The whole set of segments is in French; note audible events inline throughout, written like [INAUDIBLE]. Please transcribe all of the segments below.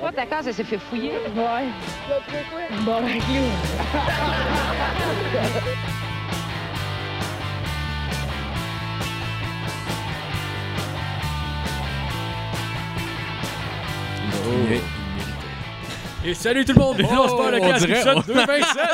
Toi, ta case, elle s'est fait fouiller. Ouais. Bon, avec lui. Et salut tout le monde! Oh, non, c'est pas le on casque dirait- [LAUGHS] épisode 227.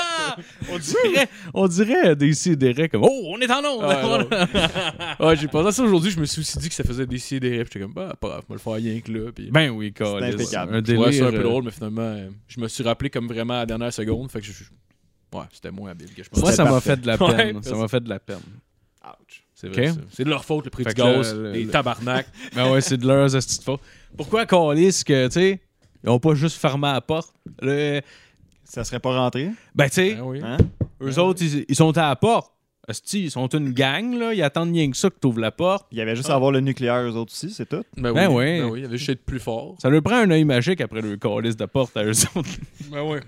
on dirait, on dirait des sidérés comme Oh, on est en onde! Ah, [LAUGHS] non. Ouais, j'ai pensé à ça aujourd'hui, je me suis aussi dit que ça faisait des sidérés, puis j'étais comme, bah, pas grave, moi le faire rien que là. Puis... Ben oui, quoi. C'est impeccable. un délire. Ouais, c'est un peu euh, drôle, mais finalement, euh, je me suis rappelé comme vraiment à la dernière seconde, fait que je. je- Ouais, c'était moins habile que je pensais. Moi, ça C'était m'a parfait. fait de la peine. Ouais, ça m'a fait de la peine. Ouch. C'est vrai, Ok. ça. C'est de leur faute, le prix Fait du que le- gaz, le- les le- [LAUGHS] tabarnak. Ben ouais, c'est de leurs astuces de faute. Pourquoi Calis que, tu sais, ils ont pas juste fermé la porte? Le- Ça serait pas rentré? Ben, tu sais, Ben oui. Hein? eux autres, ils, ils sont à la porte. Asti, ils sont une gang, là. Ils attendent rien que ça que t'ouvres la porte. Il y avait juste à avoir le nucléaire, eux autres aussi, c'est tout. Ben, Ben oui. ouais. Ben oui, il y avait juste à être plus fort. Ça leur prend un œil magique après le calice de porte à eux autres. Ben oui.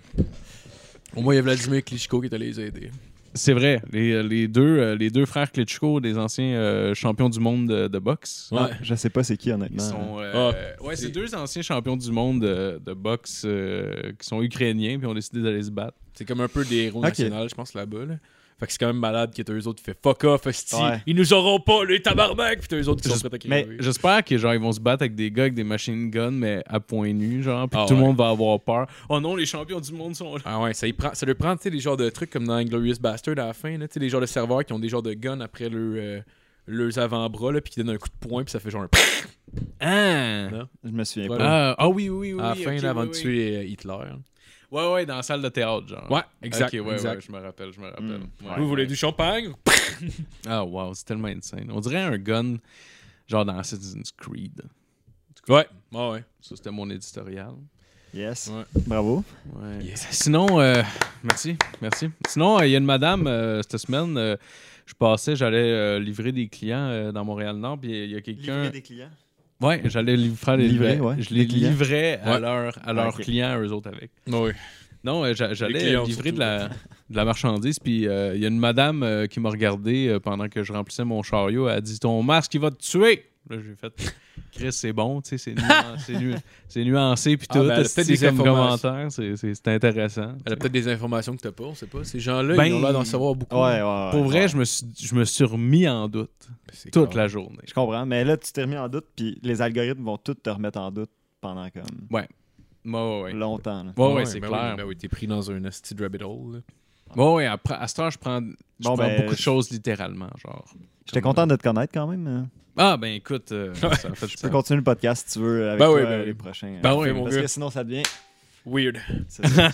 Au moins, il y a Vladimir Klitschko qui est allé les aider. C'est vrai. Les, les deux, euh, les deux frères Klitschko, des anciens euh, champions du monde de, de boxe. Ouais. Ah. Je sais pas c'est qui, Ils honnêtement. sont, euh, ouais, c'est c'est- deux anciens champions du monde de, de boxe euh, qui sont ukrainiens puis ont décidé d'aller se battre. C'est comme un peu des héros Ok. nationaux, je pense, là-bas. Là. Fait que c'est quand même malade qu'il y ait eux autres qui fait fuck off, hostie. Ouais. Ils nous auront pas, les tabarnak. Puis t'as eux autres qui sont prêts à mais crever. J'espère que genre ils vont se battre avec des gars avec des machine guns mais à point nu genre puis Ah que tout le ouais. monde va avoir peur. Oh non, les champions du monde sont là. Ah ouais, ça, y prend, ça lui prend, tu sais, les genres de trucs comme dans Inglorious Bastard à la fin, là, tu sais, les genres de serveurs qui ont des genres de guns après leur, euh, leurs avant-bras, là, puis qui donnent un coup de poing, puis ça fait genre un... Ah Non. Je me souviens Voilà. pas. ah ah oui oui oui. Hein? à la oui, fin, ok, là, avant oui, de oui. tuer euh, Hitler. Ouais ouais, dans la salle de théâtre genre. Ouais, exact, Ok, ouais, exact. Hmm. ouais, je me rappelle, je me rappelle. Mm. Ouais, Vous ouais. voulez du champagne? Ah wow, c'est tellement insane. On dirait un gun genre dans Assassin's Creed. Ouais, ouais, Ah ouais. Ça c'était mon éditorial. Yes. Ouais. Bravo. Ouais. Yes. Sinon, euh, merci, merci. Sinon, euh, il y a une madame euh, cette semaine, euh, je passais, j'allais euh, livrer des clients euh, dans Montréal-Nord, puis il y a quelqu'un. clients. Ouais, j'allais li- faire les Livrer, livrer. ouais, Je les des clients. livrais à Ouais. leur- à Ah, leurs ok. clients, eux autres avec. Ouais. Non, euh, j'a- Les j'allais clients, livrer surtout. de la, de la marchandise, puis euh, il y a une madame euh, qui m'a regardé euh, pendant que je remplissais mon chariot. Elle a dit Ton masque, il va te tuer Là, j'ai fait Chris, c'est bon, tu sais, c'est [LAUGHS] nuan- c'est nu- c'est nuancé, puis Ah, tout. ben, elle a esti, peut-être des comme informations. commentaire, c'est c'est- c'est intéressant. Elle a peut-être des informations que t'as pas, on sait pas. Ces gens-là, Ben, ils ont l'air d'en savoir beaucoup. Ouais, ouais, ouais. Pour vrai, ouais. je, me suis, je me suis remis en doute Ben, C'est toute clair. la journée. Je comprends, mais là, tu t'es remis en doute, puis les algorithmes vont tous te remettre en doute pendant comme Ouais, ouais, ouais. longtemps. là. Ouais, ouais, Ouais, c'est ben clair. Oui, ben oui, t'es pris dans un asti de rabbit hole. là. Ouais, ouais, après, à cette heure, je prends, je prends Bon, ben, beaucoup de choses littéralement. genre. J'étais Comme, content de te connaître quand même. hein. euh, Ah, ben écoute, euh, ça a fait [LAUGHS] Tu ça. peux continuer le podcast si tu veux avec Ben toi, oui, ben les oui. prochains. Ben euh, oui, mon parce gars. que sinon, ça devient. [LAUGHS] Weird. c'est ça.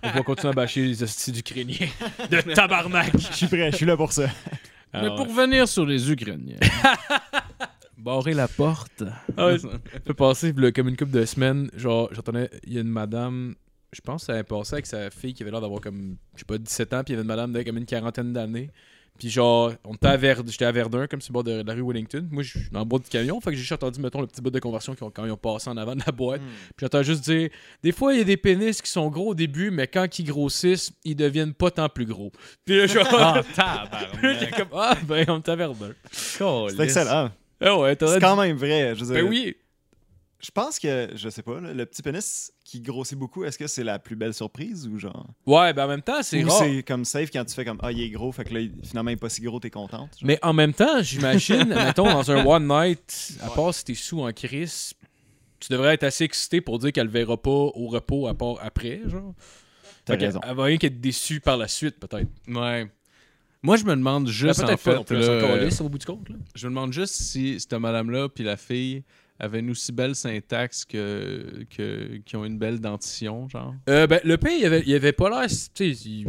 On va continuer à bâcher les hosties [LAUGHS] d'Ukrainiens. De tabarnak! Je suis prêt, je suis là pour ça. Ah Mais pour revenir sur les [LAUGHS] Ukrainiens, barrer la porte. Ah ouais, peut passer là, comme une couple de semaines, genre j'entendais il y a une madame, je pense que ça avait passé avec sa fille qui avait l'air d'avoir comme je sais pas 17 ans, puis il y avait une madame de comme une quarantaine d'années. Puis genre on était à Verdun, j'étais à Verdun comme sur le bord de la rue Wellington. Moi je suis dans le bois du camion, fait que j'ai juste entendu mettons le petit bout de conversion qu'ils ont- quand ils ont passé en avant de la boîte. Puis j'entends juste dire des fois il y a des pénis qui sont gros au début, mais quand ils grossissent, ils deviennent pas tant plus gros. Puis là genre [LAUGHS] Ah, puis là, j'étais tabarnak. comme ah ben on était à Verdun. C'est C'est excellent. Ah ouais, t'as C'est quand même vrai. Je veux dire, Ben oui. Je pense que, je sais pas, là, le petit pénis qui grossit beaucoup, est-ce que c'est la plus belle surprise ou genre. Ouais, ben en même temps, c'est Ou rare. c'est comme safe quand tu fais comme Ah, il est gros, fait que là, il- finalement, il est pas si gros, t'es contente. genre. Mais en même [LAUGHS] temps, j'imagine, mettons, dans un one night, à part si t'es sous en crise, tu devrais être assez excité pour dire qu'elle le verra pas au repos à part après, genre. T'as Fait que- raison. Elle va rien qu'être déçue par la suite, peut-être. Ouais. Moi, je me demande juste, en peut-être pas, fait, on peut là, s'en euh, coller, ça, au bout du compte, là. je me demande juste si cette madame-là puis la fille avaient une aussi belle syntaxe que, que qui ont une belle dentition, genre. Euh, ben, le pays, il avait, il avait pas l'air. Tu sais, il-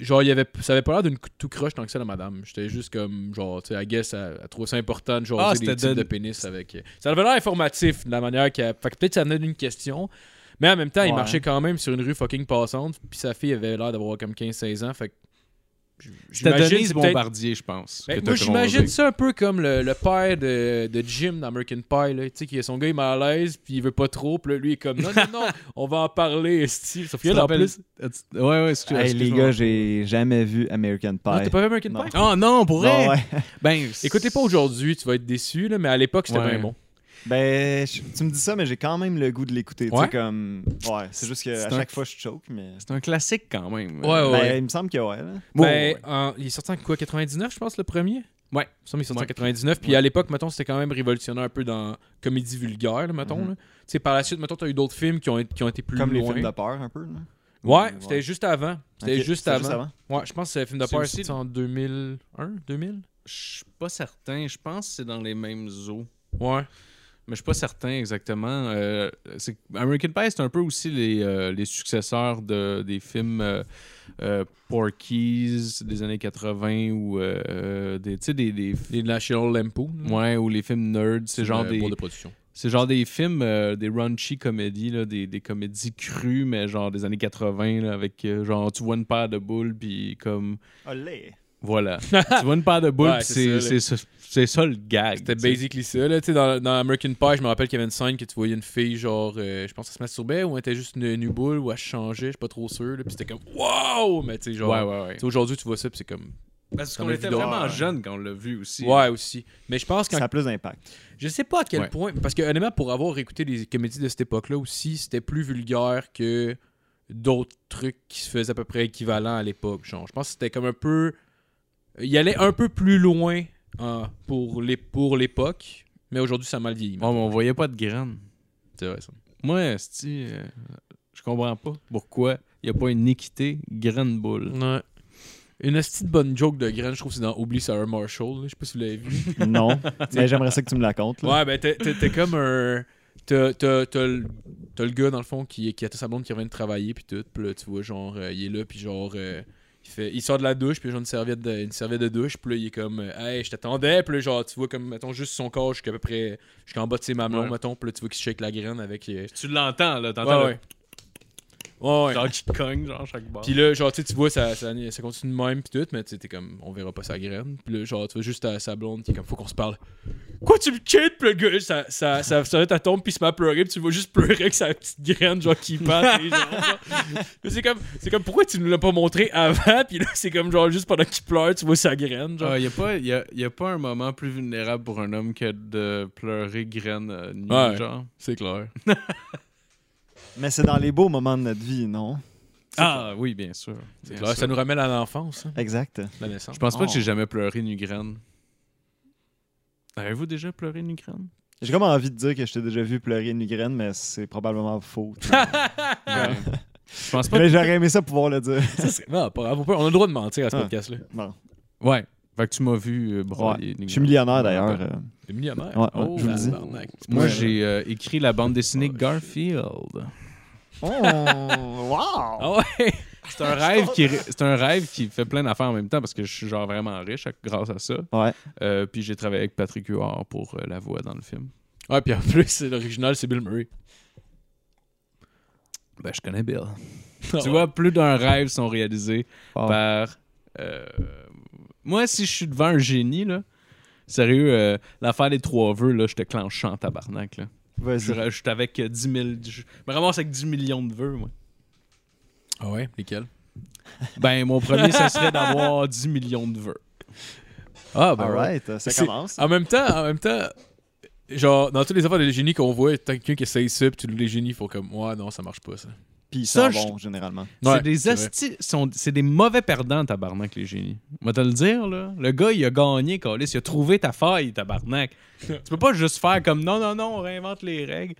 genre, il avait, ça avait pas l'air d'une cou- tout croche tant que ça, la madame. J'étais juste comme, genre, tu sais, I guess, elle, elle trouvait ça important de jaser Ah, des c'était types de- de pénis avec. euh, Ça avait l'air informatif de la manière qu'elle. Fait que peut-être ça venait d'une question. Mais en même temps, il Ouais. marchait quand même sur une rue fucking passante. Puis sa fille avait l'air d'avoir comme 15-16 ans. Fait que. j- C'était j'imagine Denise c'est peut-être- Bombardier, je pense. ben, que t'as moi, j'imagine croisé. ça un peu comme le, le père de, de Jim dans American Pie. Là, tu sais, qui- son gars, il est mal à l'aise, puis il veut pas trop. Puis là, lui, il est comme, non, non, [LAUGHS] non, on va en parler, esti. Sauf Tu que te là, en rappelles- plus... As-tu- Ouais, ouais, excuse- Hey, les excuse-moi. gars, j'ai jamais vu American Pie. Ah, t'as pas vu American Non. Pie? Ah non, pour Non, vrai? ouais. Ben, Écoutez pas aujourd'hui, tu vas être déçu, là, mais à l'époque, c'était Ouais. bien bon. Ben, je- tu me dis ça, mais j'ai quand même le goût de l'écouter. Tu Ouais? sais, comme. Ouais, c'est juste C'est qu'à un- chaque fois, je choke, mais. C'est un classique quand même. Ouais, ouais. Ben, il me semble que ouais. Là. Bon, ben, ouais. en- il est sorti en quoi 99, je pense, le premier Ouais. Il me semble qu'il est sorti en Ouais. 99. Puis Ouais. à l'époque, mettons, c'était quand même révolutionnaire un peu dans comédie vulgaire, là, mettons. Mhm. là. Tu sais, par la suite, mettons, t'as eu d'autres films qui ont, été- qui ont été plus Comme les loin. films de peur, un peu. Là. Ouais, Ouais. c'était juste avant. C'était Ok, juste, c'est avant. Ouais, je pense que le film de C'est peur aussi- c'est en 2001, 2000. Je suis pas certain. Je pense que c'est dans les mêmes eaux. Ouais. Mais je suis pas certain exactement. Euh, c'est- American Pie, c'est un peu aussi les, euh, les successeurs de, des films euh, euh, Porky's des années 80 ou euh, euh, des, tu sais, des, des- Les National Lampoon. là. ouais, ou les films nerds. C'est genre Euh, des pour de production. c'est genre des films, euh, des raunchy comédies, là, des, des comédies crues, mais genre des années 80, là, avec euh, genre tu vois une paire de boules, puis comme Olé. [LAUGHS] voilà. tu vois une paire de boules, Ouais, puis c'est c'est c'est ça, ça, c'est ça le gag. C'était tu sais. basically ça. Là. Tu sais, Dans, dans American Pie, je me rappelle qu'il y avait une scène que tu voyais une fille, genre, euh, je pense qu'elle se masturbait ou elle était juste une, une boule ou elle changeait, je suis pas trop sûr. là. Puis c'était comme, wow! Mais tu sais, genre, Ouais, ouais, ouais. tu sais, aujourd'hui, tu vois ça, puis c'est comme, Parce qu'on était vraiment jeunes quand on l'a vu aussi. ouais, aussi. Mais je pense que Ça a plus d'impact. Je sais pas à quel Ouais. point. Parce que, honnêtement, pour avoir écouté les comédies de cette époque-là aussi, c'était plus vulgaire que d'autres trucs qui se faisaient à peu près équivalents à l'époque. Genre, je pense que c'était comme un peu. Il allait un peu plus loin hein, pour les- pour l'époque, mais aujourd'hui, ça a mal vieilli. mais on voyait pas de graines. C'est vrai, ça. Moi, c'ti, euh, je comprends pas pourquoi il n'y a pas une équité graine boule. Ouais. Une petite bonne joke de graine, je trouve, c'est dans Oublie Sarah Marshall. là. Je sais pas si vous l'avez vu. non. [LAUGHS] Mais j'aimerais ça que tu me la comptes. Là. [LAUGHS] Ouais, ben t'es- t'es t'es comme un. T'as t'as- t'as le t'as le gars, dans le fond, qui, qui a sa blonde qui revient de travailler, puis tout. Puis là, tu vois, genre, euh, il est là, puis genre. euh, il, fait, il sort de la douche, puis genre une serviette de, une serviette de douche, puis là, il est comme, euh, hey, je t'attendais, puis là, genre, tu vois, comme, mettons, juste son corps jusqu'à peu près, jusqu'en bas de ses mamelons, Ouais. mettons, puis là, tu vois qu'il se shake la graine avec. euh, Tu l'entends, là. T'entends ouais, ouais. le Ouais, ouais. genre [LAUGHS] qui cogne, genre, chaque barre. Puis là, genre, tu sais, tu vois, ça, ça, ça continue de même, puis tout, mais tu sais, t'es comme, on verra pas sa graine. Puis là, genre, tu vois juste à sa blonde qui est comme, faut qu'on se parle. Quoi, tu me quittes, puis le gars, ça, ça, ça, ça, ta tombe, puis il se met à pleurer, puis tu le vois juste pleurer avec sa petite graine, genre, qui [LAUGHS] passe les jambes. genre. Mais c'est comme, c'est comme, pourquoi tu nous l'as pas montré avant, puis là, c'est comme, genre, juste pendant qu'il pleure, tu vois sa graine, genre. il n'y a, pas- euh, y a- y a pas un moment plus vulnérable pour un homme que de pleurer graine euh, nue, Ouais. genre. C'est clair. Mais c'est dans les beaux moments de notre vie, non? Ah oui, bien sûr. Bien sûr. ça nous ramène à l'enfance, hein, Exact. la naissance. Je pense pas que Oh. j'ai jamais pleuré nu graine. Avez-vous déjà pleuré nu graine? J'ai comme envie de dire que je t'ai déjà vu pleurer une migraine, mais c'est [LAUGHS] probablement faux. Ouais. Je pense pas mais j'aurais aimé ça pouvoir le dire. Ça serait- Non, pas grave, on peut- on a le droit de mentir à ce Ah. podcast-là. Bon. Ouais. Fait que tu m'as vu euh, brailler. Je nu suis graine. millionnaire d'ailleurs. Ouais. euh. T'es millionnaire. Oh, Ouais, ouais, je vous le dis. tabarnak. Moi, Ouais. j'ai euh, écrit la bande dessinée Oh, Garfield. Oh, wow! Ah ouais! C'est un rêve qui, c'est un rêve qui fait plein d'affaires en même temps parce que je suis genre vraiment riche à- grâce à ça. Ouais. Euh, puis j'ai travaillé avec Patrick Huard pour euh, la voix dans le film. Ouais, puis en plus, l'original, c'est Bill Murray. Ben, je connais Bill. Ah tu vois, plus d'un rêve sont réalisés Wow. par. euh, moi, si je suis devant un génie, là, sérieux, euh, l'affaire des trois vœux, là, je te clenche en tabarnak. Là. Je, je Vas-y. suis avec euh, 10 000. Je me ramasse avec 10 millions de vœux, moi. Ah ouais, lesquels? Ben, mon premier, ça serait d'avoir [LAUGHS] 10 millions de vœux. Ah, ben ouais. Alright, ça C'est- commence. En même temps, en même temps, genre, dans toutes les affaires de génie qu'on voit, tant que quelqu'un qui essaye ça, puis tous les génies font comme, ouais, non, ça marche pas, ça. Puis ça, ça, je- bon, généralement. Ouais, c'est des c'est asti- sont- c'est des mauvais perdants, tabarnak, les génies. On va te le dire, là. Le gars, il a gagné, Calis. Il a trouvé ta faille, [LAUGHS] tabarnak. tu peux pas juste faire comme non, non, non, on réinvente les règles.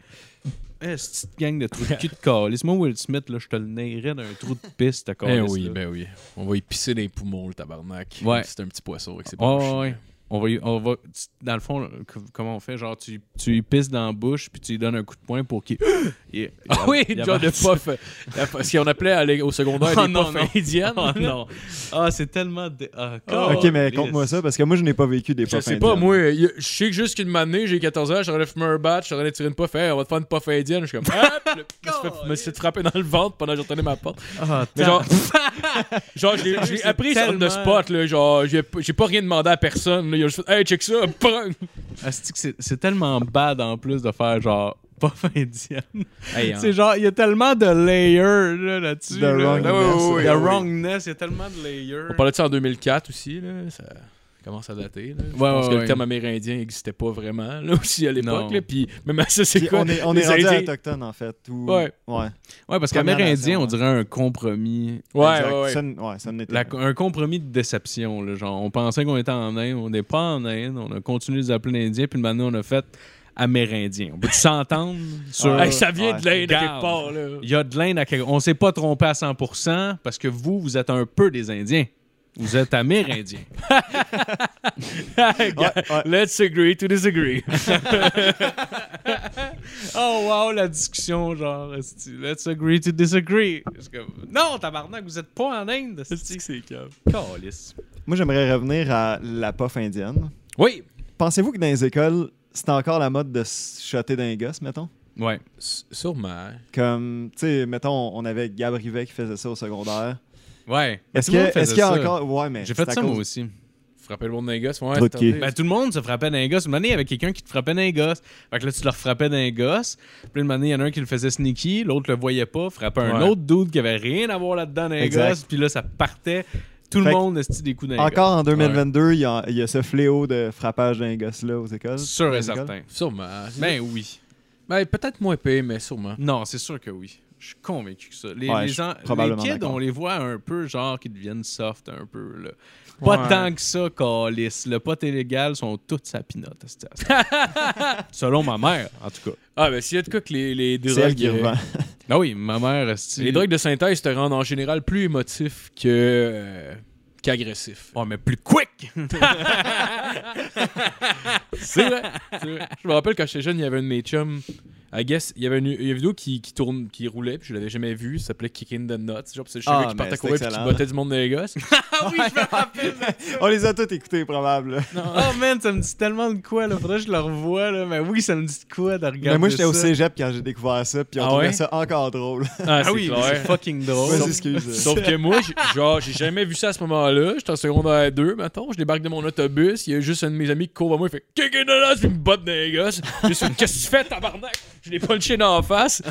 Eh, cette petite gang de trous de cul de Calis. Moi, Will Smith, là, je te le nairais d'un trou de piste, Calis. Eh oui, là. ben oui. On va y pisser les poumons, le tabarnak. Ouais. C'est un petit poisson avec ses Ouais, poches. ouais, Ah ouais. On va, y- on va, tu- dans le fond, là, co- comment on fait? Genre, tu, tu lui pisses dans la bouche, puis tu lui donnes un coup de poing pour qu'il. [GASPS] Il- il Ah oui, il genre de avance. [LAUGHS] puff. euh, La- Ce qu'on appelait à l'é- au [LAUGHS] secondaire Oh des non, puffs non. indiennes. Oh [LAUGHS] non. Ah, c'est tellement. dé- Ah, ok, mais compte-moi ça parce que moi, je n'ai pas vécu des Je puffs sais pas, indiennes. moi, y a- je sais que juste qu'une année, j'ai 14 ans, j'aurais fumé un batch, j'aurais tiré une puff, hey, on va te faire une puff indienne. Je suis comme, [LAUGHS] ah, puis là, je me suis fait- me suis fait frapper dans le ventre pendant que j'entendais ma porte. Ah, Mais genre, [LAUGHS] genre je l'ai- je l'ai C'est appris sur tellement- le spot, là, genre, j'ai p- j'ai pas rien demandé à personne. Là, il a juste fait, hey, check ça, [LAUGHS] bang! Asti que c'est c'est tellement bad en plus de faire genre [LAUGHS] puff indienne. C'est genre, il y a tellement de layers là, là-dessus. The là. wrongness. The Oui, oui, oui. wrongness, il y a tellement de layers. On parlait de ça en 2004 aussi, là. Ça... commence à dater. Là. Je Ouais, pense ouais, que ouais. le terme amérindien n'existait pas vraiment là, aussi à Non. l'époque. là. Puis même à [LAUGHS] ça, c'est Puis quoi on est, on Les est rendu à Indiens- autochtone, en fait. ou- Ouais. Ouais. Ouais, parce Première qu'Amérindien, Nation, on ouais. dirait un compromis. Ouais, Exact. ouais, ouais. Ça, n- ouais, ça en était. La- un compromis de déception. Là, genre, on pensait qu'on était en Inde, on n'est pas en Inde, on a continué de les appeler l'Indien, puis maintenant on a fait Amérindien. On peut [LAUGHS] s'entendre sur. Ouais. Hey, ça vient de l'Inde à Regarde. quelque part. Là. Il y a de l'Inde à quelque... On s'est pas trompé à 100% parce que vous, vous êtes un peu des Indiens. Vous êtes Amérindiens. Ouais, ouais. Let's agree to [LAUGHS] disagree. [LAUGHS] Oh wow, la discussion, genre, esti, let's agree to disagree. Je suis comme, non, tabarnak, vous êtes pas en Inde. esti. Calisse. Moi, j'aimerais revenir à la pof indienne. Oui. Pensez-vous que dans les écoles, c'est encore la mode de se shotter d'un gosse, mettons? Ouais. S- Sûrement. Comme, tu sais, mettons, on avait Gab Rivet qui faisait ça au secondaire. Ouais. Est-ce Tout le monde que- est-ce faisait qu'il y a ça. encore. Ouais, mais. J'ai fait c'est à ça moi cause- aussi. Frapper le monde d'un gosse. Ouais, Truqué. attendez. Ben, tout le monde se frappait d'un gosse. Une année, il y avait quelqu'un qui te frappait d'un gosse. Fait que là, tu le frappais d'un gosse. Puis une année, il y en a un qui le faisait sneaky, l'autre le voyait pas, frappait un Ouais. autre dude qui avait rien à voir là-dedans d'un Exact. gosse. Puis là, ça partait. Tout le Fait que- monde esti, des coups d'un gosse. Encore en 2022, il y a- il y, a ce fléau de frappage d'un gosse-là aux écoles. Sûr Dans et les écoles. certain. Sûrement. Ben oui. Ben, peut-être moins payé, mais sûrement. Non, c'est sûr que oui. Je suis convaincu que ça. Les, Ouais, les je suis gens, les probablement kids, d'accord. on les voit un peu genre qui deviennent soft un peu. Là. Pas Ouais. tant que ça, Calis. Le pot illégal sont toutes sa pinote. [LAUGHS] esti, à ça. Selon ma mère, en tout cas. Ah, ben, s'il y a de quoi que les, les drogues. C'est elle qui euh, revend. [LAUGHS] Ah oui, ma mère, esti- les drogues de synthèse te rendent en général plus émotif que. euh, [LAUGHS] qu'agressif. Oh, mais plus quick! C'est vrai. c'est vrai. Je me rappelle quand j'étais jeune, il y avait un de mes chums. I guess, il y avait une, une vidéo qui, qui, tourne, qui roulait, puis je l'avais jamais vue. Ça s'appelait Kicking the Nuts. Genre, c'est le Ah, gars qui mais partait c'est courir puis qui excellent, bottait du monde des gosses. ah oui, je me rappelle! On les a tous écoutés, probable. Oh man, ça me dit tellement de quoi, là. Faudrait que je le revoie, là. Mais oui, ça me dit de quoi de regarder. Mais moi, j'étais au ça. cégep quand j'ai découvert ça, puis on Ah trouvait ouais? ça encore drôle. Ah, Ah oui, mais c'est fucking drôle. Vas-y, excuse. euh, Sauf que moi, j'- genre, j'ai jamais vu ça à ce moment-là. J'étais en secondaire 2, mettons. Je débarque de mon autobus. Il y a juste un de mes amis qui court à moi. Il fait Kick in the nuts, puis il me botte dans les gosses. Je suis Qu'est-ce que tu fais, tabarnak Je l'ai punché dans la face.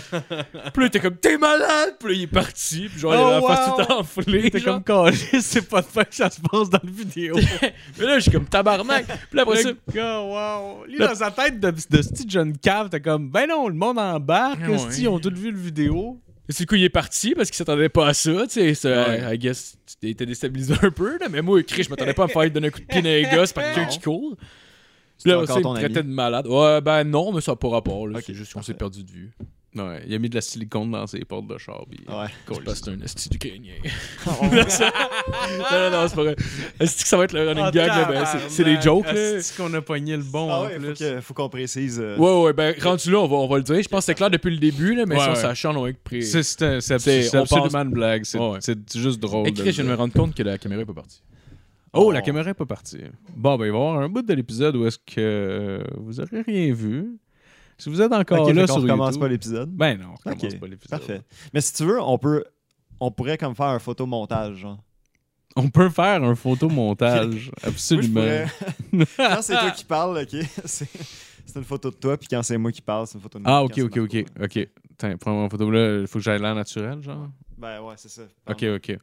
Puis là, t'es comme T'es malade. Puis là, il est parti. Puis genre, il avait Oh, la face wow. tout enflée. T'es genre. comme Calis, [LAUGHS] c'est pas de fait que ça se passe dans la vidéo. [LAUGHS] Mais là, je suis comme tabarnak. Puis là, après ça. Le gars, wow. Lui, dans sa tête de, de ce petit jeune cave, t'es comme, ben non, le monde embarque, Ouais. esti, ils ont tous vu le vidéo. Et c'est le coup, il est parti parce qu'il s'attendait pas à ça. Tu sais, ça, Ouais. I guess, tu étais déstabilisé un peu. Là, mais moi, Chris, je m'attendais pas à me faire donner un coup de pied dans les gosses par quelqu'un Non. qui court. C'est Puis là, encore ça, il ton me traitait ami. de malade. Ouais, ben non, mais ça n'a pas rapport. là. Ok, c'est juste qu'on s'est parfait. perdu de vue. Ouais, il a mis de la silicone dans ses portes de char. puis- Ouais. C'est parce que c'est un esti ukrainien. non, ça- non, non, c'est pas vrai. Est-ce que ça va être le running Ah, gag? là? Ben, c'est- c'est des tabarnak, jokes. Là. esti qu'on a pogné le bon Ah en ouais, faut plus. que- faut qu'on précise. euh, Ouais, ouais, ben rendu là, on va, on va le dire. Je pense que c'est clair depuis le début, là, mais Ouais, ça, ouais. ça change, on est pris. C'est- C'est un- c'est C'est- abs- c'est on absolument pense- une blague. C'est Ouais. c'est juste drôle. de Écrit, le je viens de me dire. rendre compte que la caméra est pas partie. Oh, Oh. la caméra est pas partie. Bon, ben, il va y avoir un bout de l'épisode où est-ce que euh, vous aurez rien vu. Si vous êtes encore Ok, oh, là fait sur qu'on recommence YouTube- pas l'épisode. Ben non, on recommence Ok, pas l'épisode. Parfait. Mais si tu veux, on peut. On pourrait comme faire un photomontage. Genre. On peut faire un photomontage, absolument. Moi, je pourrais- [LAUGHS] quand c'est toi qui parles, ok, [LAUGHS] c'est c'est une photo de toi, puis quand c'est moi qui parle, c'est une photo de moi. Ah, puis ok, quand ok, c'est Marco. ok. Ok. Tiens, prends mon photo là. Il faut que j'aille l'air naturel, genre. Ben ouais, c'est ça. Ah. Ok, ok.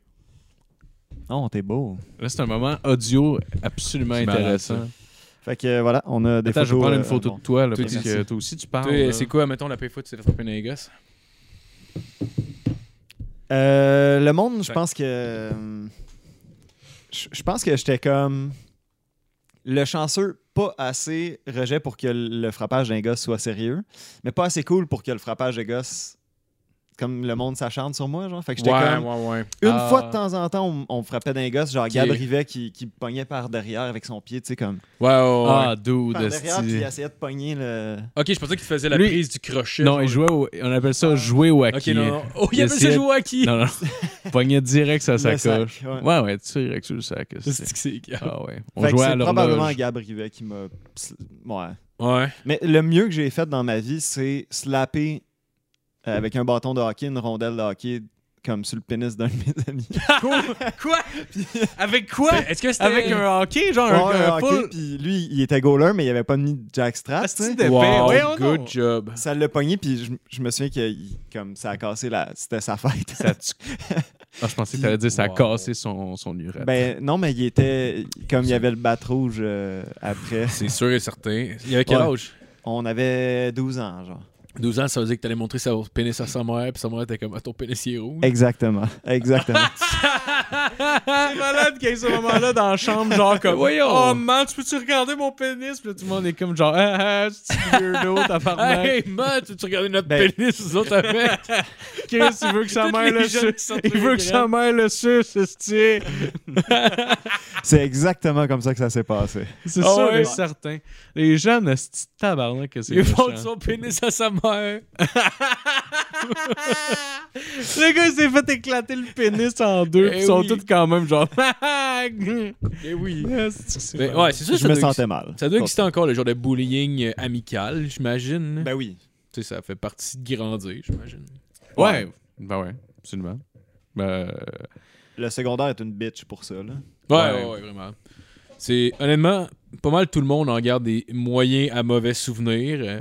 Non, Oh, t'es beau. Là, c'est un moment audio absolument C'est malade, intéressant. Fait que euh, voilà, on a des Ben, Attends, photos. je vais prendre euh, une photo bon. de toi, là, Toi, parce merci. que toi aussi, tu parles. Toi, là. c'est quoi, mettons, la première fois que tu t'es fait frapper dans les gosses? Euh, le monde, je Ouais. pense que. euh, Je je pense que j'étais comme. Le chanceux, pas assez rejet pour que le frappage d'un gosse soit sérieux, mais pas assez cool pour que le frappage d'un gosse. Comme le monde s'acharne sur moi, genre. Fait que j'étais comme. ouais, ouais. Une Ah. fois de temps en temps, on, on me frappait d'un gosse, genre Ok. Gab Rivet qui, qui me pognait par derrière avec son pied, tu sais, comme. Ouais, ouais, ouais. Ah, dude, Par derrière, puis il esti. essayait de pogner le. Ok, je pensais qu'il faisait la Lui- prise du crochet. Non, genre. il jouait au- On appelle ça jouer au Ok, acquis. non, non. Oh, il Il appelle ça essayait- jouer à qui Non, [LAUGHS] non. Pognait direct sa le sacoche. sac, ouais. Ouais, ouais, direct sur le sac. esti. C'est que c'est- Ah ouais. On Fait que jouait à c'est probablement l'horloge. Gab Rivet qui m'a. ps- Ouais. Ouais. Mais le mieux que j'ai fait dans ma vie, c'est slapper euh, avec un bâton de hockey, une rondelle de hockey, comme sur le pénis d'un de mes amis. Quoi? Avec quoi? Mais Est-ce que c'était Avec un hockey, genre Ouais, un, un un full- hockey, puis lui, il était goaler, mais il avait pas mis de jackstrap. Asti tu sais. de- Wow, Voyons good donc. job. Ça l'a pogné, puis je, je me souviens que il- comme ça a cassé la... C'était sa fête. Ça tue. Ah, je pensais que t'allais dire ça a Wow. cassé son, son urètre. Ben non, mais il était. Comme il y avait le bat rouge euh, après, C'est sûr et certain. Il y avait quel Ouais. âge on avait 12 ans, genre. 12 ans, ça veut dire que t'allais montrer sa pénis à sa mère, puis sa mère était comme Ah, ton pénis il est rouge. Exactement. [LAUGHS] Exactement. C'est malade qu'il y ait ce moment-là dans la chambre, genre comme Voyons. Oh man, tu peux-tu regarder mon pénis? Puis là, tout le monde est comme genre Ah ah, c'est un weirdo, [LAUGHS] tabarnak. Hey man, tu regardais notre Ben- pénis, nous autres avec Chris, il veut que sa Toutes mère les le jeunes qui suce. sortent Il les veut que sa graines. mère le suce, c'est C'est exactement comme ça que ça s'est passé. C'est Ah sûr ouais. et certain. Les jeunes, c'est tabarnak que c'est. Ils font méchant. son pénis à sa mère. Le gars, il s'est fait éclater le pénis en deux, Eh puis ils sont oui. tous quand même genre [LAUGHS] Eh oui. Ah, c'est- c'est Ben, malade. ouais, c'est sûr que Je ça me doit sentais mal. Ça doit exister encore le genre de bullying euh, amical, j'imagine. Ben oui. Tu sais, ça fait partie de grandir, j'imagine. Ouais. Ben ouais, absolument. Ben, Le secondaire est une bitch pour ça, là. Ouais, Ouais. ouais, ouais, vraiment. C'est honnêtement, pas mal tout le monde en garde des moyens à mauvais souvenirs. euh,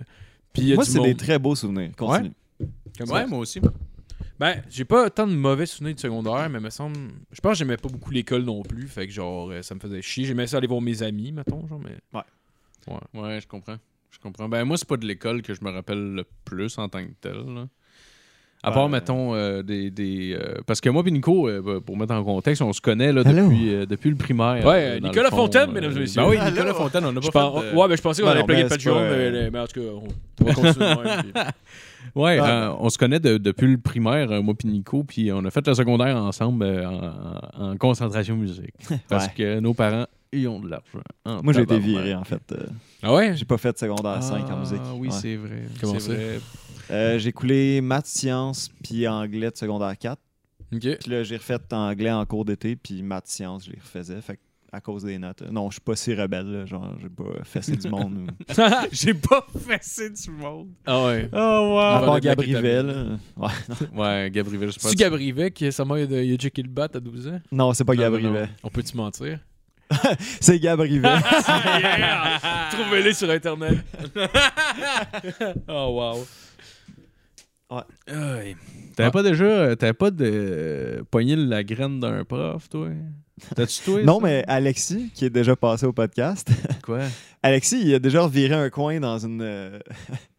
Puis il y a Moi, du c'est des monde. très beaux souvenirs. Continue. Comme ouais, ça. moi aussi. Ben, j'ai pas tant de mauvais souvenirs de secondaire, mais me semble. Je pense que j'aimais pas beaucoup l'école non plus. Fait que genre, euh, ça me faisait chier. J'aimais ça aller voir mes amis, mettons, genre, mais. Ouais, je comprends. Je comprends. Ben, moi, c'est pas de l'école que je me rappelle le plus en tant que tel. là. À Ben, part, euh, mettons, euh, des. des, euh, parce que moi et Nico, euh, bah, pour mettre en contexte, on se connaît là, Allô? depuis, euh, depuis le primaire. Ouais, euh, euh, dans le Nicolas fond, Fontaine, euh, mesdames et messieurs. Ben oui, Allô? Nicolas Fontaine, on n'a Je pas pense- fait de- Ouais, mais je pensais qu'on Ben allait non, plugger le mais c'est Patreon, pas, mais, euh, mais- mais en tout cas, on, on va continuer. de même, puis- Ouais, Ah. euh, on se connaît de- depuis le primaire, euh, moi puis Nico, puis on a fait le secondaire ensemble euh, en, en- en concentration musique. Parce Ouais. que nos parents, ils ont de l'argent. en Moi, j'ai été tabarnak. viré, en fait. Euh, Ah ouais? J'ai pas fait de secondaire Ah, 5 en musique. oui, Ouais. c'est vrai. Comment c'est ça? vrai. Euh, j'ai coulé maths, sciences, puis anglais de secondaire 4. Ok. Puis là, j'ai refait anglais en cours d'été, puis maths, sciences, je les refaisais. Fait que à cause des notes. euh, Non, je suis pas si rebelle, là, genre, j'ai pas fessé du monde. ou- J'ai pas fessé du monde. Ah ouais. Oh, À wow! Ah, part le black Gabriel. euh, ouais. Ouais, Gabriel, je pense. Si Gabrivec, sa mère, il a il a checké le bat à 12 ans, Ah, Non, c'est pas Non, non, Gabriel. on peut-tu mentir? [LAUGHS] C'est Gabriel. Trouvez-les sur Internet. [LAUGHS] oh, wow. Ouais. T'avais pas déjà. euh, T'avais pas de. euh, pogné la graine d'un prof, toi? T'as-tu toi? non, ça? mais Alexis, qui est déjà passé au podcast, Quoi? Alexis, il a déjà reviré un coin dans une. euh,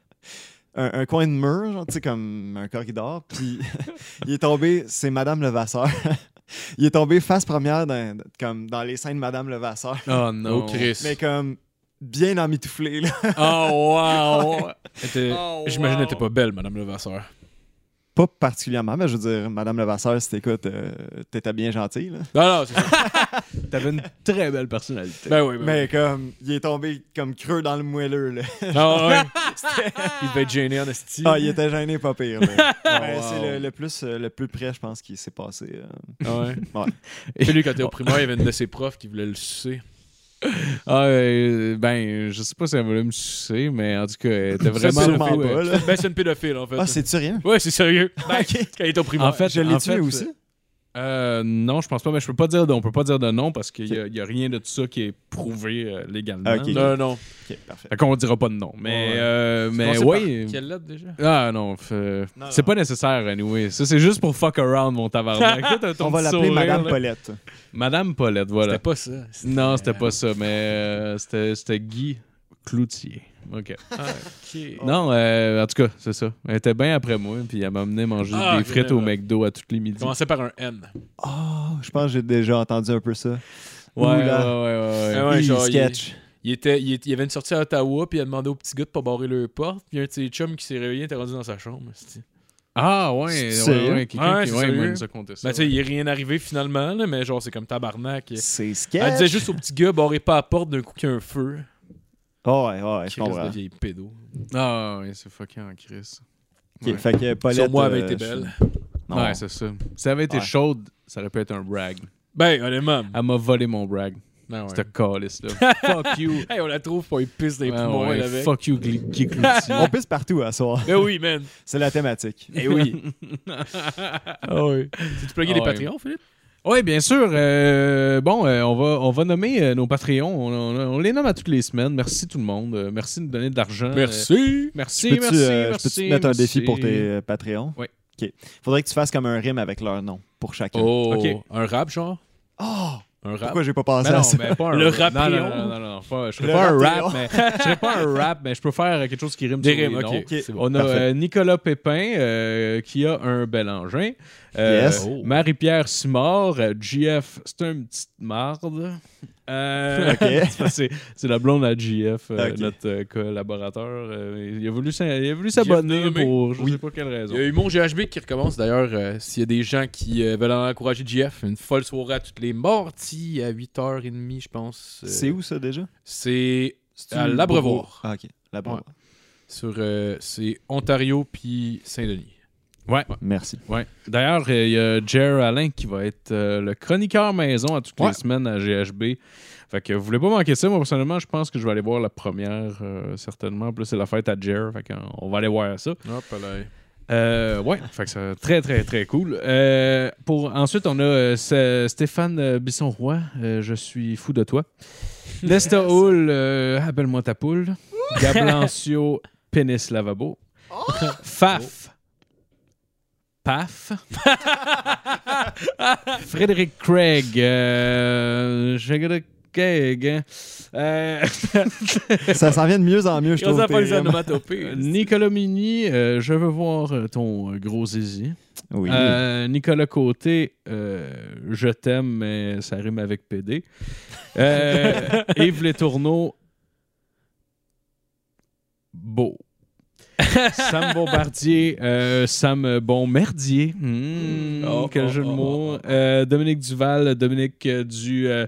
[LAUGHS] un, un coin de mur, genre, tu sais, comme un corridor. Puis [LAUGHS] il est tombé, c'est Madame Levasseur. [LAUGHS] il est tombé face première dans, comme dans les scènes de Madame Levasseur. Oh non. Oh, Chris. Mais comme bien emmitouflé, là. Oh, wow. Elle était- Oh, J'imagine wow. qu'elle était pas belle, Madame Levasseur. Pas particulièrement, mais je veux dire, Madame Levasseur, si t'écoutes, euh, t'étais bien gentille, là. Non, non, c'est ça. T'avais une très belle personnalité. Ben oui, ben Mais comme, il est tombé comme creux dans le moelleux, là. oui. Ah, ouais. Il devait être gêné en esti. Ah, il était gêné, pas [LAUGHS] pire, là. Mais wow. C'est le, le plus, euh, le plus près, je pense, qui s'est passé. euh. Ah ouais. Ouais. Et lui, quand il était au primaire, il y avait une de ses profs qui voulait le sucer. Ah, euh, ben, je sais pas si elle voulait me sucer, mais en tout cas, elle était vraiment. Sûrement beaucoup, euh, pas, là. Ben, c'est une pédophile, en fait. Ah, c'est-tu rien? Ouais, c'est sérieux. Ben, [LAUGHS] Ok. Quand il était au primaire. En fait, Je l'ai en tué fait, aussi. Euh, non, je pense pas, mais je peux pas dire de, on peut pas dire de nom parce qu'il y, a- il y a rien de tout ça qui est prouvé euh, légalement. Ah, Ok. Là. Non, non. Ok, parfait. Fait qu'on dira pas de nom. Mais, Ouais. euh, mais On sait oui. par Quelle lettre déjà? Ah non, f- euh, Non, c'est non. pas nécessaire, anyway. Ça, c'est juste pour fuck around, mon [LAUGHS] tabarnak. Toi, t'as ton On va petit l'appeler sourire, Madame là. Paulette. Madame Paulette, C'était voilà. pas ça. C'était- Non, c'était pas ça, mais euh, c'était c'était Guy Cloutier. OK. Ah. Ah, Ok. Non, euh, en tout cas, c'est ça. Elle était bien après moi, puis elle m'a amené manger Ah, des frites au génial. McDo à tous les midis. Commençait par un N. Oh, je pense que j'ai déjà entendu un peu ça. Ouais, ouais, ouais, Oula. ouais, ouais. Ah ouais, Hi, genre, il- sketch. Il, était, il, était- il avait une sortie à Ottawa, puis il a demandé au petit gars de pas barrer le porte. Puis un de ses chums qui s'est réveillé était rendu dans sa chambre. c'est-tu. Ah, ouais, ouais, C'est ouais, sérieux? quelqu'un Ouais, qui c'est ouais, sérieux. moi, il nous a compté ça. Ben, tu sais, il est rien arrivé finalement, là, mais genre, c'est comme tabarnak. C'est Elle sketch. Ah, disait juste au petit gars, barrez pas la porte d'un coup qu'il y a un feu. Oh, ouais, ouais, ouais, je Crise de comprends. vieille pédo. Ah, ouais, c'est fucking en crise. Ok, Fait que Paulette. Sur moi, elle euh, avait été je- belle. Non. Ouais, c'est ça. Si ça avait été Ouais. chaude, ça aurait pu être un brag. Ben, honnêtement. Ah. Elle m'a volé mon brag. Ben, ouais. C'était calice, [LAUGHS] là. Fuck you. Hey, on la trouve pas, il pisse des Ouais, poumons, ouais, elle avec. Fuck you, Gli- Guy Cloutier. On pisse partout à soir. Ben oui, man. C'est la thématique. Eh [LAUGHS] oui. ah oui. Tu plugué Ah les ouais. Patreons, Philippe? Oui, bien sûr. Euh, bon, euh, on, va, on va nommer euh, nos Patreons. On, on- on les nomme à toutes les semaines. Merci tout le monde. Euh, merci de nous donner de l'argent. Euh, Merci. merci, Peux-tu merci, euh, merci. peux-tu te mettre un merci. défi pour tes euh, Patreons? Oui. Ok. Faudrait que tu fasses comme un rime avec leur nom. pour chacun. Oh! Oh, Ok. un rap, genre Un rap Ben pourquoi j'ai pas pensé Mais Ben à non, ça? mais pas un Le rap. Non, non, Rapéon. non, non, non, non, pas- je Le serais pas un Rapéon. rap, mais je serais pas un rap, mais je peux faire quelque chose qui rime Des sur les rimes, noms. ok. Ok. C'est bon. On a Parfait. euh, Nicolas Pépin euh, qui a un bel engin. Euh, Yes. Oh. Marie-Pierre Simard, euh, GF, c'est une petite marde. [LAUGHS] Euh, Ok. c'est parce que c'est- c'est la blonde à GF, euh, Ok. notre euh, collaborateur. Euh, il a voulu s'in- il a voulu s'abonner GF nommé. pour je Oui. sais pas quelle raison. Il y a Humour GHB qui recommence d'ailleurs. euh, S'il y a des gens qui euh, veulent encourager GF, une folle soirée à toutes les morties à 8h30, je pense. euh, C'est où ça déjà? C'est C'est-tu à l'Abreuvoir. Brou- Ah, ok. L'Abreuvoir. sur euh, c'est Ontario puis Saint-Denis. Ouais. Merci. Ouais. D'ailleurs, euh, il y a Jer Alain qui va être euh, le chroniqueur maison à toutes Ouais. les semaines à GHB. Fait que vous voulez pas manquer ça. Moi, personnellement, je pense que je vais aller voir la première, euh, certainement. Puis là, c'est la fête à Jer. Fait qu'on va aller voir ça. Hop là. Euh, ouais, fait que c'est très, très, très cool. Euh, pour, ensuite, on a euh, ce- Stéphane euh, Bisson-Roy. Euh, je suis fou de toi. Lesta Hull, euh, appelle-moi ta poule. Gablancio, pénis lavabo. Faf. Paf. Frédéric Craig. Euh, Frédéric Craig. hein. Euh, [LAUGHS] Ça s'en vient de mieux en [LAUGHS] mieux, je trouve. tes [LAUGHS] rimes. Nicolas Mini, euh, je veux voir euh, ton euh, gros zizi. Oui. Euh, Nicolas Côté, euh, je t'aime, mais ça rime avec PD. [LAUGHS] Euh, Yves Letourneau, beau. [LAUGHS] Sam Bombardier, euh, Sam Bombardier, Hmm, Oh, quel oh, jeu de oh, mots. oh, oh. Euh, Dominique Duval, Dominique euh, du. euh,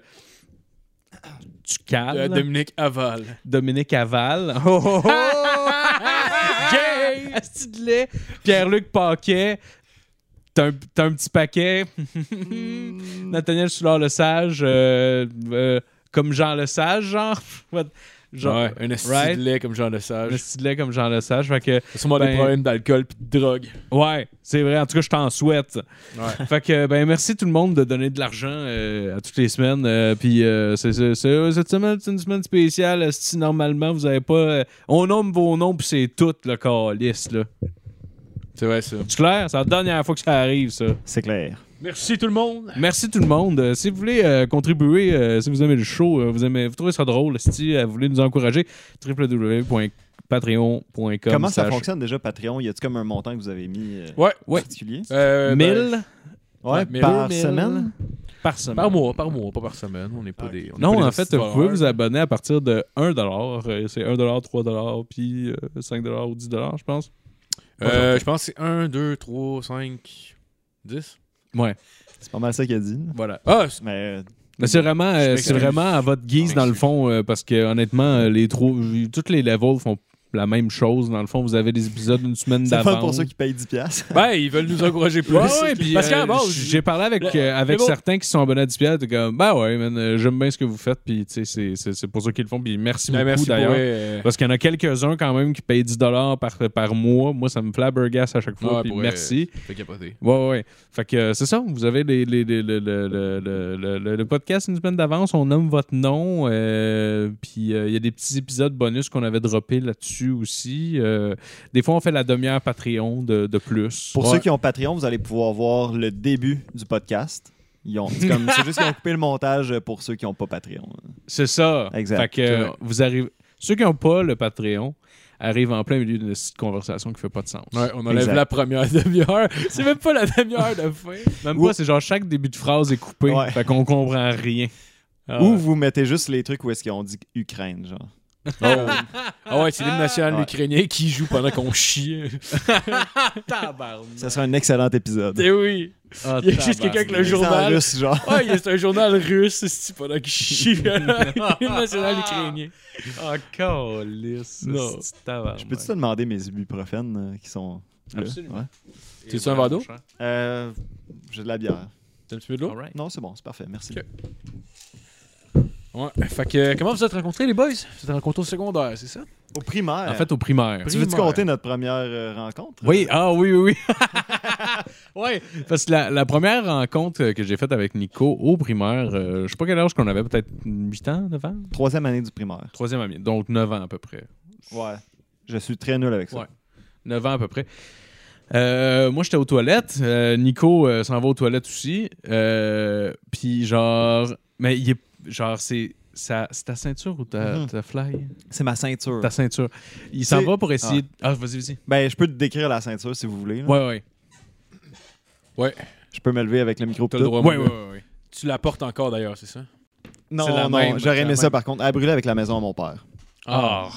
du Cal. Euh, Dominique Aval. Dominique Aval. [LAUGHS] Oh, oh, oh! [LAUGHS] Gay! Asti de lait. Pierre-Luc Paquet. T'as un, t'as un petit paquet. [LAUGHS] Nathaniel Soulard-Le Sage. euh, euh, comme Jean Le Sage, genre. [LAUGHS] What? genre Ouais, un esti right. de lait comme Jean Lesage. Un asti de lait comme Jean Le Sage. Fait que, C'est sûrement Ben- des problèmes d'alcool puis de drogue. ouais, c'est vrai. En tout cas, je t'en souhaite. Ouais. Fait que, ben, merci tout le monde de donner de l'argent euh, à toutes les semaines. euh, Puis, euh, c'est- c'est- c'est- cette semaine, c'est une semaine spéciale. euh, Si normalement, vous avez pas. euh, on nomme vos noms, puis c'est tout, le calice, là. C'est vrai ça. C'est clair? C'est la dernière fois que ça arrive, ça. C'est clair. Merci tout le monde. Merci tout le monde. Euh, si vous voulez euh, contribuer, euh, si vous aimez le show, euh, vous, aimez, vous trouvez ça drôle, si euh, vous voulez nous encourager, www.patreon.com. Comment ça slash- fonctionne déjà, Patreon? Y a-t-il comme un montant que vous avez mis euh, Ouais. Ouais. particulier? Euh, ben, 1000 Ouais, mais- par 2000 semaine? par semaine. ben, par mois, par mois, pas par semaine. On n'est pas Ah, des. on est pas Non, des en fait, petits vous pouvez voleurs. vous abonner à partir de 1 euh, C'est 1 3 puis euh, 5 ou 10 je pense. Euh, je pense que c'est 1, 2, 3, 5, 10. Ouais. C'est pas mal ça qu'il a dit. Voilà. Ah, c'est- Mais euh, Mais c'est vraiment, euh, m'excuse. c'est vraiment à votre guise, Je dans le m'excuse. fond, euh, parce que honnêtement, euh, les trois, toutes les levels font la même chose. Dans le fond, vous avez des épisodes une semaine c'est pas d'avance. pour ceux qui payent 10$. [LAUGHS] piastres. ben, ils veulent nous encourager plus. Ouais, [LAUGHS] ouais, puis, Parce euh, qu'à la base, j'ai parlé avec, le- euh, avec le- certains qui sont abonnés à 10 t'es comme, ben ouais, man, euh, j'aime bien ce que vous faites, puis tu sais, c'est- c'est c'est pour ça qu'ils le font, puis merci Ben, beaucoup merci pour d'ailleurs. euh, Parce qu'il y en a quelques-uns quand même qui payent 10 par, par mois. Moi, ça me flabbergasse à chaque fois, Ouais, puis pour, euh, merci. fait capoter. Ouais, ouais, ouais. Fait que euh, c'est ça, vous avez les, les- les- le- le- le- le- le- le- le podcast une semaine d'avance, on nomme votre nom, euh, puis euh, il y a des petits épisodes bonus qu'on avait droppés là-dessus aussi. Euh, des fois, on fait la demi-heure Patreon de, de plus. Pour Ouais. ceux qui ont Patreon, vous allez pouvoir voir le début du podcast. Ils ont- C'est comme- c'est juste qu'ils ont coupé le montage pour ceux qui n'ont pas Patreon. C'est ça. Exact. Fait que euh, Ouais. vous arrivez... Ceux qui n'ont pas le Patreon arrivent en plein milieu d'une petite conversation qui fait pas de sens. Ouais, on enlève Exact. la première [LAUGHS] demi-heure. C'est même pas la demi-heure de fin. Même Ou- pas, c'est genre chaque début de phrase est coupé, Ouais. fait qu'on comprend rien. Ah Ou [LAUGHS] ouais. vous mettez juste les trucs où est-ce qu'ils ont dit Ukraine, genre. Oh. [LAUGHS] Ah ouais, c'est l'hymne national Ouais. ukrainien qui joue pendant [LAUGHS] qu'on chie. Ça serait un excellent épisode. Eh oui. Ah, Il y a juste quelqu'un avec le C'est en journal. russe, genre. Ah, il y a- c'est un journal russe, c'est pendant [LAUGHS] qu'il chie. L'hymne national ukrainien. Ah, calisse. Non. Je peux-tu te demander mes ibuprofènes euh, qui sont là? Absolument. Ouais. T'es-tu un vado? Euh, J'ai de la bière. T'as un petit peu de l'eau? Alright. Non, c'est bon, c'est parfait, merci. Ok. Ouais. Fait que, euh, comment vous êtes rencontrés, les boys? Vous êtes rencontrés au secondaire, c'est ça? Au primaire, En fait, au primaire. tu veux-tu primaire. compter notre première euh, rencontre? Oui, ah oui, oui, oui. ouais, parce que la, la première rencontre euh, que j'ai faite avec Nico au primaire, euh, je sais pas quel âge qu'on avait, peut-être 8 ans, 9 ans? Troisième année du primaire. Troisième année, donc 9 ans à peu près. Ouais. Je suis très nul avec ça. Ouais. 9 ans à peu près. Euh, moi, j'étais aux toilettes. Euh, Nico euh, s'en va aux toilettes aussi. Euh, Puis, genre, mais il est, genre, c'est sa, c'est ta ceinture ou ta, Mhm. ta fly C'est ma ceinture. Ta ceinture. Il s'en C'est- va pour essayer. Ah, vas-y, vas-y. Ben, je peux te décrire la ceinture si vous voulez. là. Ouais, ouais. Je peux me lever avec le micro. T'as pis le tout. droit, Ouais, ouais, mon gars. ouais. ouais. Tu la portes encore d'ailleurs, c'est ça? Non, C'est la non, même, j'aurais c'est aimé la ça par contre. Elle brûlé avec la maison à mon père. Ah,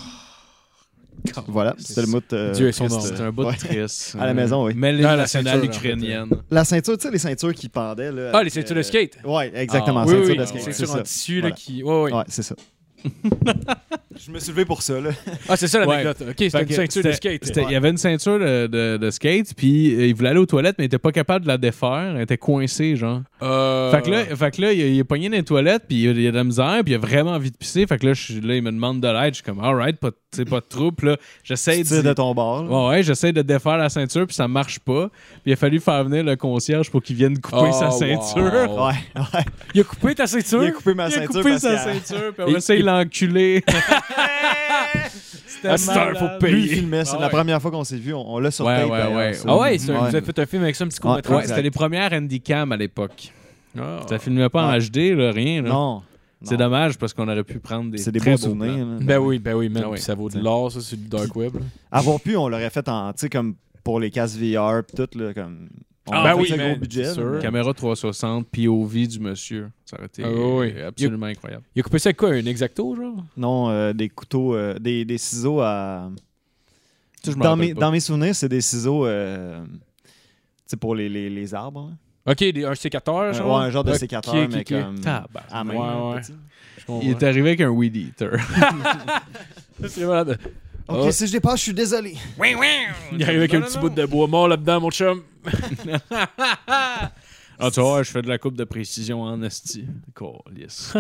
Voilà, c'était le mot. euh, Dieu et son triste, ordre. c'est euh, un bout ouais. de triste. À la maison, oui. Mais les Ah, la nationale ceinture, en fait, ukrainienne. La ceinture, tu sais, les ceintures qui pendaient. Là, Ah, avec, les ceintures euh, de skate! Ouais, exactement. Ah, ceinture oui, oui, de skate. c'est C'est sûr en ça. tissu Voilà. là, qui. Ouais, ouais. Ouais, c'est ça. [LAUGHS] je me suis levé pour ça, là. Ah, c'est ça l'anecdote. Ok, c'était Fait une que ceinture de c'était- skate. c'était- Ouais. Il y avait une ceinture de, de- de skate, puis euh, il voulait aller aux toilettes, mais il était pas capable de la défaire. Elle était coincée, genre. Euh, Fait que là, fait que là il, il est pogné dans les toilettes, puis il a- il a de la misère, puis il a vraiment envie de pisser. Fait que là, je, suis- là il me demande de l'aide. Je suis comme, alright, pas, de- tu sais, pas de trouble. Puis Là, j'essaie Tu tires de de. ton bord. là. Ouais, ouais, j'essaie de défaire la ceinture, puis ça marche pas. Puis il a fallu faire venir le concierge pour qu'il vienne couper Oh, sa ceinture. wow. Ouais, ouais. Il a coupé ta Il ceinture? a coupé Il ma a ceinture. coupé parce sa qu'elle- ceinture, puis Et- on essaie de et- [LAUGHS] l'enculer. C'était Ah, c'est un, malade. faut payer. Lui, il filmait. C'est Ah la ouais. première fois qu'on s'est vu. On, on l'a sur Ouais, tape, ouais, d'ailleurs, ouais. ça. Ah ouais, c'est- Ouais. vous avez fait un film avec ça, un petit Ouais, court-métrage. Ouais, c'était les premières Andy Cam à l'époque. Ah. Ça filmait pas en Ouais. HD, là, rien. là. Non. C'est non. dommage parce qu'on aurait pu prendre des. C'est des très beaux beaux plans. souvenirs. là. Ben oui, ben oui, man. Ah oui. Puis ça vaut de T'sais. l'or, ça, sur le dark web. là. Avoir pu, on l'aurait fait en, tu sais, comme pour les cases VR pis tout, là, comme... On Ah, aurait ben fait oui, ça man, gros budget. c'est là. sûr. Caméra 360, POV du monsieur. Ça aurait été Ah oui. euh, absolument incroyable. Il a coupé ça avec quoi? Un exacto, genre? Non, euh, des couteaux, euh, des, des ciseaux à... Ça, je me Dans rappelle mes, pas. dans mes souvenirs, c'est des ciseaux, euh, tu sais, pour les, les, les arbres. là. Ok, des- un sécateur, Ouais, genre? un genre de Ok, sécateur, ok, mais ok. comme... Tabarnak. À main, Ouais, là, ouais. petit. Je comprends. Il est arrivé avec un weed eater. [LAUGHS] C'est malade. Ok, Ah. si je dépasse, je suis désolé. Il est arrivé avec un petit bout de bois mort là-dedans, mon chum. Ah, tu vois, je fais de la coupe de précision en [LAUGHS] esti. Câlisse.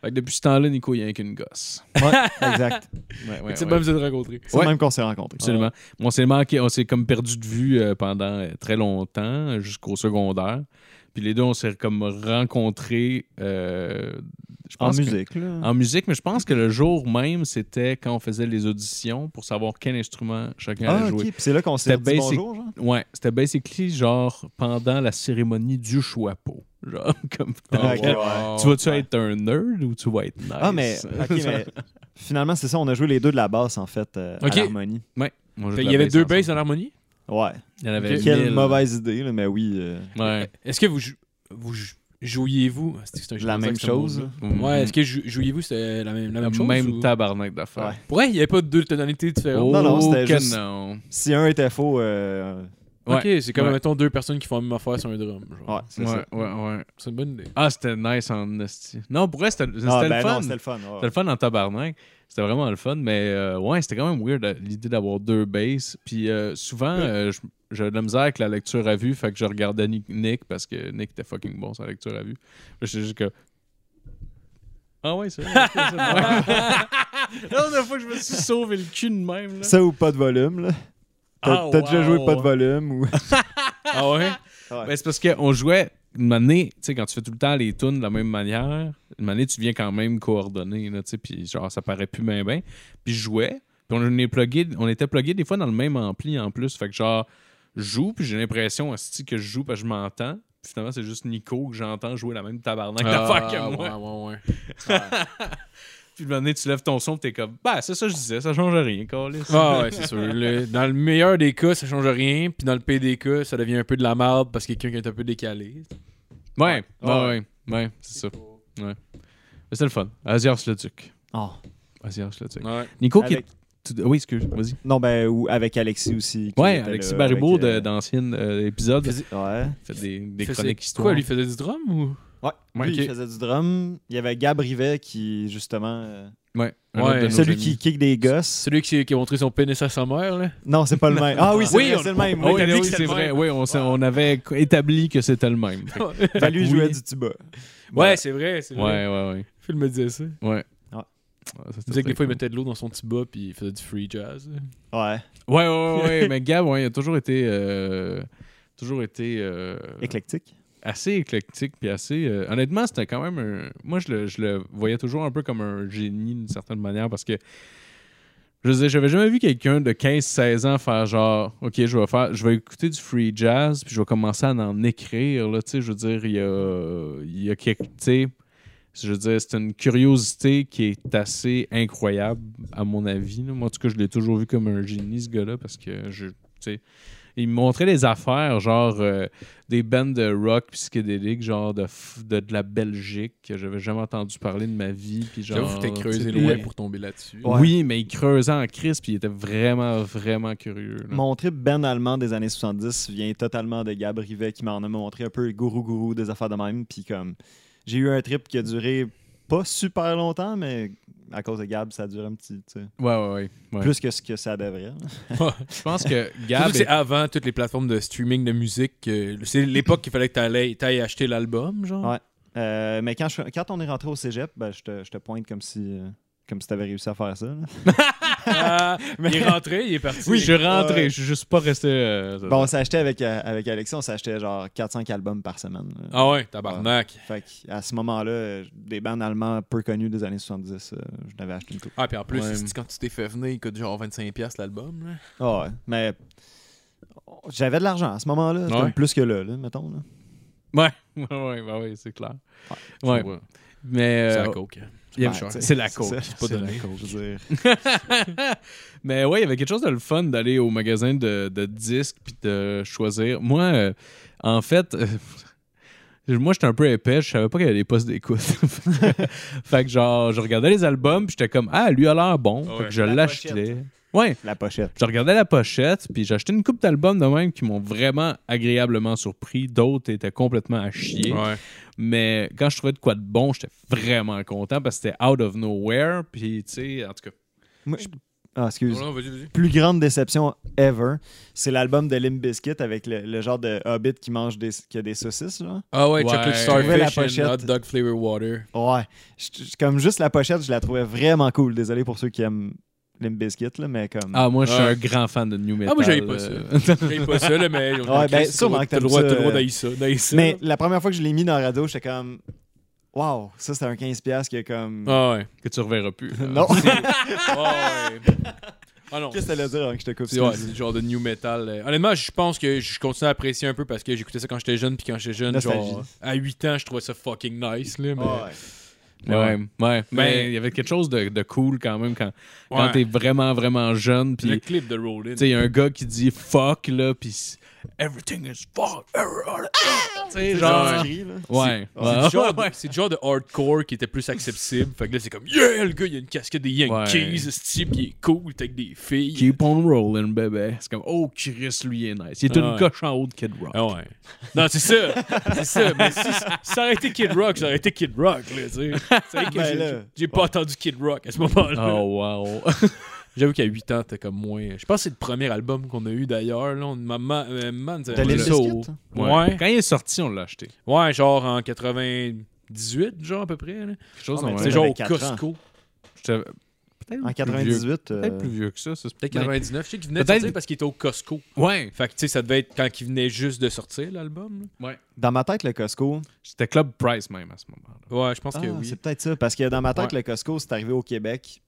Fait que depuis ce temps-là, Nico, il n'y a qu'une gosse. Ouais, [LAUGHS] exact. Ouais, ouais, C'est ouais. même vous êtes rencontrés. C'est Ouais. le même qu'on s'est rencontrés. Absolument. Ah. On s'est manqué, on s'est comme perdu de vue euh, pendant euh, très longtemps, jusqu'au secondaire. Puis les deux, on s'est comme rencontrés. euh, je Ah, En pense que- Ah, musique, là. en musique, mais je pense que le jour même, c'était quand on faisait les auditions pour savoir quel instrument chacun allait Ah, ok. jouer. Puis c'est là qu'on s'est C'était dit basic- bonjour, genre? Ouais, c'était basically genre pendant la cérémonie du choix-peau. [LAUGHS] Genre, comme. Ah, dans- ok, ouais. Tu vas-tu être un nerd ou tu vas être nice? Ah, mais, ok, [LAUGHS] mais finalement, c'est ça. On a joué les deux de la basse, en fait, euh, Ok. à l'harmonie. Ouais. euh, Moi, je Fait, joue Il de y la avait deux basses ensemble. en harmonie? Ouais. Il y en avait Quelle mille. mauvaise idée, là, mais oui. euh, Ouais. Est-ce que vous, jou- vous jou- jouiez-vous Ah, c'est- c'est un jeu La de dire même que ce mot-là. chose. Ouais, est-ce que jou- jouiez-vous c'était la même, la même Le chose? Mm. même ou- tabarnak d'affaires. Ouais, il n'y avait pas deux tonalités différentes. Oh, Non, non, c'était que juste- non. Si un était faux, euh, Ouais. Ok, c'est comme, Ouais. mettons, deux personnes qui font la même affaire sur un drum. genre. ouais, c'est Ouais, ça. ouais, ouais. C'est une bonne idée. Ah, c'était nice en esti. Non, pour vrai, c'était c'était Ah, le ben fun. non, c'était le fun. ouais. C'était le fun en tabarnak. C'était vraiment le fun, mais euh, ouais, c'était quand même weird euh, l'idée d'avoir deux basses. Puis euh, souvent, euh, je- j'avais de la misère avec la lecture à vue, fait que je regardais Nick, Nick parce que Nick était fucking bon sur la lecture à vue. Là, j'étais juste que. Ah ouais, c'est vrai. ok, c'est bon. [LAUGHS] La dernière fois que je me suis sauvé le cul de même. Là. Ça ou pas de volume, là. T'as Ah, t'as déjà wow. joué pas de volume [LAUGHS] ou. Ah ouais? Ouais. Ben, c'est parce qu'on jouait une année, tu sais, quand tu fais tout le temps les tunes de la même manière, une année, tu viens quand même coordonner, là, tu sais, puis genre, ça paraît plus bien, bien. Puis je jouais, puis on, est plugué- on était plugués des fois dans le même ampli en plus, fait que genre, je joue, puis j'ai l'impression hostie, que je joue parce que je m'entends. Puis Finalement, c'est juste Nico que j'entends jouer la même tabarnak d'affaires que moi. Ah, Ouais, ouais, ouais. Puis une année, tu lèves ton son, puis t'es comme, bah, c'est ça que je disais, ça change rien, câlisse. Ah ouais, c'est sûr. Le- dans le meilleur des cas, ça change rien. Puis dans le pire des cas, ça devient un peu de la merde parce que quelqu'un qui est un peu décalé. Ouais, ouais, Ouais. ouais, ouais, c'est ça. Ouais. Mais c'était le fun. Asias le Duc. Oh. Asias le Duc. Ouais. Nico qui est Avec- Tu- Oui, excuse, vas-y. Non, ben, ou avec Alexis aussi. qui Ouais, était Alexis là, Baribot avec, euh, d'anciens épisodes. Faisait- Ouais. fait des, des faisait- chroniques histoires. Quoi, lui faisait du drum ou? Ouais. Ouais, Lui, ok. il faisait du drum. Il y avait Gab Rivet qui, justement. euh, Ouais, un Ouais, autre de nos celui amis. qui kick des gosses. Celui qui, qui a montré son pénis à sa mère, [LAUGHS] là? Non, c'est pas le même. Ah oui, c'est Oui, vrai, on- c'est le même. Ah oui, oui. oui, que c'était c'est le vrai. même. Oui, on, s'est- on avait co- établi que c'était le même. Fait que- Ben, lui, il oui. jouait du tuba. Ouais, c'est vrai, c'est Ouais, vrai. ouais, ouais. Phil me disait ça. Ouais. Ouais, Ouais. ça, Il disait que c'était des fois, il cool. mettait de l'eau dans son petit bas puis il faisait du free jazz. Ouais, Ouais, ouais, ouais, ouais, mais Gab, ouais, il a toujours été, euh, toujours été euh, éclectique. assez éclectique, puis assez. euh, honnêtement, c'était quand même un. Moi, je le, je le voyais toujours un peu comme un génie d'une certaine manière parce que Je veux dire, j'avais jamais vu quelqu'un de 15-16 ans faire genre, OK, je vais faire, je vais écouter du free jazz, puis je vais commencer à en écrire, là, tu sais, je veux dire, il y a, il y a quelque, tu sais, je veux dire, c'est une curiosité qui est assez incroyable, à mon avis, là. Moi, en tout cas, je l'ai toujours vu comme un génie, ce gars-là, parce que, je, tu sais, il me montrait des affaires, genre euh, des bands de rock psychédélique, genre de, f- de, de la Belgique, que j'avais jamais entendu parler de ma vie, puis genre... J'avoue que t'es creusé tu sais, loin des- pour tomber là-dessus. Ouais. oui, mais il creusait en crise, puis il était vraiment, vraiment curieux. là. Mon trip Ben allemand des années 70 vient totalement de Gab Rivet qui m'en a montré un peu le gourou gourou des affaires de même. Puis comme j'ai eu un trip qui a duré pas super longtemps, mais à cause de Gab, ça a duré un petit. tu sais, Ouais, ouais, ouais. ouais. Plus que ce que ça devrait. je pense que Surtout Gab. que c'est avant toutes les plateformes de streaming de musique. que- C'est l'époque qu'il fallait que t'allais- t'ailles acheter l'album, genre. Ouais. Euh, mais quand, je- quand on est rentré au cégep, ben, je, te, je te pointe comme si, euh, comme si t'avais réussi à faire ça. là. [LAUGHS] Ah, Il est rentré, il est parti. Oui, je suis rentré, Ouais. je suis juste pas resté. euh, Bon, on s'achetait avec, euh, avec Alexis, on s'achetait genre 4-5 albums par semaine. là. Ah ouais, tabarnak. Fait que, à ce moment-là, euh, des bandes allemands peu connus des années 70, euh, je n'avais acheté une coupe. Ah, puis en plus, Ouais. c'est- quand tu t'es fait venir, il coûte genre 25$ l'album. là. Ah ouais, mais oh, j'avais de l'argent à ce moment-là, c'était Ouais. comme plus que là, là, mettons. là. Ouais, [LAUGHS] ouais, ouais, ouais, ouais, c'est clair. Je Ouais. vois. Mais. C'est euh, la coke. hein. il y Ouais, avait- tu sais, c'est la Ben, c'est côte. ça. C'est pas C'est de la la côte. Je veux dire, Mais ouais, il y avait quelque chose de le fun d'aller au magasin de, de disques puis de choisir. Moi, euh, en fait, euh, [LAUGHS] moi, j'étais un peu épais. Je savais pas qu'il y avait des postes d'écoute. [LAUGHS] fait que genre, je regardais les albums puis j'étais comme, ah, lui a l'air bon. Ah Fait ouais. que je La l'achetais. Ouais. la pochette. Je regardais la pochette, puis j'ai acheté une coupe d'albums de même qui m'ont vraiment agréablement surpris. D'autres étaient complètement à chier. Ouais. Mais quand je trouvais de quoi de bon, j'étais vraiment content parce que c'était out of nowhere. Puis, tu sais, en tout cas. Moi, je- Ah, excuse. Non, non, vas-y, vas-y. Plus grande déception ever, c'est l'album de Limp Bizkit avec le, le genre de hobbit qui mange des, qui a des saucisses, là. Ah ouais, Ouais. chocolate Trouvez la starfish and hot pochette. dog flavor water. Ouais. Je- je- comme juste la pochette, je la trouvais vraiment cool. Désolé pour ceux qui aiment Limp Bizkit, là, mais comme. Ah, moi, je suis Ouais. un grand fan de New Metal. Ah, moi, j'avais pas euh, [LAUGHS] ça. J'avais pas ça, là, mais. Ouais, ben, sûrement que t'as le t'aimes droit, ça, t'as le droit euh, d'haïr ça. d'haïr ça. mais la première fois que je l'ai mis dans la radio, j'étais comme. Waouh, ça c'était un 15$ qui est comme. Ah ouais. que tu reverras plus. là. Non. [LAUGHS] Ah ouais. Ah non. Qu'est-ce que ça veut dire hein, que je te coupe C'est ouais, c'est le genre de new metal. euh. Honnêtement, je pense que je continue à apprécier un peu parce que j'écoutais ça quand j'étais jeune. Puis quand j'étais jeune, Nostalgie. genre à 8 ans, je trouvais ça fucking nice. Là, mais... Ah Ouais. Ouais, ouais. Mais Mais- il y avait quelque chose de, de cool quand même quand, quand Ouais. t'es vraiment, vraiment jeune. Le Puis, tu clip de Rollin. sais, il y a un gars qui dit fuck, là, puis everything is fuck. er, everything- Ah! Tu sais, Genre, genre. tu cries, là. Ouais. C'est ouais, du, genre de, ouais. c'est du genre de hardcore qui était plus accessible. Fait que là, c'est comme, yeah, le gars, il a une casquette des Yankees, Ouais. ce type, il est cool, t'es avec des filles. Keep on rolling, bébé. C'est comme, oh, Chris, lui, est nice. Il est Ah une ouais. coche en haut de Kid Rock. Ah ouais. Non, c'est ça. c'est ça. Mais si ça aurait été Kid Rock, ça aurait été Kid Rock, là, [LAUGHS] tu sais. C'est vrai que Ben j'ai- là. j'ai pas entendu Kid Rock à ce moment-là. Oh, wow. J'avoue qu'à 8 ans, t'es comme moins. Je pense que c'est le premier album qu'on a eu d'ailleurs. Là, on... maman, euh, maman nous avait T'as mis les ça au- biscuits? Ouais. Quand il est sorti, on l'a acheté. Ouais, genre en 98, genre à peu près. là. Quelque chose Ah, de mais même. C'est genre t'avais au quatre ans. Costco. J'étais- Peut-être En plus 98. vieux- euh, Peut-être plus vieux que ça. ça, c'est peut-être- Peut-être 99. Je sais qu'il venait de Peut-être- sortir parce qu'il était au Costco. Ouais. Ben, Fait que, tu sais, ça devait être quand il venait juste de sortir l'album. Dans ma tête, le Costco. C'était Club Price même à ce moment-là. là. Ouais, je pense que Ah, oui. C'est peut-être ça. Parce que dans ma tête, le Costco, c'est arrivé au Québec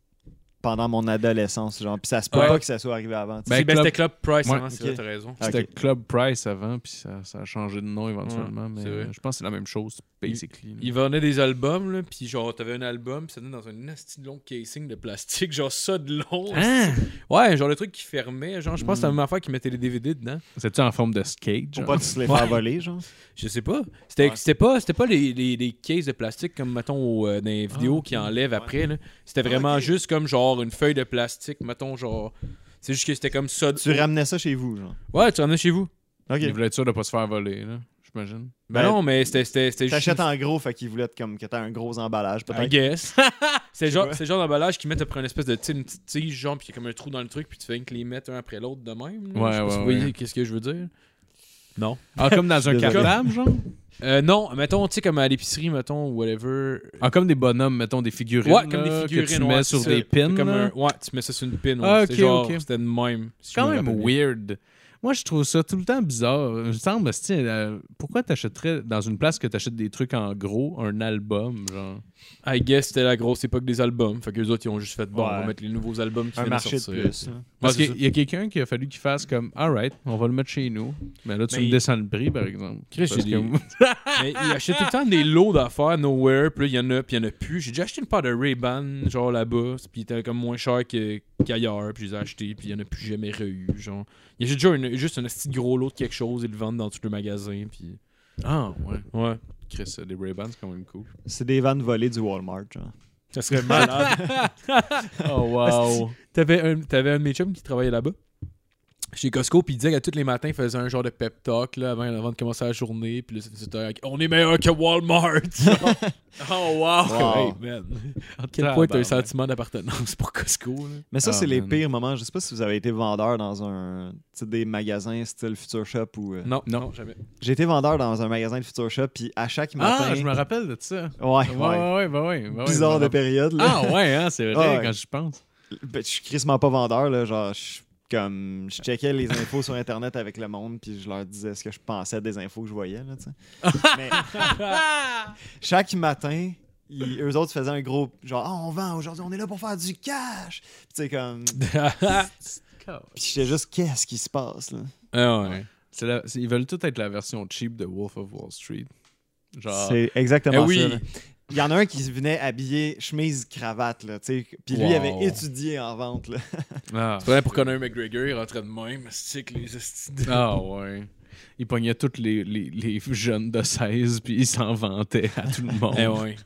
pendant mon adolescence. Genre, puis ça se peut Ouais. pas que ça soit arrivé avant. tu sais. Ben, c'est ben, Club- c'était Club Price, Ouais, hein, c'est ok. vrai, t'as raison. Ah, ok. C'était Club Price avant, puis ça, ça a changé de nom éventuellement. mais c'est vrai. euh, je pense que c'est la même chose, basically. Il vendait des albums, là, puis genre, t'avais un album, puis ça venait dans un nasty long casing de plastique, [LAUGHS] genre ça de long. Hein? Ouais, genre le truc qui fermait, genre, je pense que c'est la même affaire qui mettait les DVD dedans. C'était-tu en forme de skate? Pour genre? pas que tu te les faire voler, genre. Je sais pas. C'était Ouais. c'était pas, c'était pas les, les, les cases de plastique comme, mettons, au, euh, dans les Ah, vidéos qui enlèvent après, là. C'était vraiment ok. juste comme, genre, une feuille de plastique, mettons, genre... C'est juste que c'était comme ça. de- Tu ramenais ça chez vous, genre. Ouais, tu en as chez vous. Ok. Il voulait être sûr de pas se faire voler, là, j'imagine. Ben, Ben, non, mais c'était c'était- c'était juste... T'achètes en gros, fait qu'ils voulaient être comme que t'as un gros emballage, I peut-être. guess. c'est le [LAUGHS] Je sais genre, pas. c'est le genre d'emballage qu'ils mettent après une espèce de tu sais, une petite tige, genre, puis il y a comme un trou dans le truc, puis tu fais que les mettre un après l'autre de même. là. Ouais, Je sais pas ouais, si ouais. vous voyez qu'est-ce que je veux dire. Non. [LAUGHS] Ah, comme dans un Désolé. cartable, genre? Euh, non, mettons, tu sais, comme à l'épicerie, mettons, whatever. Ah, comme des bonhommes, mettons, des figurines. Ouais, comme là, des figurines. que tu mets ouais, sur c'est des ça. pins. Comme là. un- ouais, tu mets ça sur une pin. Ouais, Ah, c'est ok, genre, ok. c'était de même. C'est si je quand me même rappelle bien. weird. Moi, je trouve ça tout le temps bizarre. Il me semble, esti, euh, pourquoi t'achèterais dans une place que t'achètes des trucs en gros, un album, genre I guess c'était la grosse époque des albums. Fait que les autres, ils ont juste fait bon, on va Ouais. mettre les nouveaux albums qui Un viennent marché de sortir. plus. Parce Ouais, c'est qu'il y a quelqu'un qui a fallu qu'il fasse comme Alright, on va le mettre chez nous. Mais là, tu Mais- me descends le prix, par exemple. Chris, Parce j'ai que- des- Mais ils achètent tout le temps des lots d'affaires nowhere, puis là, il y en a, puis il y en a plus. J'ai déjà acheté une paire de Ray-Ban, genre là-bas, puis il était comme moins cher que- qu'ailleurs, puis je les ai achetés, puis il y en a plus jamais re-eu. Genre, il y a déjà une- juste un petit gros lot de quelque chose, ils le vendent dans tout le magasin, puis. Ah, ouais. Ouais. Chris, euh, des Ray-Ban, c'est quand même cool. C'est des vannes volées du Walmart. [LAUGHS] Genre. Ça serait malade. Ah, Oh, wow. T'avais un, t'avais un de mes chums qui travaillait là-bas, chez Costco, puis il disait qu'à tous les matins, il faisait un genre de pep talk là, avant, avant de commencer la journée, puis là, c'était avec, On est meilleur que Walmart! [LAUGHS] oh, wow. Wow. Hey, man. À [LAUGHS] quel point t'as un sentiment d'appartenance pour Costco, là? Mais ça, Ah, c'est les man. pires moments. Je sais pas si vous avez été vendeur dans un tu sais, des magasins style Future Shop ou. euh, Non, non, [LAUGHS] jamais. J'ai été vendeur dans un magasin de Future Shop, puis à chaque matin. Ah, je me rappelle de ça. Ouais, Ouais, ouais. ouais, ouais, bah ouais. bah ouais, Bizarre je me de période. Là. Ah ouais, hein, c'est vrai Ah ouais. quand je pense. Ben, je suis crissement pas vendeur, là. Genre, je, comme, je checkais les infos sur Internet avec le monde, puis je leur disais ce que je pensais des infos que je voyais, là, tu sais. [LAUGHS] Mais chaque matin, ils- eux autres faisaient un gros genre, Ah, on vend aujourd'hui, on est là pour faire du cash. Puis tu sais, comme. Puis j'étais juste, qu'est-ce qui se passe, là? [LAUGHS] ah ouais. C'est la- c'est- ils veulent tout être la version cheap de Wolf of Wall Street. Genre C'est Eh exactement oui, ça. là. Il y en a un qui venait habillé chemise cravate là, tu sais, puis lui il Wow. avait étudié en vente là. ah, c'est vrai pour Conor McGregor, il rentrait de même, c'est que les esti de- [LAUGHS] ah ouais. Ils pognaient tous les, les, les jeunes de 16 puis ils s'en vantaient à tout le monde. Eh ouais.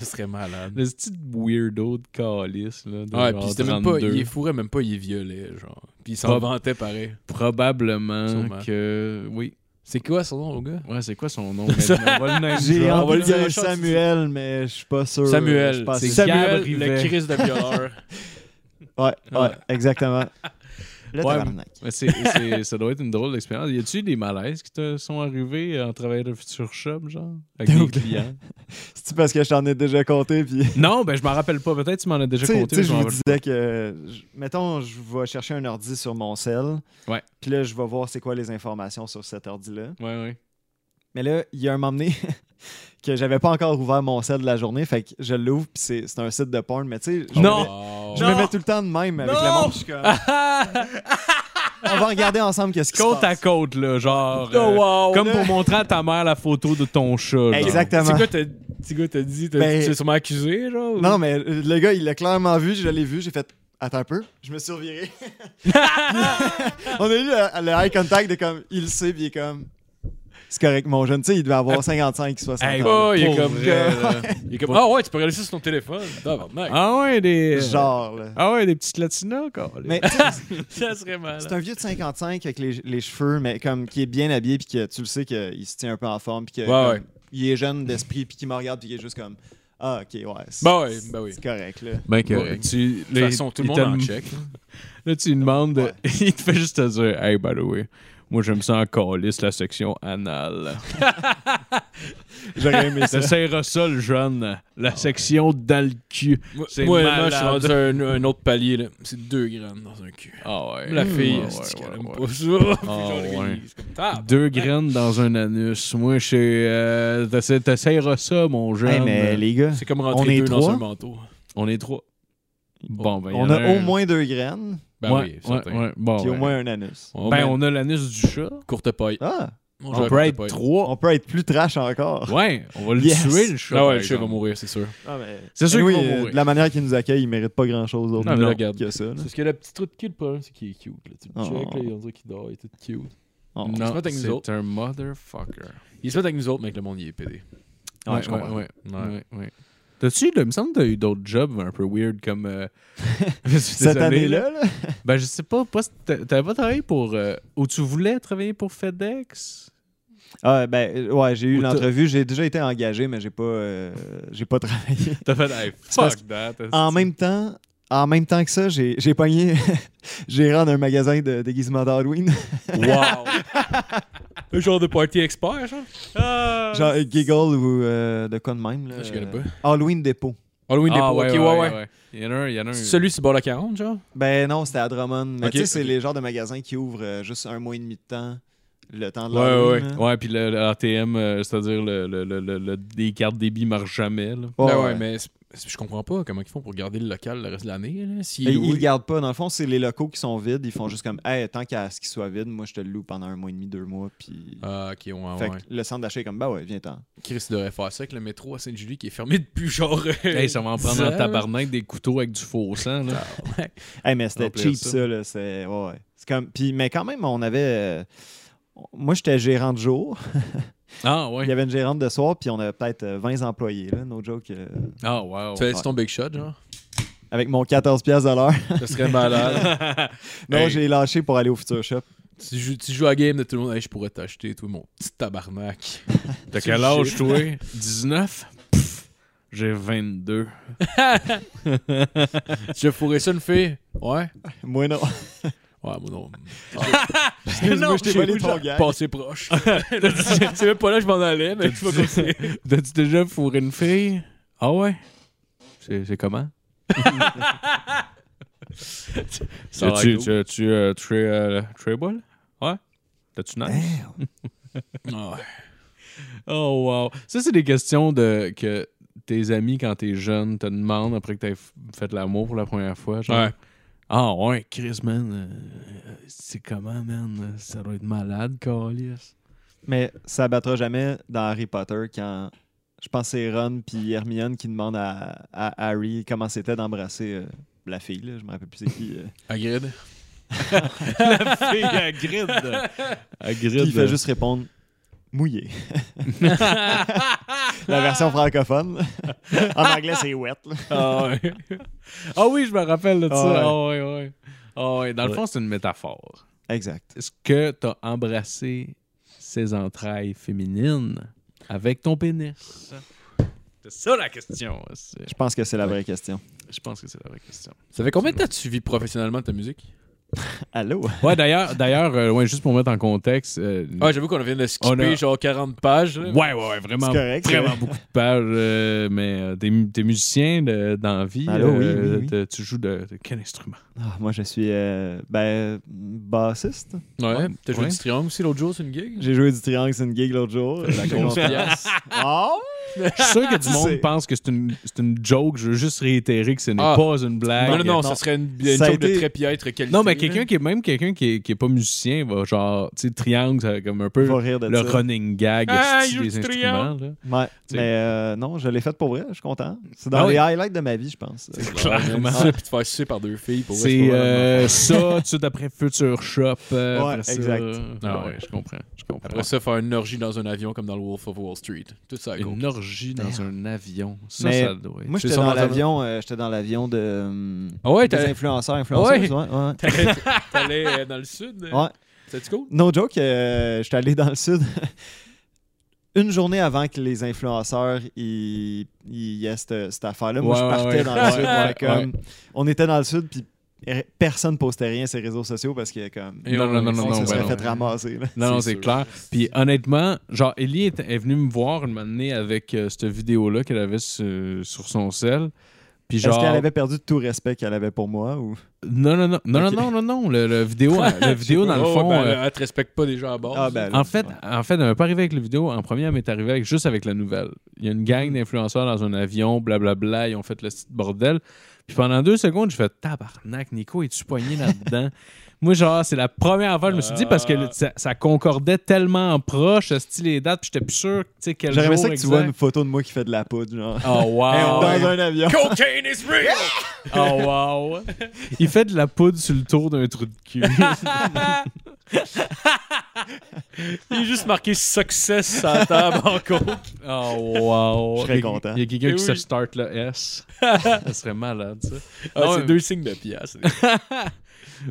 Ce serait malade. Le petit weirdo de calice là de Ouais, genre puis c'était même pas, 32. il est fourré, même pas, il est violet, genre. Puis il s'en Bob. vantait pareil. probablement Sûrement. que oui. C'est quoi son nom, au gars? Ouais, [LAUGHS] c'est quoi son nom maintenant? On va le name J'ai drop. on va envie le de dire dire au chat, Samuel mais je suis pas sûr. Je Samuel. suis pas C'est sûr. Samuel, Gab le Rivet. Chris de violeur. Ouais, ouais, [LAUGHS] exactement. Le Ouais, tabarnak. Mais c'est- c'est- ça doit être une drôle d'expérience. Y a-tu des malaises qui te sont arrivés en travaillant de futur shop, genre? Avec des Donc, clients? C'est parce que je t'en ai déjà compté puis non, ben je m'en rappelle pas. Peut-être tu m'en as déjà Tu sais- compté. tu mais je sais, je m'en vous rappelle disais que, je- mettons, je vais chercher un ordi sur mon cell. Ouais. Puis là, je vais voir c'est quoi les informations sur cet ordi-là. pas. Ouais, ouais. Mais là, il y a un moment donné [LAUGHS] que j'avais pas encore ouvert mon cell de la journée. Fait que je l'ouvre, puis c'est c'est un site de porn. Mais tu sais, je, Non. me mets- je me mets tout le temps de même avec Non. le monde. Je suis comme, [LAUGHS] on va regarder ensemble qu'est-ce qui se Côte à passe. côte, là, genre. Oh, euh, wow. Comme pour montrer à ta mère la photo de ton chat. genre. Exactement. C'est quoi t'as- c'est quoi t'as dit? T'as- Ben- Tu t'es sûrement accusé, genre? ou- Non, mais euh, le gars, il l'a clairement vu. Je l'ai vu. J'ai fait, attends un peu. Je me [LAUGHS] suis reviré. on a eu le, le eye contact de comme, il le sait, puis il est comme, c'est correct, mon jeune. Tu sais, il devait avoir 55, 60 Hey, ans. Oh, il est Pour comme. vrai, que- là. Il est comme. Ah ouais, tu peux regarder ça sur ton téléphone. Tabarnak. Ah ouais, des. Genre, là. Ah ouais, des petites latinas, encore. Mais tu sais, Ça serait malade. C'est un vieux de 55 avec les, les cheveux, mais comme qui est bien habillé, puis que tu le sais qu'il se tient un peu en forme, puis Ouais, que comme, ouais. il est jeune d'esprit, puis qu'il me regarde, puis qu'il est juste comme Ah, ok, ouais. C'est, Bah ouais, bah oui. c'est correct, là. Ben que Ouais. tu, De toute façon, tout le monde en check. Là, tu lui demandes, de- Ouais. [LAUGHS] il te fait juste te dire, hey, by the way, moi, j'aime ça en calice, la section anale. J'aurais [LAUGHS] aimé ça. T'essayeras ça, le jeune, la Ah section dans le cul. Moi, C'est moi, moi, je suis malade. rendu à un, un autre palier. là. C'est deux grammes dans un cul. Ah ouais. La fille, Ouais, c'est ouais, qu'elle ouais, aime ouais. pas ça. [LAUGHS] Ah, Puis genre, le gars, ouais. il- c'est comme table. Deux graines dans un anus. Moi, je euh, t'essa- T'essayeras ça, mon jeune. Hey, mais les gars, C'est comme On rentrer est deux dans trois? un manteau. On est trois. Oh. Bon, ben, y on en a un- au moins deux graines, Ben Ouais, oui, ouais, certain. ouais, bon, puis au ouais. moins un anus. On Ben, met on a l'anus du [LAUGHS] chat. courte paille. Ah, On, joue à On peut courte être paille. trois. on peut être plus trash encore. Ouais, on va le Yes. tuer, le chat. Ah par ouais, le chien va exemple. mourir, c'est sûr. Ah, mais... C'est sûr Anyway, qu'il va euh, mourir. de la manière qu'il nous accueille, il mérite pas grand-chose d'autre Non, mais que- regarde. que ça. là. ce que le petit trou de cul, le problème, c'est qu'il est cute. Là. Tu Oh. check, là, on dirait qu'il dort, il est tout cute. Oh. se Non, met avec nous c'est autres. un motherfucker. Il se met avec nous autres, mais que le monde, il est pédé. Ouais, je comprends. Ouais, ouais, Ah Ouais. ouais, ouais. T'as-tu, là, il me semble que t'as eu d'autres jobs un peu weird comme. [LAUGHS] euh, [LAUGHS] je suis Cette désolé, année-là, là, Ben, je sais pas. pas si t'a- T'avais pas travaillé pour. euh, ou tu voulais travailler pour FedEx ah, ben, ouais, j'ai eu Ou t'as- l'entrevue, j'ai déjà été engagé, mais j'ai pas, euh, j'ai pas travaillé. T'as fait, [LAUGHS] hey, parce fuck that. [LAUGHS] En esti. même temps, en même temps que ça, j'ai j'ai pogné [LAUGHS] gérant d'un magasin de déguisement d'Halloween. [LAUGHS] Wow! Le genre de party expert, genre? Ah, Genre euh, Giggle ou euh, de quoi de même. Là, Je connais pas. Halloween Dépôt. Halloween ah, Depot, ouais, ok, ouais, ouais. Il y en a un. Il y en a un. Celui sur le bord de la 40, genre? Ben non, c'était à Drummond. Mais Ok, tu sais, c'est ok. les genres de magasins qui ouvrent euh, juste un mois et demi de temps. le temps de Ouais, ouais. l'Halloween, là. Ouais, puis le, le RTM, euh, c'est-à-dire le, le, le, le- le- les cartes débit marchent jamais. là. Ben Ouais, ouais, ouais. mais c'est- c'est- je comprends pas comment ils font pour garder le local le reste de l'année. là, s'il Et est loué. ils le gardent pas. Dans le fond, c'est les locaux qui sont vides. Ils font juste comme, hey, tant qu'à ce qu'ils soient vides, moi, je te le loue pendant un mois et demi, deux mois. Puis. Ah, ok, ouais, fait ouais. que le centre d'achat est comme, bah ouais, viens-t'en. Chris devrait faire ça avec le métro à Sainte-Julie qui est fermé depuis genre. euh, Hey, [LAUGHS] ça va en prendre un tabarnak des couteaux avec du faux sang. Là. Hey, mais c'était Remplir cheap, ça. ça. là. C'est, ouais, ouais. C'est comme, puis, mais quand même, on avait. euh, Moi, j'étais gérant de jour. Ah, Il ouais. y avait une gérante de soir, puis on avait peut-être euh, 20 employés, là, no joke. euh, Ah, wow. Tu fais ton big shot, genre avec mon 14$ piastres à l'heure. [LAUGHS] Ça serait malade. non, Hey. j'ai lâché pour aller au Future Shop. [LAUGHS] tu, joues, tu joues à la game de tout le monde. Hey, je pourrais t'acheter, tout mon petit [LAUGHS] tabarnak. T'as quel âge, toi 19 Pff, J'ai 22. tu veux fourrer ça, une fille Ouais. Moi, non. Ouais, mon nom. Excuse-moi, je t'ai volé ton gars. Passé proche. c'est même pas là que je m'en allais, mais tu vas continuer. [LAUGHS] T'as-tu déjà fourré une fille Ah, ouais. C'est c'est comment Ça va tu être tu as-tu euh, tué euh, le Treble Ouais. T'as-tu nice Ah ouais. Oh wow. Ça, c'est des questions de que tes amis, quand t'es jeune, te demandent après que t'aies f- fait l'amour pour la première fois. genre, Ouais. Ah ouais, Chris, man. euh, euh, c'est comment, man? euh, Ça doit être malade, Carlis. Mais ça battra jamais dans Harry Potter quand je pense que c'est Ron puis Hermione qui demandent à, à Harry comment c'était d'embrasser euh, la fille. Là. Je me rappelle plus c'est qui. euh. Hagrid. [LAUGHS] La fille à grid. À Puis il fait juste répondre mouillé. [LAUGHS] la version francophone. en anglais, c'est wet. là. Ah ouais. [LAUGHS] Ah oui, je me rappelle de ça. Ah Ah ouais, ouais. Ah ouais. Dans le Ouais. fond, c'est une métaphore. Exact. Est-ce que t'as embrassé ses entrailles féminines avec ton pénis? C'est ça la question. c'est- Je pense que c'est la vraie question. Je pense que c'est la vraie question. Ça fait combien de temps que tu vis professionnellement ta musique Allô? Ouais, d'ailleurs, d'ailleurs, euh, ouais, juste pour mettre en contexte. euh, Ah, Ouais, Ah, j'avoue qu'on vient de On skipper a- genre 40 pages. là. ouais, ouais, ouais, vraiment, C'est correct, vraiment ça. beaucoup de pages. euh, mais euh, t'es, mu- t'es musicien de, dans la vie. Allô, oui, euh, oui, oui. t'as- Tu joues de, de quel instrument Ah, moi, je suis euh, ben, bassiste. Ouais. T'as joué Ouais. du triangle aussi l'autre jour, c'est une gig J'ai joué du triangle, c'est une gig l'autre jour. La grosse pièce. Oh! Je suis sûr que [LAUGHS] du monde C'est- pense que c'est une, c'est une joke. Je veux juste réitérer que ce n'est Ah. pas une blague. Non, non, non, non. ça serait une, une Ça a joke de été- très piètre qualité. Non, mais là. quelqu'un qui est même quelqu'un qui est, qui est pas musicien va genre, tu sais, triangle, ça, comme un peu Va rire de le ça. running gag Ah, esti, il joue des du instruments. Là. Ouais, T'sais. mais euh, non, je l'ai fait pour vrai, je suis content. C'est dans Ah oui. les highlights de ma vie, je pense. Clairement. Ça, puis te faire sucer par deux filles pour vrai, C'est pas vraiment- euh, ça, tout de suite après Future Shop. euh, Ouais, après ça. exact. Ah ouais, je comprends. Je comprends. Après ça, faire une orgie dans un avion comme dans le Wolf of Wall Street. Tout ça, go. une orgie dans Merde. un avion. Ça, Mais ça doit être. Moi, C'est j'étais ça, dans dans un- l'avion, euh, j'étais dans l'avion de hum, Ah ouais, des t'allais- influenceurs, influenceuses. Ouais. ouais. t'allais t'allais, euh, dans le sud. euh, Ouais. C'était cool? No joke, euh, j'étais allé dans le sud [LAUGHS] une journée avant que les influenceurs ils ils aient cette, cette affaire-là. Moi, Ouais, je ouais, partais ouais. dans le Ouais, sud. ouais, ouais, comme, On était dans le sud, puis er, personne postait rien sur les réseaux sociaux parce que comme Et Non, on- non, non, on non, on non. se ben serait non. fait ramasser. là. Non, non, c'est C'est sûr. clair. Puis honnêtement, genre, Ellie est, est venue me voir une année avec euh, cette vidéo-là qu'elle avait sur, sur son sel. Puis Est-ce genre. qu'elle avait perdu tout respect qu'elle avait pour moi ou Non, non, non, non, Ok. non, non, non, non. Le, le [LAUGHS] vidéo, le vidéo dans le Oh, fond. ben, euh, elle te respecte pas déjà à bord. Ah, ben, là, Oh. En fait, en fait, elle n'est pas arrivée avec la vidéo. En premier, elle m'est arrivée avec- juste avec la nouvelle. Il y a une gang Mm. d'influenceurs dans un avion, blablabla, ils ont fait le petit bordel. Puis pendant deux secondes, je fais tabarnak, Nico, es-tu poigné [LAUGHS] là-dedans? Moi, genre, c'est la première fois que je me suis dit parce que le- ça, ça concordait tellement en proche, le style et dates, puis j'étais plus sûr, tu sais, quel jour J'aimerais ça que tu vois une exact. photo de moi qui fait de la poudre, genre. Oh, wow! [LAUGHS] dans un avion. Cocaine is real! Oh, [LAUGHS] wow! Il fait de la poudre sur le tour d'un trou de cul. Il est juste marqué success à la table en compte. Oh, wow! Je serais content. Il y a quelqu'un Eh qui se oui. start le [LAUGHS] S. ça serait malade, ça. Ah, Non, c'est mais- deux signes de pièce.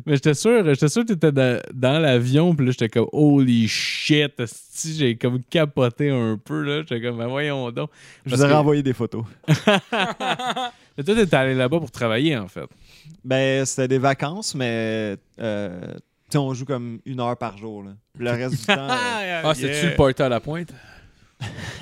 Mais j'étais sûr, j'étais sûr que t'étais dans, dans l'avion, puis là, j'étais comme « Holy shit! esti, J'ai comme capoté un peu, là. J'étais comme « Ben voyons donc! » Je Parce vous ai que- renvoyé des photos. Mais toi, t'étais allé là-bas pour travailler, en fait. Ben, c'était des vacances, mais euh, tu [LAUGHS] Ah, sais, on joue comme une heure par jour. là. Puis Le reste du temps. euh, Ah, c'était-tu le party à la pointe?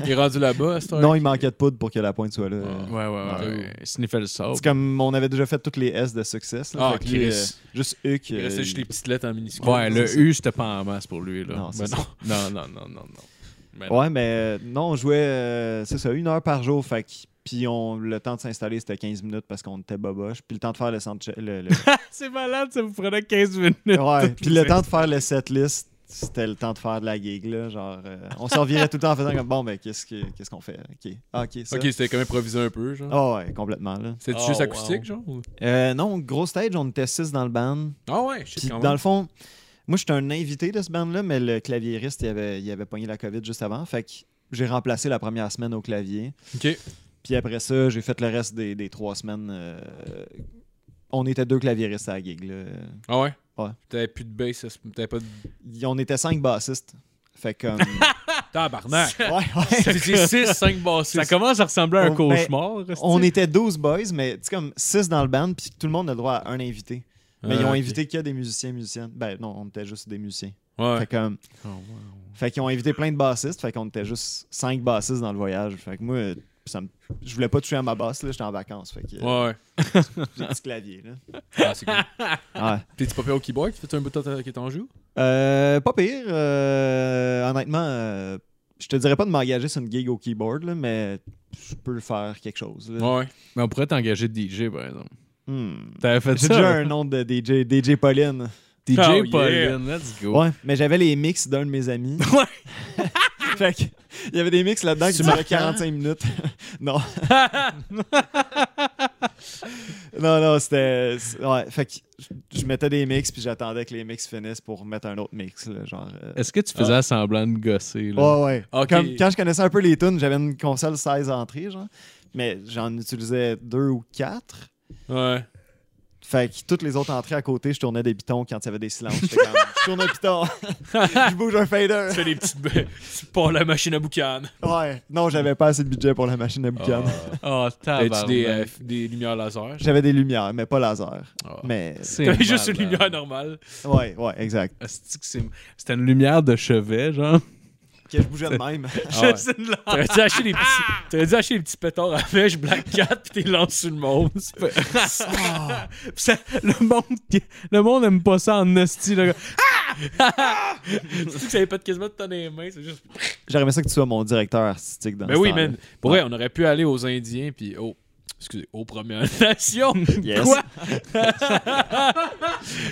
Il est rendu là-bas, c'est Non, il manquait de poudre pour que la pointe soit là. Ah. Ouais, ouais, ouais. ouais. Sniffer le sable. C'est comme on avait déjà fait toutes les S de succès. là, Ah, fait que lui, Chris. euh, juste eux qui. Il euh, restait juste les petites lettres en minuscule. Ouais, C'est le ça. U, c'était pas en masse pour lui, là. Non, Ben Non, c'est [LAUGHS] non, non, non, non, non. Ben non. Ouais, mais euh, non, on jouait, euh, c'est ça, une heure par jour. Fait que- puis on, le temps de s'installer, c'était 15 minutes parce qu'on était boboche. Puis le temps de faire le soundcheck. le- le- C'est malade, ça vous prenait 15 minutes. [LAUGHS] ouais, puis le temps de faire le setlist, c'était le temps de faire de la gig. Là, genre, euh, on s'en virait tout le temps en faisant comme bon, mais qu'est-ce que- qu'est-ce qu'on fait Ok, Ah, ok, ça. Ok, c'était comme improvisé un peu, genre. Ah ouais, complètement. Là. C'était Oh, juste wow. acoustique, genre ou- Euh, non, gros stage, on était 6 dans le band. Ah ouais, je Puis sais quand dans même. le fond, moi, j'étais un invité de ce band-là, mais le claviériste, il avait, il avait pogné la COVID juste avant. Fait que j'ai remplacé la première semaine au clavier. Ok. Puis après ça, j'ai fait le reste des, des trois semaines. euh, on était deux claviéristes à la gig. là. Ah ouais? Ouais. T'avais plus de bass, à ce- t'avais pas de. Y- On était cinq bassistes. Fait que. [LAUGHS] Tabarnak! ouais, [LAUGHS] ouais. C'était 6, Ça 5 bassistes. commence à ressembler à un On- ben, cauchemar. On était 12 boys, mais tu sais, comme six dans le band, puis tout le monde a le droit à un invité. Mais Ah, ils ont ok. invité que des musiciens musiciennes. Ben non, on était juste des musiciens. Fait Ouais. que, euh, Oh, Fait qu'ils ont invité plein de bassistes, fait qu'on était juste cinq bassistes dans le voyage. Fait que moi, euh, ça me- je voulais pas toucher à ma basse, là, j'étais en vacances. Fait que euh, Ouais, ouais. [LAUGHS] j'ai un petit clavier, là. Ah, [LAUGHS] c'est cool. Ouais. T'es-tu pas payé au keyboard? Fais-tu un bout de temps que t'en joues? Euh, pas pire. euh, honnêtement, euh, je te dirais pas de m'engager sur une gig au keyboard, là, mais je peux faire quelque chose. là. Ouais. Mais on pourrait t'engager de DJ, par exemple. Hmm. T'avais fait J'ai déjà un nom de DJ, DJ Pauline. DJ Oh, Pauline, let's go. Ouais, mais j'avais les mix d'un de mes [LAUGHS] amis. [LAUGHS] fait que, il y avait des mix là-dedans qui C'est duraient marquant. 45 minutes. [LAUGHS] [LAUGHS] non. non, non, c'était. c'est- Ouais, fait que je- je mettais des mix puis j'attendais que les mix finissent pour mettre un autre mix. Là, genre. euh. Est-ce que tu faisais semblant de gosser, là? Ouais, ouais. Ok. Comme, quand je connaissais un peu les tunes, j'avais une console 16 entrées, genre. Mais j'en utilisais deux ou quatre. Ouais. Fait que toutes les autres entrées à côté, je tournais des pitons quand il y avait [LAUGHS] des silences. J'étais comme, je tourne un piton, [LAUGHS] je bouge un fader. Tu fais des petites. [LAUGHS] tu pars la machine à boucan. Ouais. Non, j'avais pas assez de budget pour la machine à boucan. Oh, T'avais-tu des, euh, tabarnak. f- des lumières [LAUGHS] laser? [LAUGHS] J'avais des lumières, mais pas laser. Ah. Mais C'est T'avais juste une malade. lumière normale. ouais, ouais, exact. Asti que c'est- C'était une lumière de chevet, genre. Que je bougeais de [LAUGHS] même. Ah ouais. [LAUGHS] C'est une T'aurais dû acheter des petits, t'aurais dû acheter des petits pétards à mèche Black Cat pis t'es lancé sur le [LAUGHS] monde. Ah. Pis ça- le monde qui- le monde aime pas ça en hostie là. tu sais que ça avait pas de quasiment de temps dans les mains, c'est juste. J'aimerais ça que tu sois mon directeur artistique dans Ben ce oui, temps-là. man. Pour vrai, on aurait pu aller aux Indiens pis oh. Excusez, aux Premières [LAUGHS] [LAUGHS] Nations. Yes. Quoi? [LAUGHS]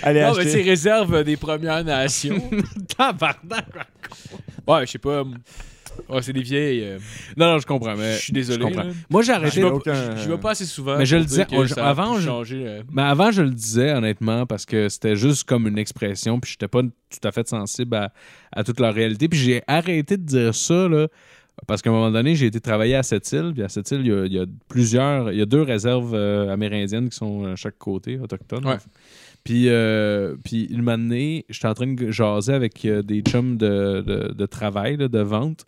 Allez, Non, mais c'est acheter. réserve euh, des [LAUGHS] Premières Nations. Tabarnak. Ouais, je sais pas. hum, Ouais, c'est des vieilles. euh, Non non, je comprends mais je suis désolé. je comprends. là. Moi j'ai arrêté Je vais Ah, aucun- pas- je vais pas assez souvent. Euh, Mais je pour le disais, dire que on- ça a avant, pu je- changer, euh, mais avant je le disais honnêtement parce que c'était juste comme une expression puis j'étais pas tout à fait sensible à, à toute la réalité puis j'ai arrêté de dire ça là parce qu'à un moment donné, j'ai été travailler à cette île. Puis à cette île, il y a, il y a plusieurs, il y a deux réserves euh, amérindiennes qui sont à chaque côté, autochtones. Ouais. Puis, euh, puis une moment donné, j'étais en train de jaser avec euh, des chums de, de- de travail, là, de vente.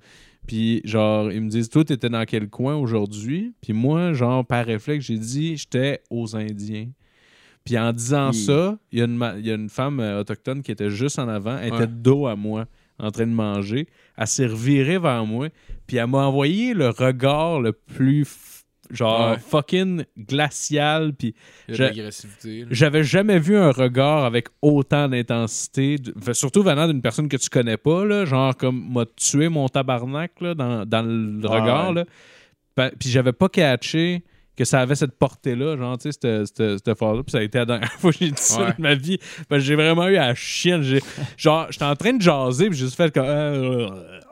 Puis genre, ils me disent, toi, t'étais dans quel coin aujourd'hui? Puis moi, genre, par réflexe, j'ai dit, j'étais aux Indiens. Puis en disant Hi. ça, il y, a une ma- il y a une femme euh, autochtone qui était juste en avant, elle Ouais. était dos à moi, en train de manger. Elle s'est revirée vers moi, puis elle m'a envoyé le regard le plus, f- genre, Ouais. fucking glacial, puis il y a je- de l'agressivité. là. j'avais jamais vu un regard avec autant d'intensité, d- f- surtout venant d'une personne que tu connais pas, là, genre comme m'a tué mon tabarnak là, dans, dans le Ouais, regard. ouais. là. Pa- Puis j'avais pas catché que ça avait cette portée-là, genre, tu sais, cette- cette cette phrase-là. Puis ça a été la dernière [LAUGHS] fois que j'ai dit ça Ouais. de ma vie. Parce que j'ai vraiment eu à la chienne. J'ai- Genre, j'étais en train de jaser, puis j'ai juste fait comme. euh, euh,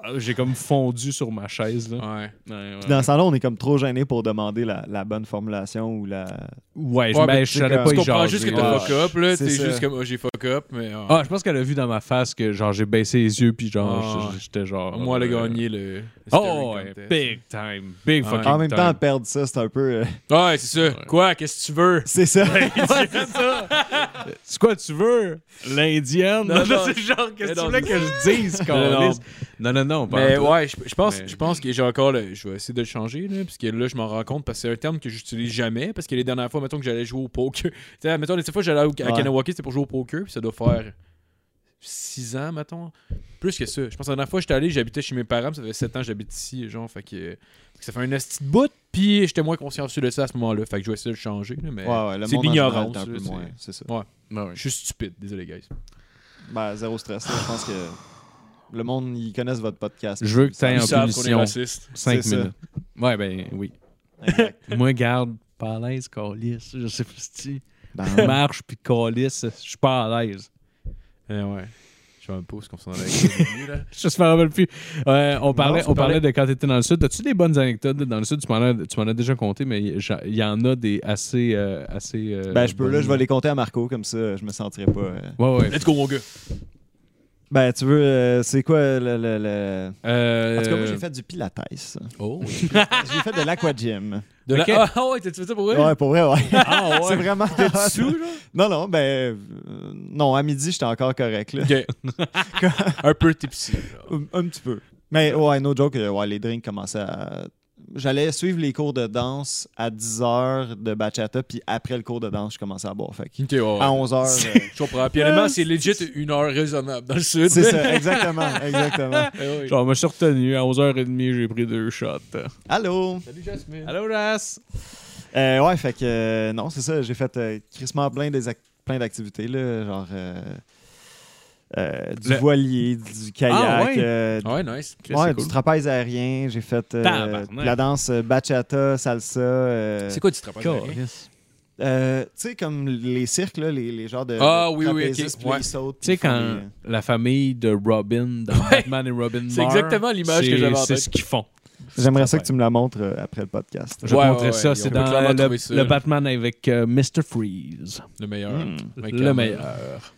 euh, j'ai comme fondu sur ma chaise, là. Ouais. Ouais, ouais. Puis dans ce temps-là, on est comme trop gêné pour demander la, la bonne formulation ou la. Ouais, je- Ouais, ben, mais je savais comme- pas Tu y comprends jaser, juste que là. t'as fuck up, là. C'est T'es ça. juste comme, oh, j'ai fuck up, mais. ah, Ah, je pense qu'elle a vu dans ma face que genre j'ai baissé les yeux puis genre Ah. j- j'étais genre Moi, elle a euh, gagné le. le Oh, staring ouais, contest. big time, big Ouais. fucking En même time. [LAUGHS] temps, perdre ça, c'est un peu. euh, [LAUGHS] Ouais, c'est ça. Ouais. Quoi, qu'est-ce que tu veux? C'est ça. c'est quoi tu veux L'indienne Non, non, c'est genre qu'est-ce mais que tu non, voulais que [LAUGHS] je dise câlisse? Non non non, pas Mais en Ben, tout. Ben, ouais, je, je pense, Mais- je pense que j'ai encore. le- je vais essayer de le changer, là, parce que là, je m'en rends compte, parce que c'est un terme que j'utilise jamais. Parce que les dernières fois, [LAUGHS] mettons que j'allais jouer au poker. Tu sais, mettons, les fois, j'allais au- à Ouais. Kanawaki, c'était pour jouer au poker, puis ça doit faire 6 ans, mettons. Plus que ça. Je pense que la dernière fois que j'étais allé, j'habitais chez mes parents, puis ça fait 7 ans que j'habite ici, genre, fait que, fait que ça fait un petit bout, puis j'étais moins consciencieux de ça à ce moment-là. Fait que je vais essayer de le changer, là, mais Ouais, ouais, le c'est monde en général l'ignorance. est un peu là, moins, c'est- c'est ça. Je suis stupide, désolé, guys. Ben, zéro stress. là, Je pense que le monde, ils connaissent votre podcast. Je veux que t'ailles Ils en Ils savent qu'on est punition. raciste. 5 C'est ça. minutes. Ouais, ben oui. Exact. Moi, garde, pas à l'aise, calice. Je sais pas si [LAUGHS] [LAUGHS] Ben, marche puis calice, je suis pas à l'aise. Eh ouais. Je sais même pas ce qu'on s'en allait [LAUGHS] avec le début, là. [LAUGHS] Je me rappelle plus. Euh, on parlait, tu on parlait parlais- de quand tu étais dans le Sud. As-tu des bonnes anecdotes dans le Sud? Tu m'en as, tu m'en as déjà compté, mais il y a- il y en a des assez. euh, assez euh, ben, je peux, là, bonnes. je vais les compter à Marco, comme ça, je me sentirai pas. euh. Ouais, ouais. Let's go, mon gars. Ben, tu veux, euh, c'est quoi le. le- le- Euh, En tout cas, moi, j'ai fait du pilates. Oh. [LAUGHS] j'ai fait de l'aqua-gym. De la- Ok. Ah ah ouais, t'as-tu fait ça pour vrai? Ouais, pour vrai, [LAUGHS] ouais. Ah c'est ouais. vraiment. T'es sous, genre? Non, non, ben. euh, non, à midi, j'étais encore correct, là. Ok. un peu tipsy. genre. Un, un petit peu. Mais ouais, no joke, euh, ouais, les drinks commençaient à. J'allais suivre les cours de danse à 10h de bachata, puis après le cours de danse, je commençais à boire. Fait que Ok, ouais, Ah, ouais. à [LAUGHS] euh, 11h. Je comprends. Puis honnêtement, c'est legit une heure raisonnable dans le sud. Ah, C'est ça, exactement, exactement. [LAUGHS] Eh oui. Genre, je me suis retenu. À 11h30, j'ai pris deux shots. Allô? Salut Jasmine. Allô, Ras? Euh, ouais, fait que euh, non, c'est ça. J'ai fait euh, crissement plein, des ac- plein d'activités, là, genre euh, euh, du Le- voilier, du kayak, Ah, ouais? euh, Ah ouais, nice. ouais, du trapèze aérien. J'ai fait euh, Tabarnak. la danse euh, bachata, salsa. euh, C'est quoi du trapèze aérien? euh, tu sais, comme les cirques, là, les, les genres de. Ah, de oui, oui, trapézistes, ok, puis ouais. ils sautent, Tu sais, puis euh, ils font quand la famille de Robin dans Batman et Robin C'est meurt, exactement l'image que c'est- j'avais en C'est tête. ce qu'ils font. des- J'aimerais ça que tu me la montres euh, après le podcast. Je vais Ouais, ouais, montrer ouais, ça. on C'est peut dans clairement le, trouver ça, le là. Batman avec euh, Mr. Freeze. Le meilleur. Mm. Ouais, Le clairement. meilleur.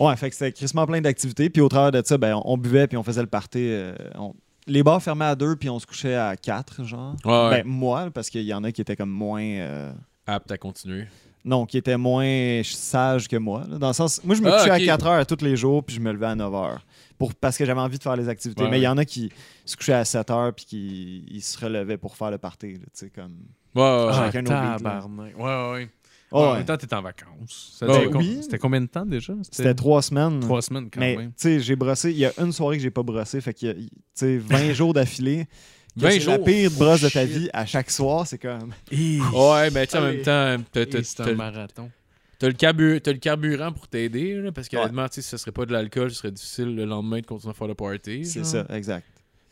Ouais, fait que c'était crissement plein d'activités. Puis au travers de ça, ben, on, on buvait puis on faisait le party. euh, on- Les bars fermaient à deux puis on se couchait à quatre, genre. Ouais, ouais. Ben, moi, parce qu'il y en a qui étaient comme moins. euh, Apte à continuer. Non, qui étaient moins sages que moi. là. Dans le sens. Moi, je me Ah, couchais ok. à 4 heures tous les jours puis je me levais à 9 heures. Pour... Parce que j'avais envie de faire les activités. Ouais, Mais il y en a qui se couchaient à 7 heures puis qui ils se relevaient pour faire le party. là, Tu sais, comme. Ouais, ouais, ouais. Ah, chacun nos beats, là. tabarnak. Ouais, ouais, ouais. Oh, Ouais, En ouais. même temps, t'es en vacances. Ça Ben faisait oui. com- C'était combien de temps déjà? C'était trois semaines. trois semaines quand mais tu même. sais, j'ai brossé. Il y a une soirée que j'ai pas brossé. Fait que, tu sais, 20 jours d'affilée. que 20 c'est la jours. pire brosse de ta Shit. vie à chaque soir. C'est comme. Ouais, mais tu sais, en Allez. même temps, t'as- t'as- C'est un t'as marathon. t'as le carbu- t'as le carburant pour t'aider, là, parce Ouais. qu'honnêtement, tu sais, si ce serait pas de l'alcool, ce serait difficile le lendemain de continuer à faire le party. C'est genre. ça, exact.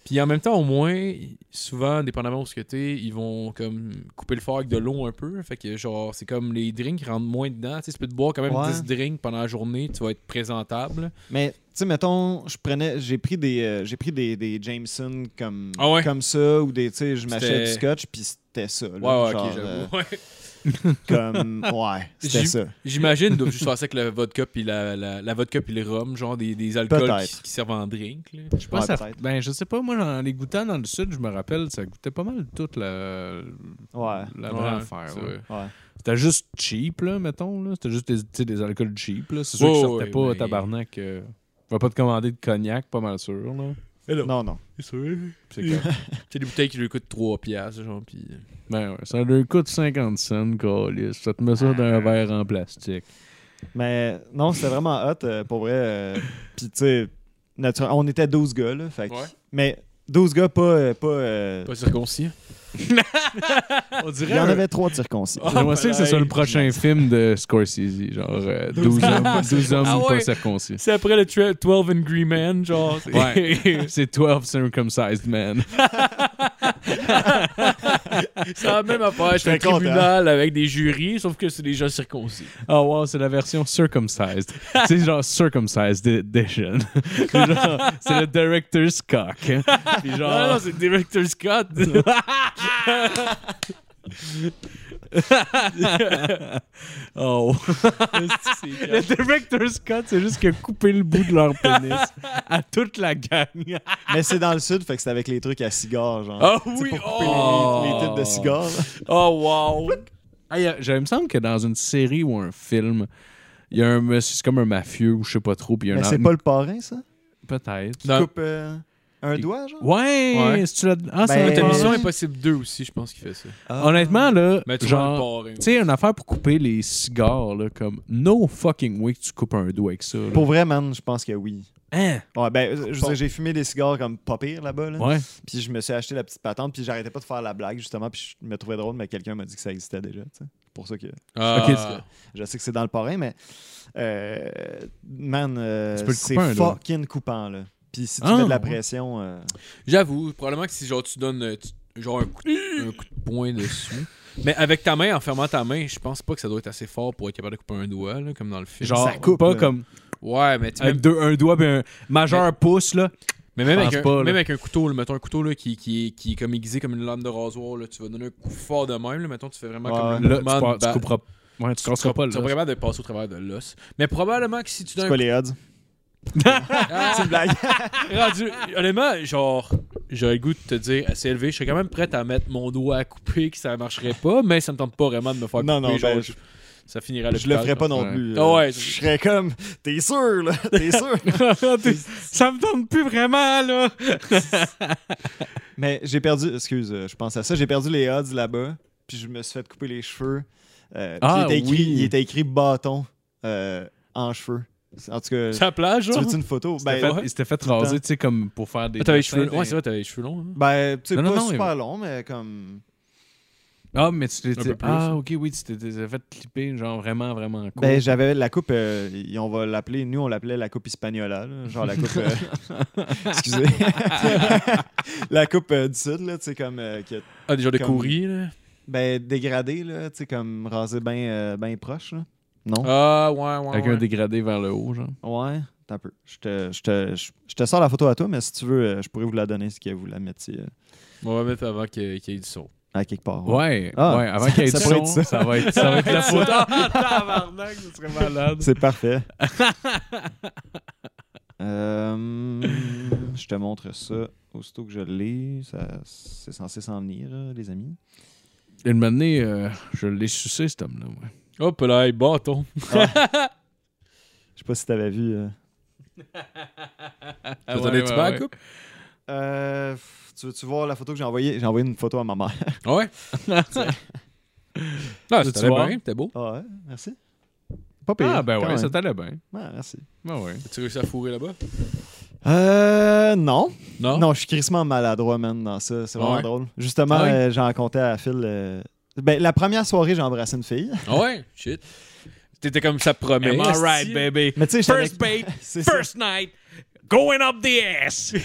Puis en même temps, au moins, souvent, dépendamment où ce que t'es, ils vont comme couper le fort avec de l'eau un peu. Fait que genre, c'est comme les drinks rentrent moins dedans. Tu sais, tu peux te boire quand même Ouais. 10 drinks pendant la journée, tu vas être présentable. Mais tu sais, mettons, je prenais, j'ai pris des, euh, j'ai pris des, des Jameson comme, Ah ouais? comme ça ou des, tu sais, je m'achetais du C'était- scotch puis c'était ça. là, Ouais, ouais, genre, ok, j'avoue. euh, Ouais. [LAUGHS] comme, ouais, c'était J'ai- ça. J'imagine, ils doivent juste faire ça avec la vodka puis la, la, la vodka puis le rhum, genre des, des alcools qui, Peut-être. qui servent en drink. là. Je sais pas, Ouais, ça- peut-être. ben, je sais pas, moi, en les goûtant dans le sud, je me rappelle, ça goûtait pas mal toute la, Ouais, la Ouais, vraie affaire. c'est ouais. vrai. ouais. C'était juste cheap, là, mettons. là. C'était juste des, tu sais, des alcools cheap. là. C'est sûr Ouais, qu'ils sortaient ouais, pas mais- tabarnak. euh, On va pas te commander de cognac, pas mal sûr. Là. Non, non. C'est sûr. C'est clair. C'est des bouteilles qui lui coûtent 3 piastres, genre, puis... ben ouais, ça leur coûte 50 cents, câlisse. Ça te met ça dans un verre en plastique. Mais non, c'était vraiment hot euh, pour vrai. euh, puis tu sais, nature- on était 12 gars là, fait que- Ouais. Mais 12 gars, pas. euh, pas euh, Pas circoncis. On il dirait. y en avait trois circoncis. Ah, J'aimerais ça que ce soit le pareil. prochain film de Scorsese. Genre, euh, 12 hommes, 12 hommes Ah ouais. pas circoncis. C'est après le 12 Angry Men, genre. [LAUGHS] Ouais. C'est 12 circumcised men. C'est la même affaire. C'est un J'étais content. tribunal avec des jurys, sauf que c'est des gens circoncis. Oh wow, c'est la version circumcised. c'est genre circumcised edition. [LAUGHS] c'est genre- c'est le director's cock. Puis genre, Ah non, c'est Director Scott. [LAUGHS] oh. Le director's cut, c'est juste qu'il a coupé le bout de leur pénis à toute la gang. Mais c'est dans le sud, fait que c'est avec les trucs à cigares, genre. Ah Tu sais, oui, pour couper oh! les, les titres de cigares. là. Oh, wow. Ah, il y a- je- il me semble que dans une série ou un film, il y a un monsieur, c'est comme un mafieux ou je sais pas trop, puis il y a Mais un c'est pas le parrain, ça? Peut-être. Non. Coupe, euh, Un doigt, genre? Ouais, Ouais. si tu l'as- Ah, c'est Ben, un T'as tournant. Mission Ouais. Impossible 2 aussi, je pense qu'il fait ça. Ah. Honnêtement, là, Mais tu genre, vas le tu sais, une affaire pour couper les cigares, là, comme no fucking way que tu coupes un doigt avec ça. là. Pour vrai, man, je pense que oui. Hein? Ouais, ben, euh, je veux dire, j'ai fumé des cigares comme pas pire là-bas. Là. Ouais. Puis je me suis acheté la petite patente, puis j'arrêtais pas de faire la blague, justement, puis je me trouvais drôle, mais quelqu'un m'a dit que ça existait déjà. tu sais. C'est pour ça que Ah, je sais que c'est dans le parrain, mais euh, man, euh, Tu peux le c'est couper un doigt. fucking coupant. là. Puis si tu Ah, mets de la ouais. pression, euh, J'avoue, probablement que si genre tu donnes euh, tu- genre un coup, de- un coup de poing dessus. Mais avec ta main, en fermant ta main, je pense pas que ça doit être assez fort pour être capable de couper un doigt, là, comme dans le film. Genre, Ça coupe, pas là. comme Ouais, mais tu sais, avec deux, un doigt et un majeur pouce, là. Mais même Je pense avec, un, pas, là. même avec un couteau, là, mettons un couteau là, qui, qui, est- qui est comme aiguisé comme une lame de rasoir, là, tu vas donner un coup fort de même, là, mettons tu fais vraiment Ouais. comme le Là, tu, mouvement pars- de tu ba- couperas. Ouais, tu casseras pas, ben, Tu là. seras pas capable de passer au travers de l'os. Mais probablement que si tu c'est donnes quoi un les odds? Ah, [LAUGHS] C'est une blague. rendu- honnêtement, genre, j'aurais le goût de te dire assez élevé, je serais quand même prêt à mettre mon doigt à couper que ça marcherait pas, mais ça me tente pas vraiment de me faire non, couper. non, genre, ben, je- je, ça finirait Ah, le je le ferais pas non Ouais. plus. Ah euh, ouais. Je serais comme, t'es sûr, là? [LAUGHS] T'es sûr? T'es- [LAUGHS] ça me tombe plus vraiment, là. Mais j'ai perdu, excuse, euh, je pense à ça, j'ai perdu les odds là-bas, puis je me suis fait couper les cheveux. euh, puis Ah, il, était écrit, oui. il était écrit bâton euh, en cheveux. En tout cas, Ça plage, tu genre. veux une photo? Il s'était Ben, hein? fait- il s'était fait le raser, temps. tu sais, comme pour faire des. Ah, t'avais les dessins, cheveux des- longs. Ouais, c'est vrai, t'avais les cheveux longs. hein. ben tu sais, Non, non, pas non, super long, mais comme. Ah, mais tu Un peu t'étais. plus. Ah, ok, oui, tu t'étais fait clipper, genre vraiment, vraiment cool. Ben, j'avais la coupe, euh, y- on va l'appeler, nous on l'appelait la coupe Hispaniola, là, genre la [LAUGHS] coupe. euh, excusez. [LAUGHS] la coupe euh, du Sud, là, tu sais, comme. euh, qui a- Ah, des genres de Comme- courrier, là. ben, dégradée, là, tu sais, comme rasée bien proche, là. Non? Ah, ouais, ouais. Avec ouais. un dégradé vers le haut, genre. Ouais, t'as un peu. Je te, je, te, je, je te sors la photo à toi, mais si tu veux, euh, je pourrais vous la donner si que vous la mettiez euh, On va mettre avant qu'il y ait- qu'il y ait du son. à quelque part. Ouais, Ah, ouais, avant qu'il y ait ça du pourrait son, être ça. va être, ça va [LAUGHS] être la photo. Ah, tabarnak, ça serait malade. [LAUGHS] C'est parfait. Euh, je te montre ça aussitôt que je l'ai. Ça- C'est censé s'en venir, euh, les amis. Une matinée, euh, je l'ai sucé, cet homme-là, ouais. Hop là, hey, bâton. Je sais pas si t'avais vu. euh. T'as Ah ouais, donné un ouais, petit peu à ouais. la coupe? Euh, f- tu veux-tu voir la photo que j'ai envoyée? J'ai envoyé une photo à ma mère. Ah Ouais. Ah, Tu c'était vois? bien, t'es beau. Ah ouais, merci. Pas pire. Ah, ben quand ouais, même. ça t'allait bien. Ouais, merci. Ben ouais. As-tu réussi à fourrer là-bas? Euh, non. Non. Non, je suis crissement maladroit, man, dans ça. C'est vraiment Ouais. drôle. Justement, Ah oui? euh, j'en comptais à Phil. euh, Ben, la première soirée, j'ai embrassé une fille. [LAUGHS] Ah ouais? Shit. T'étais comme ça promet. Am I right, Esti. baby? Mais tu sais, j'étais First avec- bait, C'est ça. first night, going up the ass. Tu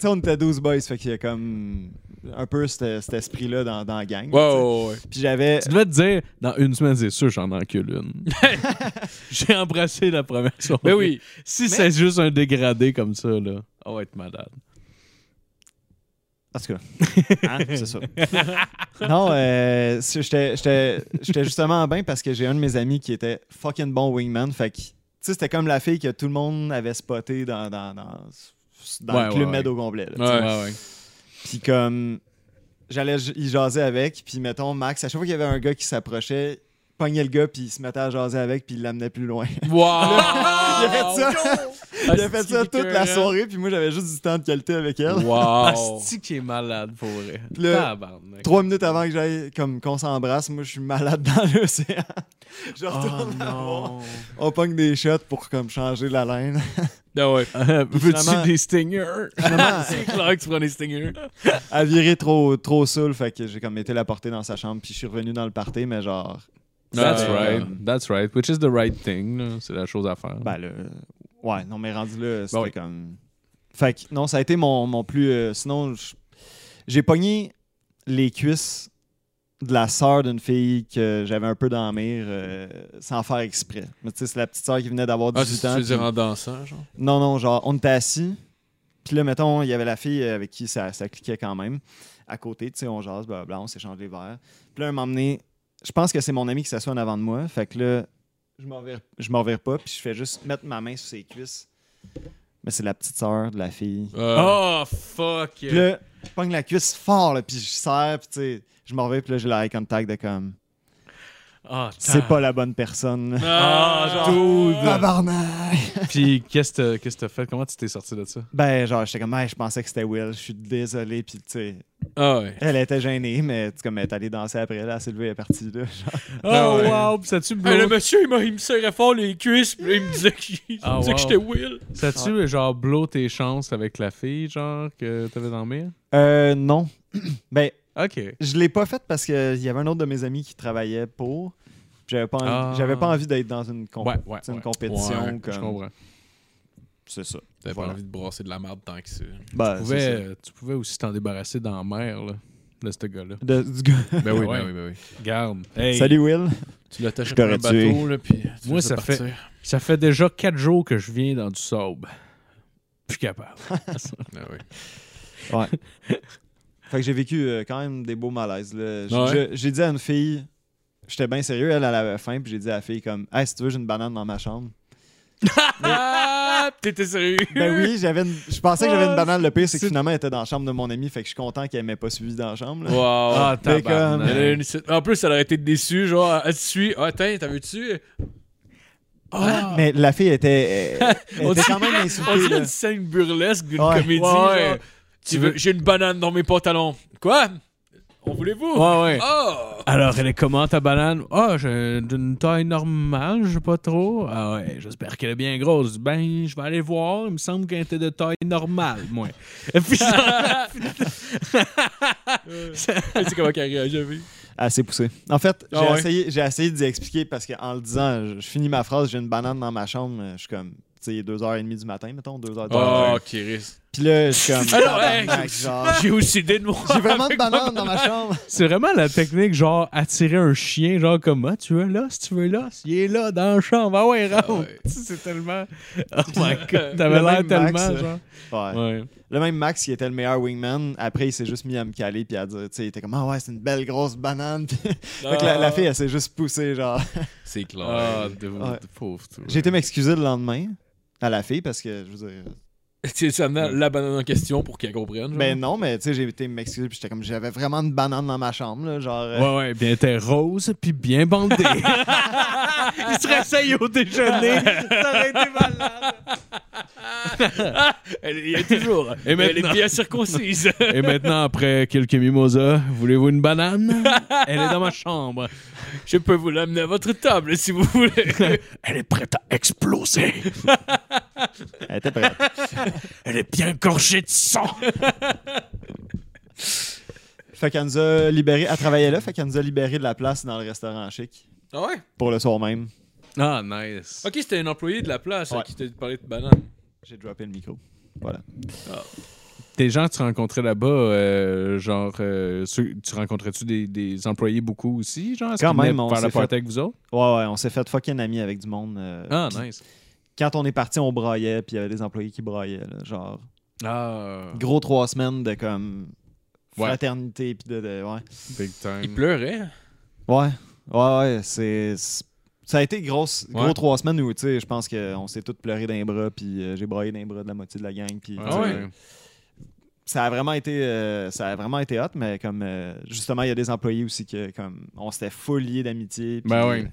sais, on était 12 boys, fait qu'il y a comme un peu cet, cet esprit-là dans, dans la gang. Ouais, tu sais. ouais, ouais. Puis j'avais. Tu devais te dire, dans une semaine, c'est sûr, j'en encule une. [LAUGHS] J'ai embrassé la première soirée. Ben oui. Si c'est juste un dégradé comme ça, là, on va être malade. En tout cas, [LAUGHS] Hein, c'est ça. non, euh, c'est- j'étais j'étais- j'étais justement en bain parce que j'ai un de mes amis qui était fucking bon wingman. Fait que, tu sais, c'était comme la fille que tout le monde avait spoté dans, dans, dans, dans Ouais, le ouais, club ouais. med au complet. là, tu sais. Ouais. ouais. Puis comme j'allais j- y jaser avec, puis mettons Max, à chaque fois qu'il y avait un gars qui s'approchait, pognait le gars puis il se mettait à jaser avec puis il l'amenait plus loin. [LAUGHS] [LAUGHS] Wow! Ah, il a fait ça, Oh, il a fait ça toute la écœurant. soirée puis moi j'avais juste du temps de qualité avec elle. hein. Wow! Asti qui est malade pour vrai. Le- Tabarnak. Trois minutes avant que j'aille comme qu'on s'embrasse, moi je suis malade [LAUGHS] dans l'océan. Je Oh retourne la voir. non. On pogne des shots pour comme changer la laine. [LAUGHS] Ah ouais. Euh, Veux-tu Finalement- des stingers? Finalement, [LAUGHS] C'est clair que tu prends des stingers. elle virait trop trop saoul, fait que j'ai comme été la porter dans sa chambre puis je suis revenu dans le party mais genre That's Euh, right. That's right. Which is the right thing. là. C'est la chose à faire. Ben là, ouais, non, mais rendu là, c'était Ben oui. comme. Fait que, non, ça a été mon, mon plus. euh, sinon, j- j'ai pogné les cuisses de la sœur d'une fille que j'avais un peu dans la mire euh, sans faire exprès. Mais tu sais, c'est la petite sœur qui venait d'avoir Ah, c'est 18 tu ans. veux dire puis- en dansant, genre? Non, non, genre, on était assis. Puis là, mettons, il y avait la fille avec qui ça, ça cliquait quand même. À côté, tu sais, on jase, blablabla, on s'échange les verres. Puis là, un moment donné, je pense que c'est mon ami qui s'assoit en avant de moi. Fait que là, je m'en vire- je m'en vire pas, puis je fais juste mettre ma main sur ses cuisses. Mais c'est la petite sœur de la fille. Euh, Oh fuck. Puis là, je pogne la cuisse fort, là, puis je serre, puis tu sais, je m'en vais, puis là, j'ai le eye contact de comme... Ah, C'est pas la bonne personne. Ah, genre. dude. Tabarnak! Puis qu'est-ce que t'as- qu'est-ce que t'as fait? Comment tu t'es sorti de ça? Ben, genre, j'étais comme, Hey, je pensais que c'était Will, je suis désolé, puis tu sais, Ah ouais. elle était gênée, mais tu sais, comme, elle est allée danser après, là, elle s'est levée, elle est partie, là. Genre, Oh, ouais. wow! Puis ça tu Ah, Hey, Ah, le monsieur, il, m'a- il me serrait fort les cuisses, puis il me disait que, il me Ah, disait wow. que j'étais Will. Ça tu genre, blow tes chances avec la fille, genre, que t'avais dans le mire? Euh, non. [CLEARS THROAT] ben, OK. je l'ai pas faite parce qu'il y avait un autre de mes amis qui travaillait pour. puis J'avais pas, envie- Ah. j'avais pas envie d'être dans une, comp- Ouais, ouais, tu sais, une ouais. compétition. Ouais, comme- Ah, Je comprends. C'est ça. T'avais Voilà. pas envie de brasser de la merde tant que ça. Ben, Tu c'est pouvais, ça. euh, tu pouvais aussi t'en débarrasser dans la mer, là, de ce gars-là. De- du gars- [LAUGHS] Ben oui, Ouais. ben oui, ben oui. Garde. Hey, Salut Will. Tu l'attaches Je à un t'aurais tué. bateau, là, puis tu Moi, le fais ça fait- partir. Ça fait déjà quatre jours que je viens dans du sable. Plus capable. Ah ouais. Ouais. [LAUGHS] fait que j'ai vécu euh, quand même des beaux malaises. là. J- Ah ouais? je- J'ai dit à une fille, j'étais bien sérieux, elle, elle avait faim, puis j'ai dit à la fille comme, hey, si tu veux, j'ai une banane dans ma chambre. [LAUGHS] Ah, t'étais sérieux? Ben oui, j'avais, une- je pensais que j'avais Ah, une banane. Le pire, c'est que c'est- finalement, elle était dans la chambre de mon ami, fait que je suis content qu'elle m'ait pas suivi dans la chambre. là. Wow. Ah, mais tabarnak. Elle a une- En plus, elle aurait été déçue, genre, elle te suit. Ah, tiens, t'avais-tu? Ah, Mais la fille était, euh, elle On était dirait- quand même On insultée. dirait là. une scène burlesque d'une Ouais. comédie. Ouais, genre, ouais. Tu veux... J'ai une banane dans mes pantalons. Quoi? On voulait-vous? Ouais, ouais. [LAUGHS] Oh! Alors, elle est comment ta banane? Ah, j'ai d'une taille normale, je sais pas trop. Ah ouais, j'espère qu'elle est bien grosse. Ben, je vais aller voir. Il me semble qu'elle était de taille normale, [LAUGHS] moi. Et puis, ça- Tu sais comment elle réagit, oui. assez poussé. En fait, j'ai Ah ouais. essayé, j'ai essayé d'y expliquer parce qu'en le disant, je, je finis ma phrase, j'ai une banane dans ma chambre, euh, je suis comme, tu sais, 2h30 du matin, mettons, 2h30. Oh, Kiris. Puis là, je suis comme, Alors, tabarnak, hey, genre, J'ai aussi des noirs. j'ai vraiment [LAUGHS] de banane dans ma chambre. c'est vraiment la technique, genre, attirer un chien, genre, comme, ah, tu veux là, si tu veux là, il est là, dans la chambre. Ah ouais, rentre. Ah ouais. [LAUGHS] Tu sais, C'est tellement. Oh my [LAUGHS] god, Le t'avais l'air même tellement, Max, genre. Ouais. Ouais. Le même Max, qui était le meilleur wingman, après, il s'est juste mis à me caler puis à dire, tu sais, il était comme, ah ouais, c'est une belle grosse banane. [LAUGHS] Puis, fait que la, la fille, elle s'est juste poussée, genre. C'est clair. Ah, de, de pauvre, tout. J'ai été m'excuser le lendemain à la fille parce que, je veux dire, [LAUGHS] Tu sais, amené la banane en question pour qu'elle comprenne. genre. ben non, mais tu sais, j'ai été m'excuser puis j'étais comme, j'avais vraiment une banane dans ma chambre, là, genre. euh, Ouais, ouais, bien, elle était rose puis bien [LAUGHS] bandée. Il se réveille au déjeuner. Ça aurait été malade. Elle il y a toujours. Et Mais Elle maintenant- est bien circoncise. Et maintenant, après quelques mimosas, voulez-vous une [LAUGHS] banane? Elle est dans ma chambre. Je peux vous l'amener à votre table si vous voulez. [LAUGHS] Elle est prête à exploser. Elle était prête. Elle est bien gorgée de sang. Fait qu'elle nous a libéré, elle travaillait là, fait qu'elle nous a libéré de la place dans le restaurant chic Ah ouais? pour le soir même. Ah, nice. Ok, c'était un employé de la place euh, Ouais. qui t'a parlé de banane. J'ai droppé le micro. Voilà. Tes gens que tu rencontrais là-bas, euh, genre, euh, ceux- tu rencontrais-tu des, des employés beaucoup aussi? Genre, est-ce Quand qu'ils venaient même, on faire la s'est party fait- avec vous autres? Ouais, ouais, on s'est fait fucking amis avec du monde. euh, Ah, puis nice. Quand on est parti, on braillait, puis il y avait des employés qui braillaient, là, genre. Ah, Gros trois semaines de comme Ouais. fraternité, puis de, de- Ouais. big time. Il pleurait. Ouais, ouais, ouais, c'est. c'est- Ça a été grosse, gros Ouais. trois semaines où, tu sais, je pense qu'on s'est tous pleuré d'un bras, puis euh, j'ai braillé d'un bras de la moitié de la gang, puis. Ah tu sais, ouais. ça a vraiment été euh, ça a vraiment été hot mais comme euh, justement il y a des employés aussi que comme on s'était full liés d'amitié puis, Ben oui. euh,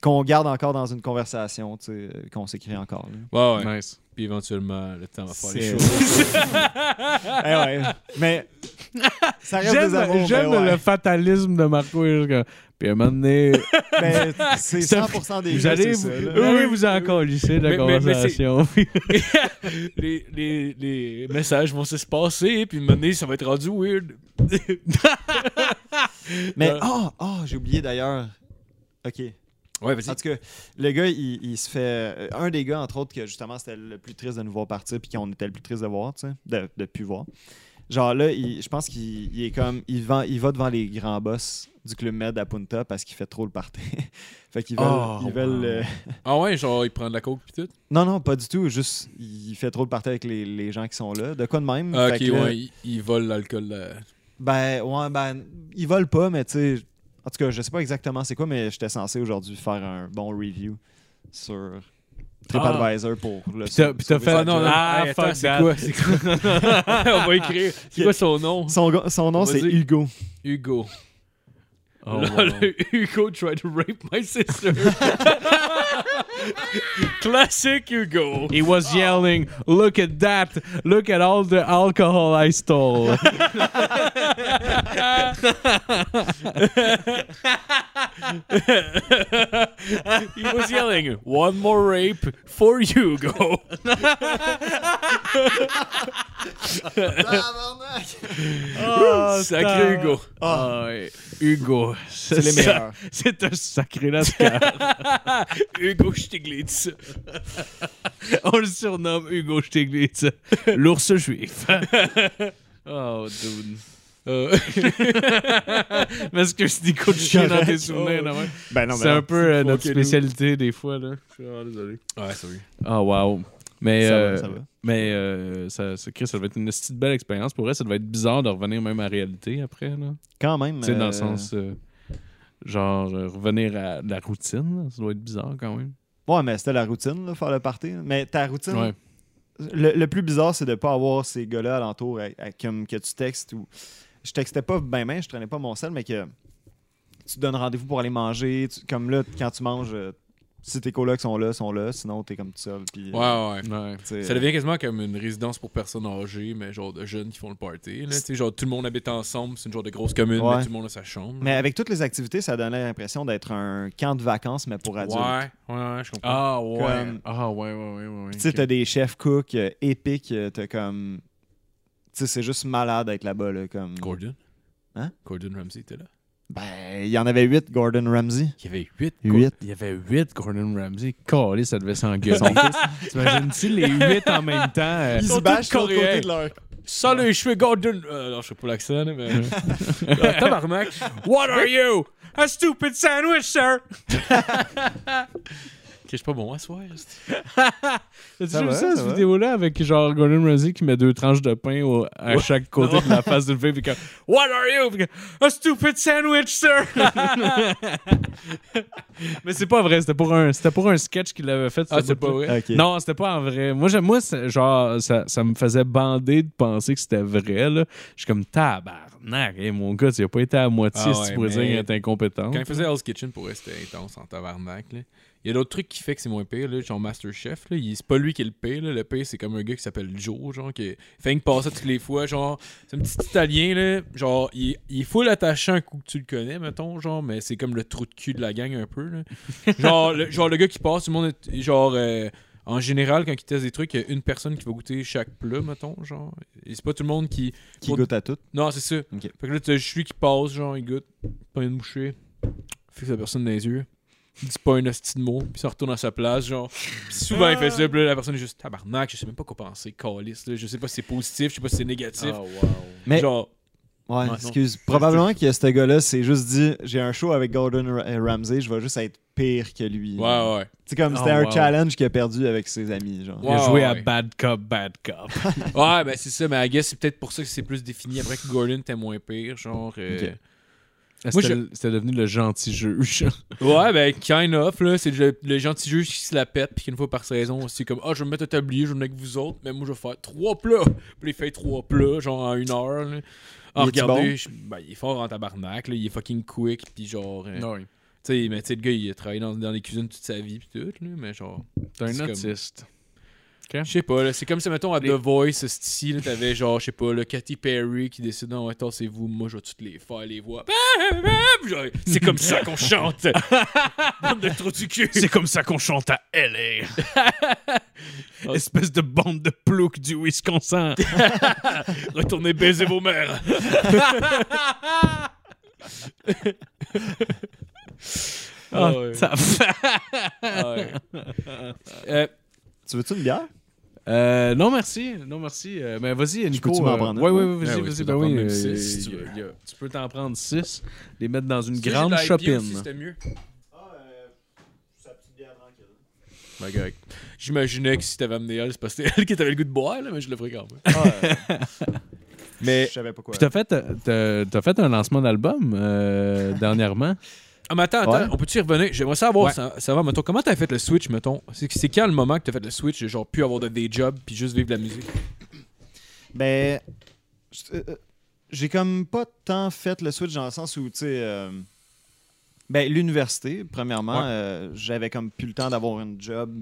qu'on garde encore dans une conversation tu sais, euh, qu'on s'écrit encore là. Ouais, ouais. Nice. Puis éventuellement, le temps va faire les C'est- choses. [LAUGHS] Eh ouais, [LAUGHS] mais ça reste J'aime, des amours j'aime mais, le ouais. fatalisme de Marco. il est juste comme, Puis à un moment donné, Mais [LAUGHS] c'est 100% [LAUGHS] des vous gens allez c'est vous, ça, là. oui, là. oui, vous en colisser de la Mais- mais- mais c'est- conversation. les, les, les messages vont se passer, puis maintenant, ça va être rendu weird. mais Euh. ah ah, j'ai oublié d'ailleurs OK Ouais, En tout cas, le gars, il, il se fait. euh, Un des gars, entre autres, que justement, c'était le plus triste de nous voir partir, puis qu'on était le plus triste de voir, tu sais, de, de plus voir. Genre là, il- je pense qu'il il est comme. Il, vend- il va devant les grands boss du club Med à Punta parce qu'il fait trop le party. [LAUGHS] fait qu'ils veulent. Oh, ils veulent wow. euh, Ah ouais, genre, il prend de la coke pis tout. Non, non, pas du tout. Juste, il fait trop le party avec les, les gens qui sont là. De quoi de même? Ah, Fait ok, que là, ouais, il, il vole l'alcool. euh. Ben, ouais, ben, ils volent pas, mais tu sais. En tout cas, je sais pas exactement c'est quoi, mais j'étais censé aujourd'hui faire un bon review sur TripAdvisor pour le. Ah. Puis t'as- puis t'as fait- Ah, non, non. Ah, Hey, fuck attends, c'est that. [LAUGHS] quoi? C'est quoi? [LAUGHS] On va écrire. C'est quoi son nom? Son, go- son nom, Vas-y. c'est Hugo. Hugo. Oh, là, wow. le Hugo tried to rape my sister. [LAUGHS] Classic Hugo. He was yelling, look at that, look at all the alcohol I stole. He was yelling, one more rape for Hugo. Oh, Sacré Hugo. Ah, ouais. Hugo, c'est les ça- meilleurs. C'est un sacré [LAUGHS] lascar. Hugo Stiglitz. [LAUGHS] On le surnomme Hugo Stiglitz, l'ours juif. [LAUGHS] oh, dude. [LAUGHS] Euh, Mais est-ce que c'est des coups de chien dans tes souvenirs? là, ouais? Ben non, C'est un peu euh, notre fucké, nous. spécialité des fois. là. désolé. Ouais, sorry. Ah, wow. Mais, Ça va, euh, ça va. mais euh, ça, ça, Chris, ça devait être une petite belle expérience. Pour elle, ça devait être bizarre de revenir même à la réalité après. Là. Quand même. Tu sais, dans euh, le sens, euh, genre, euh, revenir à la routine, là, ça doit être bizarre quand même. Ouais, mais c'était la routine, là, faire le party. Mais ta routine, Ouais. le, le plus bizarre, c'est de pas avoir ces gars-là alentour à- à- comme que tu textes ou. Je textais pas ben ben, je traînais pas mon sel, mais que tu te donnes rendez-vous pour aller manger. tu- comme là, quand tu manges, euh, si tes colocs sont là, sont là. Sinon, t'es comme tout seul. Puis, Ouais, ouais. Ouais. tu sais, Ça devient quasiment comme une résidence pour personnes âgées, mais genre de jeunes qui font le party. Là. Tu sais, Genre, tout le monde habite ensemble, c'est une genre de grosse commune, Ouais. mais tout le monde a sa chambre. Mais avec toutes les activités, ça donnait l'impression d'être un camp de vacances, mais pour ouais, adultes. ouais, ouais, je comprends. Ah ouais. Comme- Ah ouais, ouais, ouais, ouais. ouais. Puis, Tu sais, t'as des chefs cooks euh, épiques, euh, t'as comme. Tu sais, c'est juste malade d'être là-bas, là, comme. Gordon? Hein? Gordon Ramsay était là. Ben, il y en avait huit, Gordon Ramsay. Il y avait 8. Huit. Il y avait 8 Gordon Ramsay. Calé, ça devait s'engueuler. [LAUGHS] T'imagines-tu les 8 en même temps? euh, Ils sont tous sur le côté coréens. de leur- Salut, je suis Gordon. Euh, non, je sais pas l'accent, mais. [LAUGHS] Ah, Tabarnak. What are you? A stupid sandwich, sir! Ok, je suis pas bon à soir. c'est- T'as-tu Ça vu va, ça, ça cette va. vidéla avec genre Gordon Ramsay qui met deux tranches de pain au- à chaque côté de la face d'une fille, puis comme What are you? Puis comme, A stupid sandwich, sir! Mais c'est pas vrai, c'était pour, un- c'était pour un sketch qu'il avait fait. Ah, ce c'est bout-là. pas vrai. Ok. Non, c'était pas en vrai. Moi, j'aime- moi c'est- genre, ça, ça me faisait bander de penser que c'était vrai. Là. Je suis comme tabarnak. Hey, mon gars, tu n'as pas été à moitié Ah si ouais, tu pourrais dire mais- qu'il était incompétent. Quand il faisait Hell's Kitchen, pour rester intense en tabarnak. là. Il y a d'autres trucs qui fait que c'est moins pire, là, genre Masterchef. Là, il- c'est pas lui qui est le pire. là. Le pire, c'est comme un gars qui s'appelle Joe, genre, qui fait que passer toutes les fois. Genre, c'est un petit Italien, là. Genre, il, est- il est full attachant un coup que tu le connais, mettons, genre, mais c'est comme le trou de cul de la gang, un peu, là. genre, le, genre, le gars qui passe, tout le monde est, genre. euh, en général, quand il teste des trucs, il y a une personne qui va goûter chaque plat, mettons, genre. Et c'est pas tout le monde qui. Qui goûte à tout. Non, c'est ça. Ok. Fait que là, t'as juste lui qui passe, genre, il goûte, pas une bouchée, fixe la personne dans les yeux, il dit pas un hostie de mot, puis ça retourne à sa place, genre. Puis souvent, il fait ça, puis là, la personne est juste tabarnak, je sais même pas quoi penser, calice, là, je sais pas si c'est positif, je sais pas si c'est négatif. Ah Mais, Genre, ouais, non. excuse. Probablement que ce gars-là s'est juste dit j'ai un show avec Gordon Ra- euh, Ramsay, je vais juste être pire que lui. ouais, ouais. C'est comme Oh, c'était un wow. challenge qu'il a perdu avec ses amis. Genre. Il a joué Ouais, à ouais. Bad Cop, Bad Cop. Ouais, ben c'est ça, mais I guess c'est peut-être pour ça que c'est plus défini après que Gordon était moins pire, genre. euh, Ok. Moi, C'était c'était devenu le gentil juge. Ouais, ben, kind of, là. C'est le, le gentil juge qui se la pète, puis qu'une fois par saison, c'est comme, ah, je vais me mettre au tablier, je vais me mettre avec vous autres, mais moi, je vais faire trois plats. Puis il fait trois plats, genre, en une heure, là. Ah, Il est-tu regardez, bon? je- ben, il est fort en tabarnak, là. Il est fucking quick, puis genre. euh, Non, tu sais, mais tu sais, le gars, il a travaillé dans, dans les cuisines toute sa vie, puis tout, là. Mais genre. t'es un C'est comme- autiste. Je sais pas, là, c'est comme si, mettons, à Les- The Voice, ici, là, t'avais genre, je sais pas, le Katy Perry qui décide, non, attends, c'est vous, moi, je vais toutes les faire, les voix. Genre, C'est comme ça qu'on [LAUGHS] chante! Bande de trous du cul! [LAUGHS] C'est comme ça qu'on chante à LA. [LAUGHS] Espèce de bande de ploucs du Wisconsin. Retournez baiser vos mères! [LAUGHS] Ah ouais. Ah Ça Euh, Tu veux-tu une bière Euh, non, merci. Non, merci. Euh, mais vas-y, Nico. peux-tu m'en euh, prendre un? ouais, ouais, ouais, vas-y, Ah oui, vas-y. tu peux ben t'en oui, prendre même euh, six, si y- tu veux. y a- tu peux t'en prendre 6, les mettre dans une si j'ai de grande la IPA aussi, chopine. c'était mieux. Ah, sa petite bière tranquille. Ben, correct. J'imaginais que si t'avais amené elle, c'est parce que c'était elle qui t'avait le goût de boire, là, mais je le ferais quand même. Ah, euh. [LAUGHS] Mais. Je savais pas quoi. Puis t'as fait, euh, t'as- t'as fait un lancement d'album [LAUGHS] euh, dernièrement. Ah, mais attends, attends, Ouais. on peut-tu y revenir? J'aimerais savoir, Ouais. ça, ça va, mettons, comment t'as fait le switch, mettons? C'est c'est quand le moment que t'as fait le switch, de genre, plus avoir de day job, puis juste vivre de la musique? Ben, je- euh, euh, j'ai comme pas tant fait le switch dans le sens où, tu sais, euh, Ben, l'université, premièrement, Ouais. euh, j'avais comme plus le temps d'avoir une job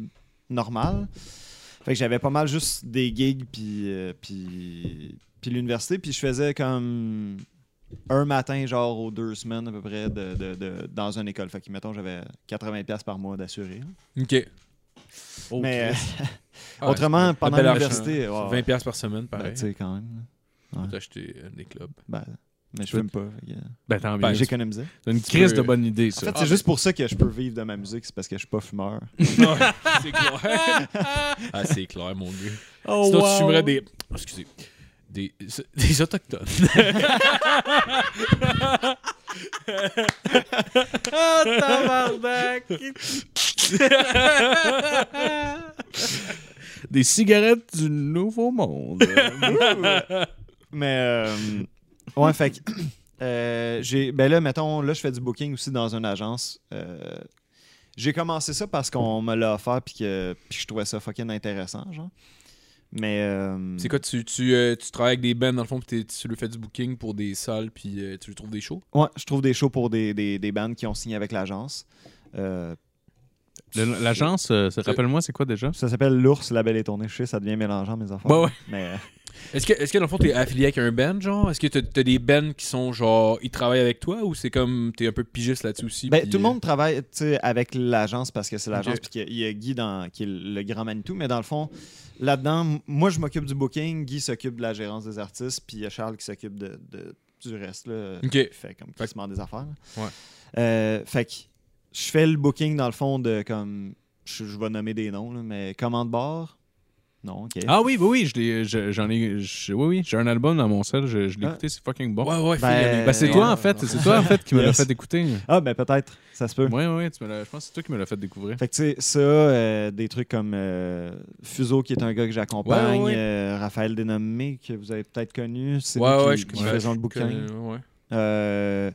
normale. Fait que j'avais pas mal juste des gigs, puis, euh, puis, puis l'université. Puis je faisais comme un matin, genre aux deux semaines à peu près, de, de- de- dans une école. Fait que, mettons, j'avais 80$ par mois d'assuré. hein. Ok. Ah, Oh, Mais Christ. euh, autrement, pendant bel hein. l'université, ouais, ouais. 20$ par semaine, Ben, pareil. tu sais, quand même. là. Pour t'acheter euh, des [LAUGHS] clubs. Ben, mais je fume pas. fait que, Ben, tant mieux. Ben, c'est J'économisais. une tu crise peux- de bonne idée, En ça. fait, c'est juste pour ça que je peux vivre de ma musique, c'est parce que je suis pas fumeur. c'est clair. [LAUGHS] ah, c'est clair, mon dieu. Oh, Sinon, tu fumerais des. oh, Excusez. Des, des [LAUGHS] autochtones. Ah, tabarnak! des cigarettes du Nouveau [LAUGHS] Monde. Mais euh, ouais, fait que [COUGHS] euh, j'ai ben là mettons là je fais du booking aussi dans une agence. Euh, j'ai commencé ça parce qu'on me l'a offert puis que puis je trouvais ça fucking intéressant genre. Mais euh, C'est quoi, tu, tu, euh, tu travailles avec des bands dans le fond, puis t'es- tu lui fais du booking pour des salles, puis euh, tu lui trouves des shows ouais, je trouve des shows pour des, des, des bandes qui ont signé avec l'agence. Euh, Le- L'agence, euh, ça- rappelle-moi, c'est quoi déjà? ça s'appelle l'ours, la belle et tournée. Je sais, ça devient mélangeant mes enfants. Ouais, ouais. Mais euh, Est-ce que, est-ce que dans le fond, t'es affilié avec un band, genre Est-ce que t'as, t'as des bands qui sont genre. Ils travaillent avec toi, ou c'est comme. T'es un peu pigiste là-dessus aussi Ben, puis, tout le euh, monde travaille tu sais, avec l'agence parce que c'est l'agence. Ok. Puis qu'il y a- il y a Guy dans, qui est le grand Manitou. Mais dans le fond, là-dedans, m- moi, je m'occupe du booking. Guy s'occupe de la gérance des artistes. Puis il y a Charles qui s'occupe de, de- du reste. Là, Ok. Qui fait comme que- quasiment des affaires. là. Ouais. Euh, fait que je fais le booking dans le fond de comme. Je, je vais nommer des noms, là, mais commande bar. Non, ok. Ah oui, oui, oui, je l'ai- je- j'en ai, je- oui, oui, j'ai un album dans mon sel, je, je l'ai Ah. écouté, c'est fucking bon. Ouais, ouais, Ben, fais- Ben, c'est Euh, toi, ouais, en fait, c'est toi, en fait, qui me l'a Yes. fait écouter. Ah, ben peut-être. Ça se peut. Ouais, ouais, ouais, tu me l'as- je pense que c'est toi qui me l'as fait découvrir. Fait que, tu sais, ça, euh, des trucs comme euh, Fuso, qui est un gars que j'accompagne, Ouais, ouais, ouais. euh, Raphaël Dénommé, que vous avez peut-être connu, c'est Ouais, lui ouais, qui, je qui faisait le bouquin. connais, ouais. Euh,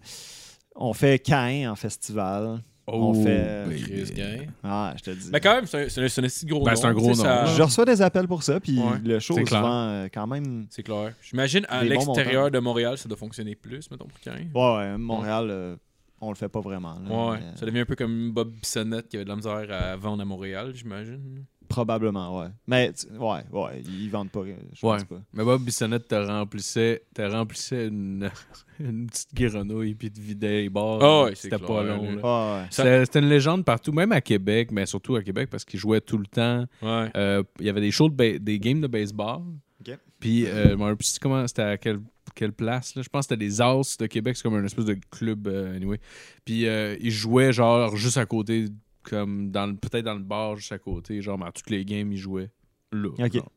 on fait Cain en festival. Oh. On fait- euh, baby. Chris Gain. Ah, je te dis. Mais quand même, c'est un, c'est un, c'est un esti de gros Ben, nom. c'est un gros tu sais, nom, ça- là. Je reçois des appels pour ça, puis Ouais, le show c'est se clair. vend euh, quand même... C'est clair. J'imagine à Des bons l'extérieur montants. de Montréal, ça doit fonctionner plus, mettons, pour Cain. Ouais, ouais, Montréal, euh, on le fait pas vraiment. là, Ouais, mais, euh, ça devient un peu comme Bob Bissonnette qui avait de la misère à vendre à Montréal, j'imagine. Probablement, ouais. Mais, tu- ouais, ouais, ils vendent pas, euh, je Ouais. pense pas. Mais Bob Bissonnette te remplissait, te remplissait une, [LAUGHS] une petite guérenouille puis te vidait les bars. Ah ouais, c'est C'était pas clair, long. là. lui. Ouais, ouais. Ça- C'était c'était une légende partout, même à Québec, mais surtout à Québec parce qu'il jouait tout le temps. Ouais. Euh, il y avait des shows, de ba- des games de baseball. Ok. Puis, euh, je me rappelle plus comment, c'était à quelle, quelle place. Là. Je pense que c'était des As de Québec. C'est comme un espèce de club, euh, anyway. Puis, euh, ils jouaient, genre, juste à côté, comme dans le- peut-être dans le bar, juste à côté. Genre, mais à toutes les games, ils jouaient là. Ok. genre.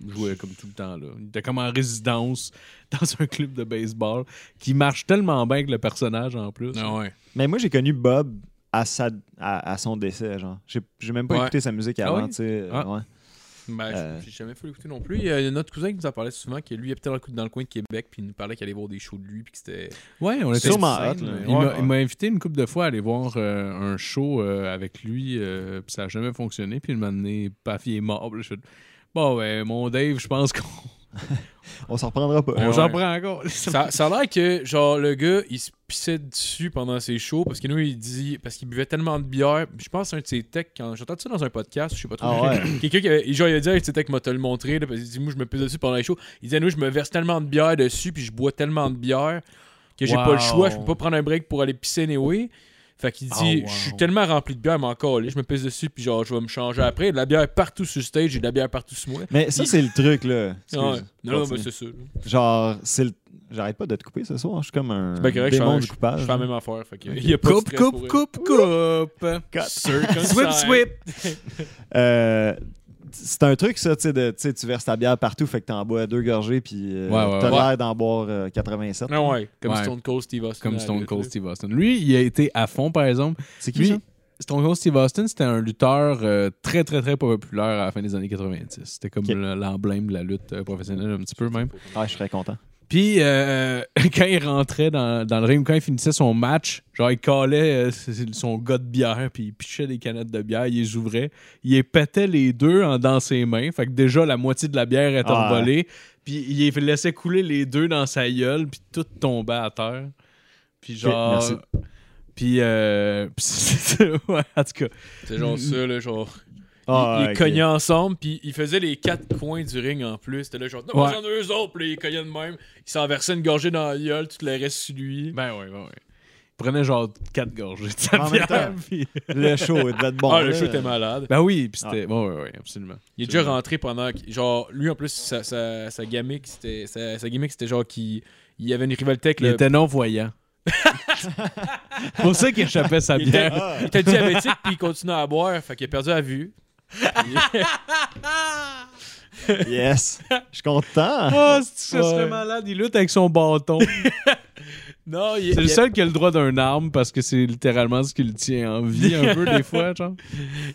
Ils jouaient comme tout le temps, là. Ils étaient comme en résidence [LAUGHS] dans un club de baseball qui marche tellement bien avec le personnage, en plus. Ah ouais. Mais moi, j'ai connu Bob à, sa, à, à son décès, genre. J'ai j'ai même pas Ouais. écouté sa musique Ah avant, oui? tu sais. euh, Ah. ouais. Ben, j- Euh. j'ai jamais fait l'écouter non plus. Il y a notre cousin qui nous en parlait souvent, qui lui habitait dans le, cou- dans le coin de Québec, puis il nous parlait qu'il allait voir des shows de lui, puis que [LAUGHS] c'était. Ouais, on était Sûrement sur scène, hot, là. mais Ouais, Il m'a- ouais. il m'a invité une couple de fois à aller voir euh, un show euh, avec lui, euh, puis ça n'a jamais fonctionné. Puis il m'a donné, paf, il est mort. Puis là, je fais, bon, ben, mon Dave, je pense qu'on On s'en reprendra pas. on Ben Ouais. s'en prend [LAUGHS] encore. Ça, ça a l'air que, genre, le gars, il se pissait dessus pendant ses shows, parce que nous, il dit. Parce qu'il buvait tellement de bière. Je pense à un de ses techs, quand j'entends ça dans un podcast, je sais pas trop. Ah ouais. Quelqu'un qui avait, genre, il a dit, hey, tu sais, m'a te le montré, là, parce qu'il dit, moi, je me pisse dessus pendant les shows. Il disait, nous, je me verse tellement de bière dessus, puis je bois tellement de bière que j'ai Wow. pas le choix, je peux pas prendre un break pour aller pisser anyway. Fait qu'il dit, Oh, wow. je suis tellement rempli de bière, mais encore, là, je me pisse dessus, puis genre, je vais me changer après. Il y a De la bière partout sur le stage, j'ai de la bière partout sur moi. Mais ça, c'est le truc, là. Excuse. Ah Ouais. Non, non, Continue. mais c'est sûr. Genre, c'est le... J'arrête pas de te couper ce soir. Je suis comme un C'est pas correct, je fais, démon la- du je, je coupage. fais la même affaire. Fait que, il [LAUGHS] y a pas de Ah, coupe, stress pour coupe, elle. coupe, coupe. Swip, Circumcised. swip. Euh, c'est un truc, ça, tu sais, de- tu sais, tu verses ta bière partout, fait que t'en bois deux gorgées, puis euh, Ouais, ouais, t'as ouais. l'air d'en boire euh, 87. Non, Ah ouais, comme Ouais. Stone Cold Steve Austin. Comme à la Stone lutte, Cold là. Steve Austin. Lui, il a été à fond, par exemple. C'est qui, Lui, ça? Stone Cold Steve Austin, c'était un lutteur euh, très, très, très populaire à la fin des années 90. C'était comme Ok. le- l'emblème de la lutte euh, professionnelle, un petit peu même. Ah, je serais content. Puis, euh, [LAUGHS] quand il rentrait dans, dans le ring, quand il finissait son match, genre, il calait euh, son gars de bière, puis il pichait des canettes de bière, il les ouvrait, il les pétait les deux en, dans ses mains. Fait que déjà, la moitié de la bière était Ah. envolée. Puis, il les laissait couler les deux dans sa gueule, puis tout tombait à terre. Puis, genre. merci. Puis, euh, [LAUGHS] puis c'est- c'est- ouais, en tout cas, C'est genre ça, là, genre. Ah, ils ils ok. cognaient ensemble, puis ils faisaient les quatre coins du ring en plus. C'était là, genre, non, Ouais. j'en ai eux autres, puis ils cognaient de même. Ils s'en versaient une gorgée dans la gueule, tout le reste sur lui. ben ouais, ben ouais. Il prenait genre quatre gorgées de sa En même bière, temps. puis- Le show, il devait être bon. ah, le là. show était malade. Ben oui, puis c'était. Ouais, ouais, ouais, absolument. Il est déjà rentré pendant. que- Genre, lui, en plus, sa, sa, sa gimmick, c'était sa, sa gimmick, c'était genre qu'il il avait une rivalité avec Il le. était [LAUGHS] non-voyant. pour ça qu'il échappait sa [LAUGHS] Il [LAUGHS] était- bière. Ah, il était diabétique, puis il continuait à boire, fait qu'il a perdu la vue. yes. Je suis content. Ah, c'est ça Ouais. serait malade. Il lutte avec son bâton. Non, il C'est le il- seul qui a le droit d'un arme parce que c'est littéralement ce qui le tient en vie un peu des fois, genre.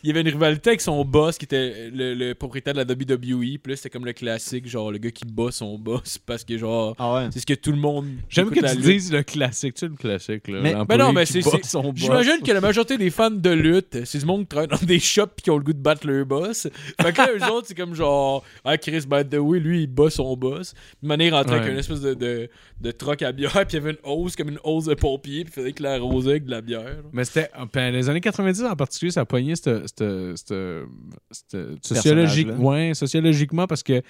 Il y avait une rivalité avec son boss qui était le, le propriétaire de la WWE. Puis là, c'était comme le classique, genre le gars qui bat son boss [LAUGHS] parce que, genre, Ah ouais. c'est ce que tout le monde. J'aime écoute que la tu lutte. dises le classique, tu sais, le classique, là. Mais- l'employé Ben non, mais qui c'est- bat c'est- son boss. J'imagine que la majorité des fans de lutte, c'est du monde qui travaille dans des shops pis qui ont le goût de battre leur boss. Fait que là, eux autres, c'est comme genre, ah, Chris, by the way, lui, il bat son boss. De manière rentrait avec Ouais. une espèce de, de, de troc à bière, pis il y avait une hausse, comme une hausse de pompier, pis il fallait que la rosée avec de la bière. Mais c'était. ah, ben, les années 90 en particulier, ça poignait cette. cette- cette- cette- sociologique, Personnage-là. ouais, sociologiquement, parce que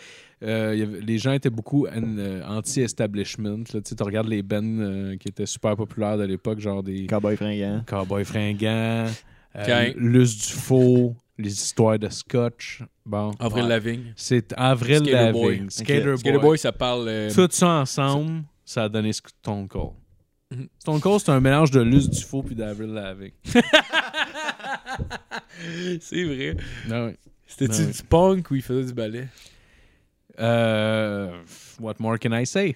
euh, il y avait- les gens étaient beaucoup an- euh, anti-establishment. là. Tu sais, tu regardes les bands euh, qui étaient super populaires de l'époque, genre des Cowboy fringant. Cowboy fringant, Cain. Luce du faux, les histoires de Scotch. Bon. Avril Ouais. Lavigne. C'est Avril Skater Lavigne. Boy. Skater Boy. Parce que le boy, ça parle. euh, Tout ça ensemble, ça a donné Stone Cold. Mhm. Stone Cold, c'est un mélange de Luce du faux puis d'Avril Lavigne. [LAUGHS] c'est vrai. Ah oui. C'était-tu Ben oui. du punk ou il faisait du ballet? Euh, what more can I say?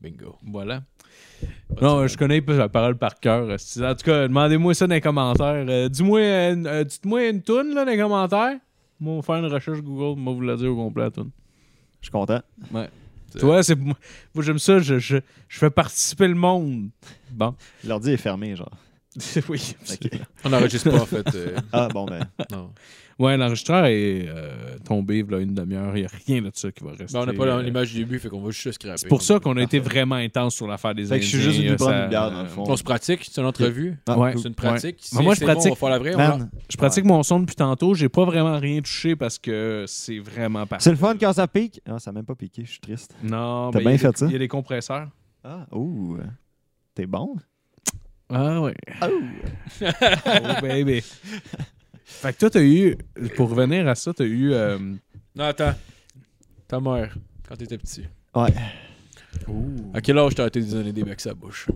Bingo. Voilà. Non, je connais pas la parole par cœur. esti. En tout cas, demandez-moi ça dans les commentaires. Euh, dis-moi, euh, une- euh, dites-moi une toune là, dans les commentaires. Moi, on va faire une recherche Google, moi, vous la dire au complet la toune. Je suis content. Tu vois, c'est, moi, moi, j'aime ça, je, je, je fais participer le monde. Bon. L'ordi est fermé, [LAUGHS] genre. [LAUGHS] oui, absolument. On n'enregistre pas, en fait. [LAUGHS] euh, Ah, bon, ben. non. Ouais, l'enregistreur est euh, tombé là, une demi-heure. Il n'y a rien de ça qui va rester. Ben, on n'a pas euh, l'image du début, fait qu'on va juste le scraper. C'est pour ça qu'on a été vraiment intense sur l'affaire des [LAUGHS] Fait que je suis juste Indiens, euh, une bonne ça- bière, dans le fond. On se pratique, c'est une entrevue. Ah, Ouais. C'est une pratique. Mais moi, je c'est bon, pratique. Ben, on va faire la vraie. on en- Man, Je pratique mon son depuis tantôt. J'ai pas vraiment rien touché parce que c'est vraiment parfait. c'est le fun quand ça pique. Ah, ça n'a même pas piqué, je suis triste. Non, T'as mais bien il y a fait des- ça. Il y a des compresseurs. Ah, ouh. T'es bon? Ah oui. Ouh. [LAUGHS] Oh baby. fait que toi, t'as eu. Pour revenir à ça, t'as eu. euh, Non, attends. Ta mère, quand t'étais petit. Ouais. À quel âge t'as arrêté de donner des becs à la bouche?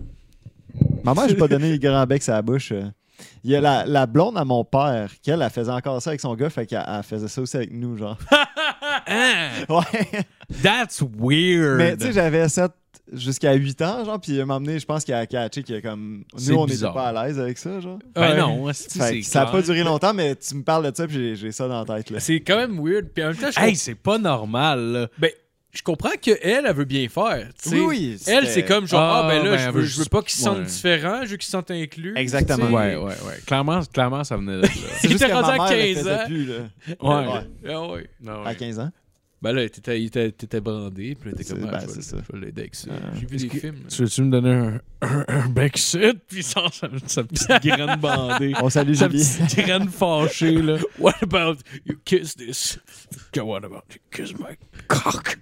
Maman, j'ai pas donné le grand bec à la bouche. euh. Il y a la, la blonde à mon père, qu'elle, elle faisait encore ça avec son gars, fait qu'elle elle faisait ça aussi avec nous, [LAUGHS] genre. Hein? Ah, Ouais. that's weird. Mais tu sais, j'avais 7 jusqu'à 8 ans, genre, puis elle m'a amené, je pense qu'elle a catché qu'il y a comme. C'est Nous, on n'était bizarre. pas à l'aise avec ça, genre. Ben Ouais. non, esti, Fait c'est que ça a clair. pas duré longtemps, mais tu me parles de ça, puis j'ai- j'ai ça dans la tête, là. C'est quand même weird. Puis en même temps, je, Hey, comp- c'est pas normal. là. ben, je comprends qu'elle, elle veut bien faire. tu sais. Oui, oui, Elle, c'était- c'est comme genre, ah, Ah, ben là, ben, je, elle veux, veut je veux juste- pas qu'ils se sentent Ouais. différents, je veux qu'ils se sentent inclus. Exactement. tu sais. Ouais, ouais, ouais. Clairement, clairement, ça venait de [LAUGHS] là. C'est juste était que ma rendu à mère, elle 15 faisait ans. plus, là. Ouais. Ouais. Ah ouais. Non, À ouais. 15 ans. Ben là, t'étais, t'étais, t'étais brandé, puis là, t'es C'est- comme, ah, ben, je, vais, c'est ça. je vais l'aider avec ça. Ah. J'ai vu Est-ce des que- films. Tu veux-tu me donner un, un, un bec shit? Puis sans sa, sa petite graine [LAUGHS] bandée. On salue sa Julie. petite graine fâchée, là. [LAUGHS] What about you kiss this? Go on about it. Kiss my cock.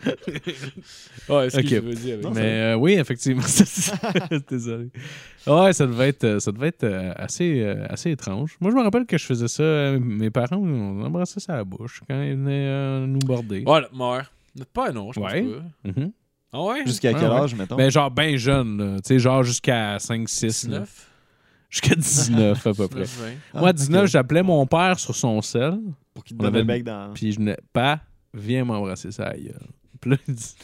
Ouais, c'est ce Ok. que je veux dire. avec Non, ça. Mais euh, oui, effectivement. [LAUGHS] ça- ça- Désolé. Ouais, ça devait être, euh, ça devait être euh, assez, euh, assez étrange. Moi, je me rappelle que je faisais ça. euh, Mes parents, on embrassait ça à la bouche quand ils venaient euh, nous border. Ouais, la mort. Notre père, non, je pense Ouais. pas. Mhm. Ah ouais? Jusqu'à quel Ah ouais. âge, mettons? Mais genre ben jeune, là. tu sais, genre jusqu'à 5, 6, là. 19? jusqu'à 19 à peu près. 19, 20. Ah, Moi, à 19, ok. j'appelais mon père sur son sel, Pour qu'il te on donne le avait- bec dans. puis je venais, pas, viens m'embrasser ça ailleurs. Puis là, il dit,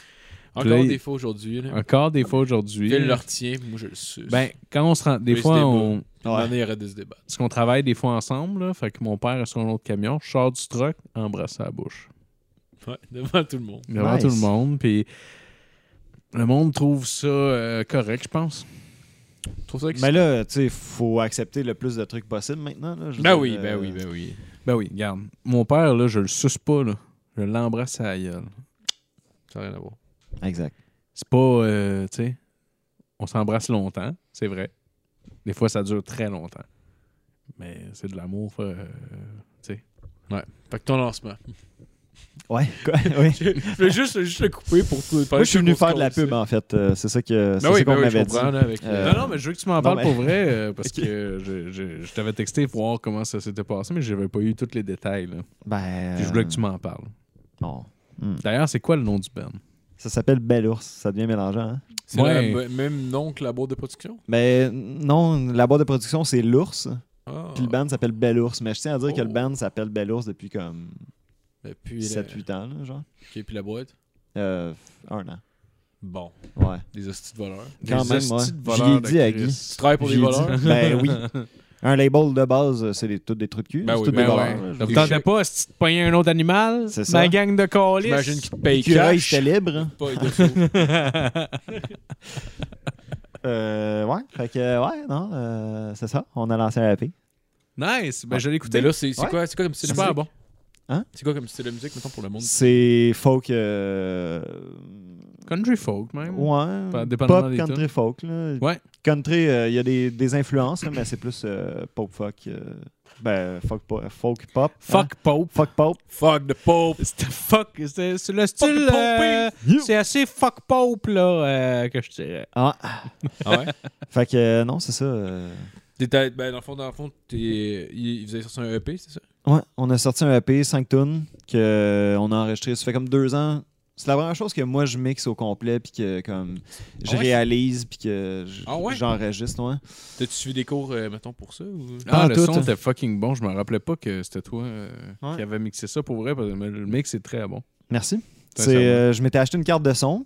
Encore Play. des fois aujourd'hui. Ah, là. encore des fois aujourd'hui. Phil leur tient, moi je le suce. Ben, quand on se rend, des Mais fois, c'était on, Une Ouais. année, il arrête de se débattre. [LAUGHS] parce qu'on travaille des fois ensemble, là, fait que mon père est sur un autre camion, je sors du truck, embrasse à la bouche. Ouais, devant tout le monde. Devant Nice. tout le monde, puis le monde trouve ça euh, correct, je pense. Je trouve ça Mais là, tu sais, faut accepter le plus de trucs possible maintenant. Là, je veux Ben dire, oui, ben euh, oui, ben oui. Ben oui, regarde, mon père, là, je le suce pas, là. Je l'embrasse à la gueule. Ça n'a rien à voir. Exact. C'est pas, euh, tu sais, on s'embrasse longtemps, c'est vrai. Des fois, ça dure très longtemps. Mais c'est de l'amour, euh, tu sais. Fait que ton lancement. Ouais, [LAUGHS] quoi? Oui. [LAUGHS] je voulais juste, juste le couper pour tout. Moi, je suis venu faire de la pub, en fait. Euh, c'est ça que c'est Ben oui, ça qu'on ben oui, je m'avait dit. comprends. là, avec le- Euh, Non, non, mais je veux que tu m'en parles mais- pour vrai, euh, parce Ok. que je, je- je t'avais texté pour voir comment ça s'était passé, mais j'avais pas eu tous les détails. là. Ben, euh, Puis Je voulais que tu m'en parles. Bon. D'ailleurs, c'est quoi le nom du band? Ça s'appelle Bel Ours. Ça devient mélangeant. hein? C'est Ouais. le même nom que la boîte de production. Mais non, la boîte de production, c'est L'Ours. Ah. Puis le band s'appelle Bel Ours. Mais je tiens à dire que le Oh. euh, band s'appelle Bel Ours depuis comme Et ben puis, la... 7-8 ans, là, genre. ok, puis la boîte. Euh, un an. Bon, Ouais. des hosties de voleurs. Quand Des même, hosties ouais. de Je voleurs l'ai de dit à Chris. Guy. Tu travailles pour J'ai des [LAUGHS] voleurs? dit- Ben oui. Un label de base, c'est des, tous des trucs de cul. Ben c'est oui, tous ben des ouais. voleurs, là. Ça vous Des tentait chèques. pas si tu te pognais un autre animal? C'est ça. Ma gang de colis? J'imagine qu'ils te payent L'écureuil, cash. c'était libre. Pas et dessous. [LAUGHS] Euh, ouais. Fait que, ouais, non, euh, c'est ça. On a lancé un AP. Nice! Ben, Ouais. je l'ai Mais écouté. là, c'est c'est Ouais. quoi, c'est quoi comme style de Super musique? bon. Hein? C'est quoi comme style de musique, mettons, pour le monde? C'est folk. euh, Country folk, même. Ouais. Pas- dépendamment pop des country tunes. folk. Là. Ouais. Country, euh, il y a des, des influences, là, mais c'est plus euh, pop folk. euh, ben, folk, po- folk pop. hein. Fuck Pope. Fuck pop. Fuck the Pope! C'était fuck. C'était c'est le style. Pope, euh, oui. c'est assez fuck Pope, là, euh, que je dirais. Ah, Ah ouais? fait que euh, non, c'est ça. euh. T'étais- ben, dans le fond, dans le fond, t'es- il il faisait sortir un EP, c'est ça? Ouais, on a sorti un EP, 5 tonnes, qu'on a enregistré. Ça fait comme deux ans. C'est la première chose que moi je mixe au complet, puis que comme je Ah ouais? réalise, puis que j- Ah ouais? j'enregistre. ouais. T'as-tu suivi des cours, euh, mettons, pour ça? Ou... Pas Ah, en le tout, son hein. était fucking bon. Je me rappelais pas que c'était toi euh, Ouais. qui avais mixé ça pour vrai. parce que Le mix est très bon. Merci. Ça, C'est, ça va. euh, je m'étais acheté une carte de son,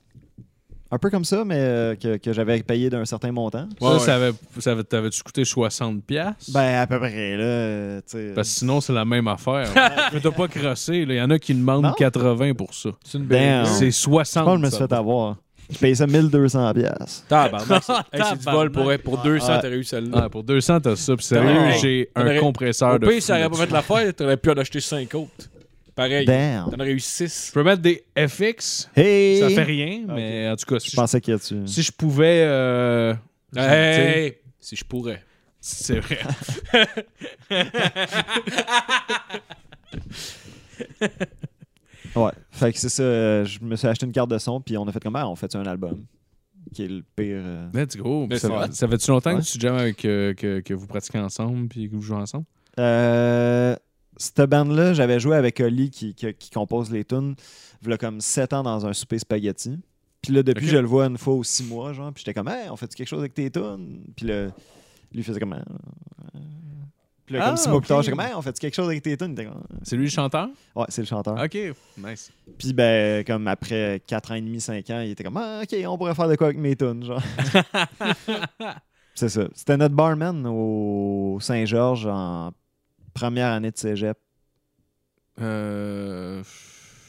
un peu comme ça, mais euh, que, que j'avais payé d'un certain montant. Ouais, ouais. ça, ça avait, ça avait- t'avais-tu coûté 60$? piastres? Ben, à peu près, là. euh, tu sais. Parce que sinon, c'est la même affaire. Mais t'as pas crossé. Il y en a qui demandent Non. 80 pour ça. C'est une Damn. belle. C'est Je 60. pense que je me ça. suis fait avoir. Je payais ça 1200 pièces. Tabarnak, [LAUGHS] c'est hey, c'est du vol Tabarnak. pour, pour 200, Ouais. t'as réussi à le Ouais, pour 200, t'as ça. Puis sérieux, T'aurais- j'ai un t'aurais- compresseur Au de. pire, fou ça aurait pas là-dessus. fait l'affaire, t'aurais pu en acheter 5 autres. Pareil. Damn. T'en aurais eu Je 6. peux mettre des FX. Hey! Ça fait rien, Ah, mais en tout cas, si Je je, pensais qu'il y a dessus. si je pouvais. euh, Hey, si je pourrais. C'est vrai. Ouais. Fait que c'est ça. euh, Je me suis acheté une carte de son, puis on a fait comme, ah, on fait un album. Qui est le pire. euh, Let's go. Mais Ça, c'est vrai. ça fait-tu longtemps Ouais. que tu jammes avec, euh, que, que vous pratiquez ensemble puis que vous jouez ensemble? Euh, cette bande-là, j'avais joué avec Oli qui, qui, qui compose les tunes, il comme 7 ans dans un souper spaghetti. Puis là, depuis, Ok. je le vois une fois ou six mois, genre, puis j'étais comme, hey, on fait quelque chose avec tes tunes? Puis là, lui faisait comme, Euh, Puis là, Ah, comme six mois plus tard, ok. j'étais comme, hey, on fait quelque chose avec tes tunes? Il était comme, C'est lui le chanteur? ouais, c'est le chanteur. Ok. Nice. Puis ben, comme après 4 ans et demi, 5 ans, il était comme, ah, ok, on pourrait faire de quoi avec mes tunes, genre. c'est ça. C'était notre barman au Saint-Georges en première année de cégep. Euh,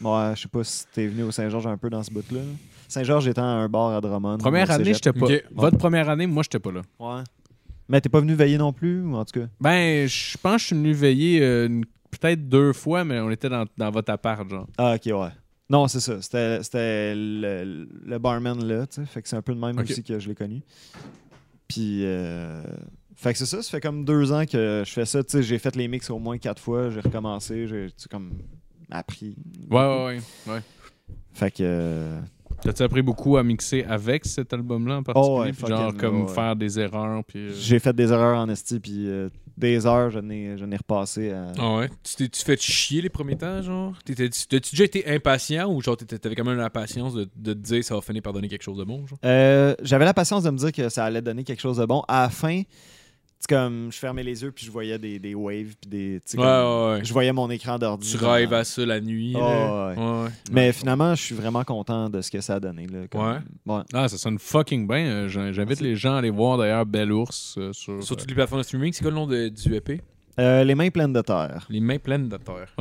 Ouais, je sais pas si t'es venu au Saint-Georges un peu dans ce bout-là. Saint-Georges étant un bar à Drummond. Première au année, cégep. j'étais pas. Ok. Votre première année, moi, j'étais pas là. Ouais. Mais t'es pas venu veiller non plus, ou en tout cas. Ben, je pense que je suis venu veiller euh, une- peut-être deux fois, mais on était dans, dans votre appart, genre. Ah, ok, ouais. Non, c'est ça. C'était c'était le, le barman là, tu sais. Fait que c'est un peu le même Ok. aussi que je l'ai connu. Puis. euh, Fait que c'est ça, ça fait comme deux ans que je fais ça. Tu sais, j'ai fait les mix au moins quatre fois, j'ai recommencé, j'ai tu sais, comme appris. Ouais, ouais, ouais. ouais. Fait que. euh, T'as-tu appris beaucoup à mixer avec cet album-là en particulier? Oh, ouais, Puis genre, fucking, comme ouais. faire des erreurs, puis. euh, J'ai fait des erreurs en esti, puis euh, des heures, je n'ai je n'ai repassé à. Ah ouais? Tu t'es-tu fait chier les premiers temps, genre? T'étais- T'as-tu déjà été impatient ou genre t'étais- t'avais quand même la patience de, de te dire ça va finir par donner quelque chose de bon, genre? Euh, j'avais la patience de me dire que ça allait donner quelque chose de bon. À la fin, c'est comme je fermais les yeux puis je voyais des, des waves puis des. tu sais, Ouais, comme- ouais, ouais. Je voyais mon écran d'ordi. Tu dans- rêves à ça la nuit. Ah, là. ouais. ouais. ouais. Mais finalement, je suis vraiment content de ce que ça a donné. Là, comme- Ouais. Ah, ça sonne fucking bien. Euh, j'in- J'invite les gens à aller voir d'ailleurs Belle Ours euh, sur. Sur euh, toutes les plateformes de streaming, c'est quoi le nom de- du E EP? Euh, les mains pleines de terre. Les mains pleines de terre.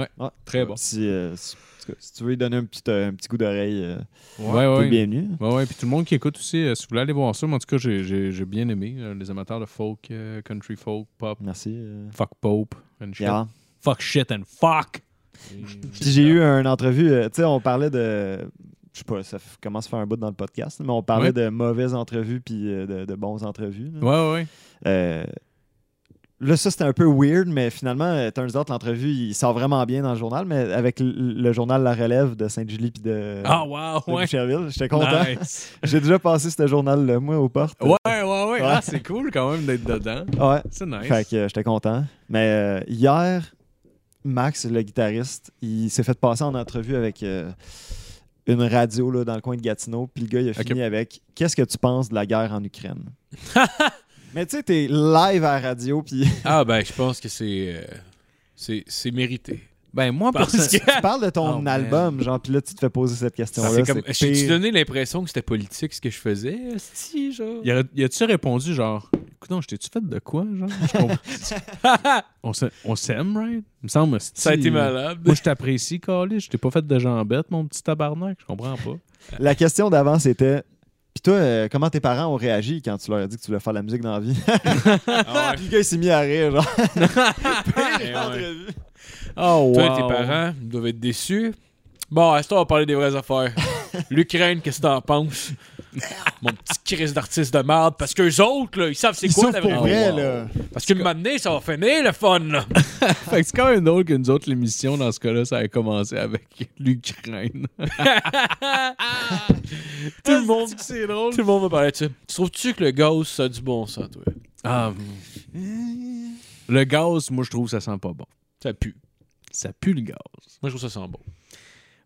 très bon. Si, euh, si, en tout cas, si tu veux lui donner un petit, euh, un petit coup d'oreille, euh, Ouais, t'es ouais. bienvenu. Ouais, ouais. Puis tout le monde qui écoute aussi, euh, si vous voulez aller voir ça, mais en tout cas, j'ai j'ai- j'ai bien aimé. euh, les amateurs de folk, euh, country folk, pop, Merci. Mm. euh, fuck pope, and shit. Pierre. Fuck shit and fuck! Mm. Puis j'ai eu une entrevue, euh, tu sais, on parlait de. je sais pas, ça f- commence à faire un bout dans le podcast, mais on parlait Ouais. de mauvaises entrevues puis euh, de, de bonnes entrevues. là. Ouais, ouais, ouais. Euh, là, ça, c'était un peu weird, mais finalement, euh, turns out, l'entrevue, il sort vraiment bien dans le journal, mais avec l- le journal La Relève de Sainte-Julie puis de, Ah, wow, de ouais. Boucherville. J'étais content. hein? Nice. J'ai déjà passé ce journal-là, moi, aux portes. Ouais, ouais, ouais. Ouais. Ah, c'est cool quand même d'être dedans. Ouais. C'est nice. Fait que euh, j'étais content. Mais euh, hier, Max, le guitariste, il s'est fait passer en entrevue avec euh, une radio là, dans le coin de Gatineau. Puis le gars, il a Ok. fini avec Qu'est-ce que tu penses de la guerre en Ukraine Mais tu sais, t'es live à la radio, puis [LAUGHS] Ah, ben, je pense que c'est. euh, c'est c'est mérité. Ben, moi, Parce perso- que. tu parles de ton Oh, man. album, genre, puis là, tu te fais poser cette question-là. C'est C'est comme. J'ai-tu pire. donné l'impression que c'était politique ce que je faisais? Si, genre. Y a- Y a-tu répondu genre, écoute, non, je t'ai-tu fait de quoi, genre? Je [LAUGHS] comprends- on s'aime- on s'aime, right? Il me semble, c'est- Ça a été malade. Moi, je t'apprécie, Carly. Je t'ai pas fait de jambette, mon petit tabarnak. Je comprends pas. La question d'avant, c'était Puis toi, euh, comment tes parents ont réagi quand tu leur as dit que tu voulais faire de la musique dans la vie Ah [LAUGHS] ouais. Puis [LAUGHS] le gars, il s'est mis à rire, genre. Eh ouais. L'entrevue. Oh, Toi, tes parents ils doivent être déçus. Bon, à ce temps, on va parler des vraies [LAUGHS] affaires. L'Ukraine, qu'est-ce que t'en penses? Mon petit crise d'artiste de merde, parce qu'eux autres, là, ils savent c'est Ils quoi souffrent la pour vraie vrai, Oh, wow. là. Parce que m'amener, ça va finir le fun, là. Fait que c'est quand même drôle que nous autres, l'émission, dans ce cas-là, ça a commencé avec [LAUGHS] l'Ukraine. [LAUGHS] Tout le monde. c'est drôle. Tout le monde va parler de ça. Tu trouves-tu que le gaz, ça a du bon sens, toi? Ah, le gaz, moi, je trouve ça sent pas bon. Ça pue. Ça pue le gaz. Moi, je trouve ça sent bon.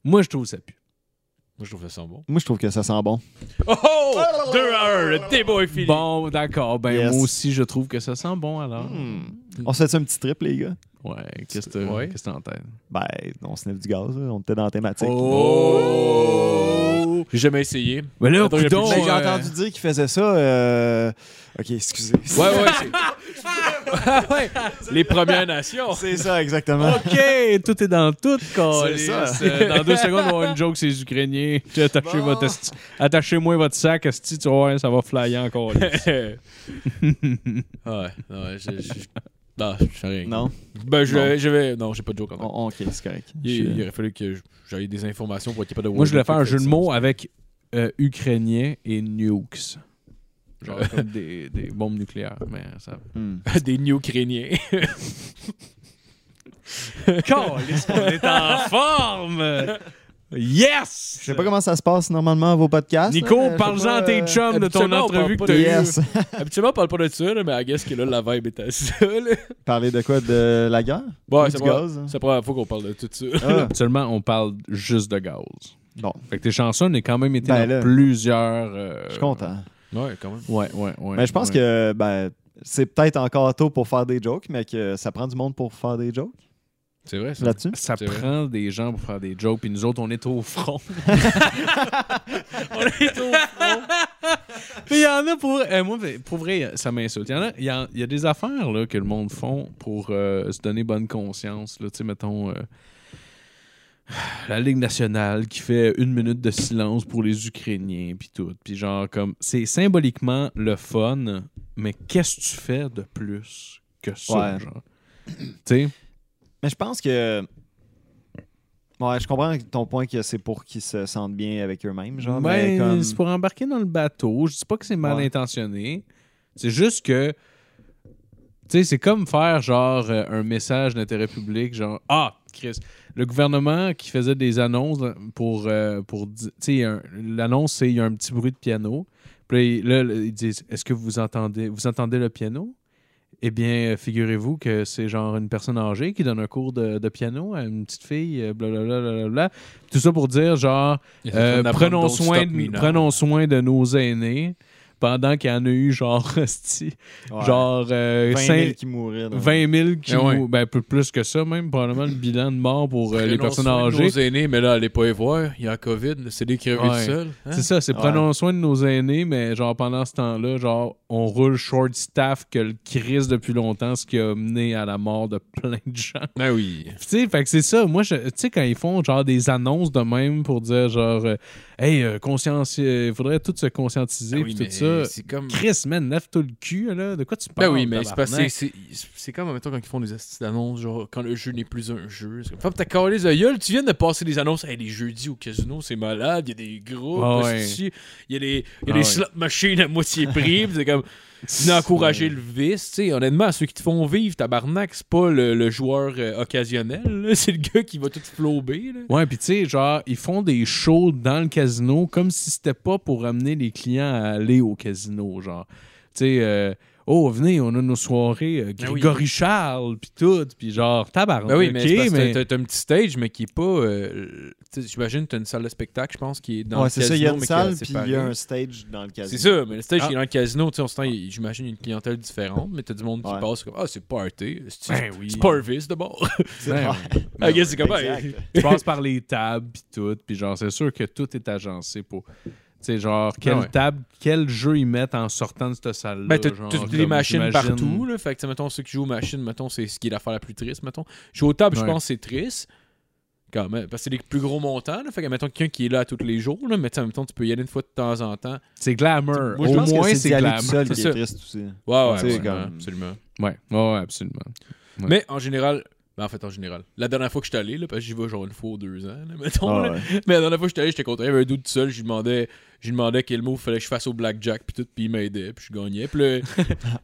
Moi, je trouve ça pue. Moi, je trouve ça sent bon. Moi, je trouve que ça sent bon. Oh! oh! 2 à 1, le débat est fini. Bon, d'accord. Ben, Yes. moi aussi, je trouve que ça sent bon, alors. On se fait un petit trip, les gars? Ouais, qu'est-ce que Hmm. Ouais. qu'est-ce que t'en tête? Ben, on sniff du gaz, là. on était dans la thématique. Oh! J'ai jamais essayé. Mais là, Attends, il y a coudonc, plus Ben, de- j'ai euh, entendu dire qu'il faisait ça. euh, Ok, excusez. Ouais, ouais, c'est. [LAUGHS] ouais. Les Premières Nations. C'est ça, exactement. [LAUGHS] OK, tout est dans tout, C'est Carlis. Ah, ça. Euh, Dans [LAUGHS] deux secondes, on va avoir une joke, c'est les Ukrainiens. Puis Attachez Bon. votre esti- Attachez-moi votre sac, esti, tu vas voir, ça va flyer encore. là. ouais, non, je. je... Non, je sais rien. Non, Ben, je, Non. je vais. Non, j'ai pas de joke encore. On- ok, c'est correct. Il, Je- il aurait fallu que je- j'aille des informations pour être capable de Moi, je voulais faire un jeu de ça. mots avec euh, Ukrainiens et nukes. Genre comme des, des bombes nucléaires. Mais ça. [LAUGHS] Hmm. Des néo-créniens. Carlis, on est [LAUGHS] en forme! Yes! Je sais pas comment ça se passe normalement à vos podcasts. là, Nico, mais je sais parle-en pas, à tes euh, chums de ton habituellement, on entrevue que parle t'as pas eue. Yes. [LAUGHS] Habituellement, on parle pas de ça, là, mais I guess que là, la vibe est à ça. Là. Parler de quoi De la guerre Ouais, Ou c'est du pas- gaz c'est la première fois qu'on parle de tout ça. Ah, Seulement, on parle juste de gaz. Bon, Fait que tes chansons, on est quand même été Ben dans là. plusieurs. euh, je suis content. Ouais, quand même. Ouais, ouais, ouais. Mais je pense ouais. que ben, c'est peut-être encore tôt pour faire des jokes, mais que ça prend du monde pour faire des jokes C'est vrai, ça. là-dessus. Ça C'est vrai. prend des gens pour faire des jokes, puis nous autres, on est au front. [LAUGHS] on est au front. Mais il y en a pour. euh, moi, pour vrai, ça m'insulte. Il y en a, il y en- il y a des affaires là, que le monde font pour euh, se donner bonne conscience. là. Tu sais, mettons. euh, la Ligue nationale qui fait une minute de silence pour les Ukrainiens, puis tout. Puis genre, comme, c'est symboliquement le fun, mais qu'est-ce que tu fais de plus que ça, Ouais. genre? Tu sais? Mais je pense que. Ouais, je comprends ton point que c'est pour qu'ils se sentent bien avec eux-mêmes, genre. mais Ben, comme... c'est pour embarquer dans le bateau. Je dis pas que c'est mal Ouais. intentionné. C'est juste que. Tu sais, c'est comme faire genre euh, un message d'intérêt public, genre Ah, Chris, le gouvernement qui faisait des annonces pour. euh, pour di- tu sais, il y a un- l'annonce, c'est il y a un petit bruit de piano. Puis là, là, ils disent Est-ce que vous entendez, vous entendez le piano Eh bien, euh, figurez-vous que c'est genre une personne âgée qui donne un cours de, de piano à une petite fille, euh, blablabla. blablabla. Tout ça pour dire genre euh, prenons, soin de, prenons soin de nos aînés pendant qu'il y en a eu genre, [LAUGHS] esti, ouais. genre euh, 20 cinq- 000 qui mourraient. donc. 20 000 qui Eh ouais. mou- ben, peu plus que ça même, probablement le bilan de mort pour euh, les personnes âgées. Nos aînés, mais là, allez pas y voir. Il y a la COVID, là, c'est des crevés Ouais. tout seul. hein? C'est ça, c'est Ouais. prenons soin de nos aînés, mais genre pendant ce temps-là, genre on roule short staff que le crise depuis longtemps, ce qui a mené à la mort de plein de gens. Ben oui. Tu sais, fait que c'est ça. Moi, je- tu sais, quand ils font genre des annonces de même pour dire genre, euh, hey, euh, conscience, il faudrait tout se conscientiser, Ben puis oui, tout mais ça. C'est comme. Chris, man, lève-toi le cul, là. De quoi tu parles? Mm. Ben oui, mais c'est parce que tabarnak? c'est- c'est c'est comme, mettons, quand ils font des astuces d'annonces, genre, quand le jeu n'est plus un jeu. C'est comme, Femme, t'as calé les gueule, tu viens de passer des annonces. Hey, les jeudis au casino, c'est malade, il y a des groupes, Ah là, ouais. ceci. il y a des, il Ah y a des ouais. slot machines à moitié prix, pis c'est comme, venez encourager le vice, tu sais. Honnêtement, ceux qui te font vivre, tabarnak, c'est pas le, le joueur euh, occasionnel, là. [LAUGHS] c'est le gars qui va tout flouber, là. Ouais, puis tu sais, genre, ils font des shows dans le casino comme si c'était pas pour amener les clients à aller au casino, genre. Tu sais, euh, oh, venez, on a nos soirées, euh, Ben Grégory oui. Charles, puis tout, puis genre, tabarnak. Ben oui, mais ok, c'est parce que mais- t'as- t'as un petit stage, mais qui est pas. euh, tu sais, J'imagine que t'as une salle de spectacle, je pense, qui est dans Ouais, le c'est casino. ça, il y a mais une qui est salle, puis il y a séparée. un stage dans le casino. C'est ça, mais le stage Ah. il est dans le casino, tu sais, on s'entend, il- j'imagine une clientèle différente, mais t'as du monde qui Ouais. passe comme Ah, c'est party, c'est Ben oui. c'est Parvis d'abord. C'est Ben vrai. [LAUGHS] oui. Ah, ok, c'est comme Exact. hey. tu passes par les tables puis tout, puis genre c'est sûr que tout est agencé pour tu sais genre quelle Ben ouais. table, quel jeu ils mettent en sortant de cette salle là, Ben, t'as toutes les machines partout, là. Fait que, tu sais, mettons, ceux qui jouent aux machines, mettons, c'est ce qui est l'affaire la plus triste, mettons. Jouer aux tables, je Ouais. pense, que c'est triste. Quand même, parce que c'est les plus gros montants, là. Fait que, mettons, quelqu'un qui est là tous les jours, là, mais tu sais, en même temps, tu peux y aller une fois de temps en temps. C'est glamour. Moi, je Au pense moins que c'est c'est d'y aller tout glamour. seul c'est qui ça. est triste aussi. Ouais, ouais, Tu sais, absolument, comme- absolument. Ouais, ouais, ouais, absolument. Ouais. Mais en général, ben, en fait, en général, la dernière fois que je suis allé, là, parce que j'y vais genre une fois ou deux ans, là, [LAUGHS] mettons, Ah, là, ouais. Mais la dernière fois que j'étais allé, j'étais content. Il y avait un doute tout seul. Je lui demandais, je lui demandais quel mot fallait que je fasse au blackjack, puis tout, puis il m'aidait, puis je gagnais. Puis là,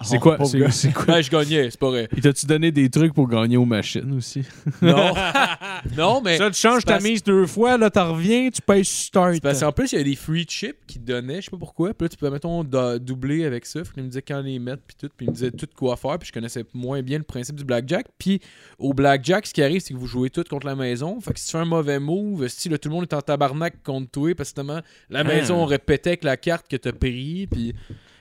C'est quoi Oh, pauvre c'est, gars. c'est quoi [LAUGHS] ouais, je gagnais, c'est pas vrai. Puis t'as-tu donné des trucs pour gagner aux machines aussi Non, [LAUGHS] non mais. Ça tu changes c'est ta parce- mise deux fois, là t'en reviens, tu payes start. c'est Parce qu'en plus, il y a des free chips qui donnaient, je sais pas pourquoi. Puis là, tu peux, mettons, do- doubler avec ça. Puis il me disait quand les mettre, puis tout. Puis il me disait tout quoi faire. Puis je connaissais moins bien le principe du blackjack. Puis au blackjack, ce qui arrive, c'est que vous jouez tout contre la maison. Fait que si tu fais un mauvais move, si là, tout le monde est en tabarnak contre toi, parce que justement, la maison répétait avec la carte que t'as pris. Puis.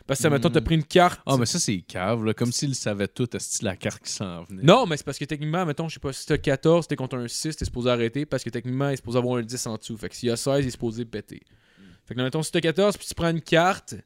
Parce que, mettons, t'as pris une carte. Ah mais ça c'est cave là, comme s'ils savaient tout à la carte qui s'en venait. Non, mais c'est parce que techniquement, mettons, je sais pas, si t'as 14, t'es contre un 6, t'es supposé arrêter parce que techniquement, il est supposé avoir un 10 en dessous. Fait que s'il y a 16, il est supposé péter. Fait que là, mettons, si t'as 14, puis tu prends une carte,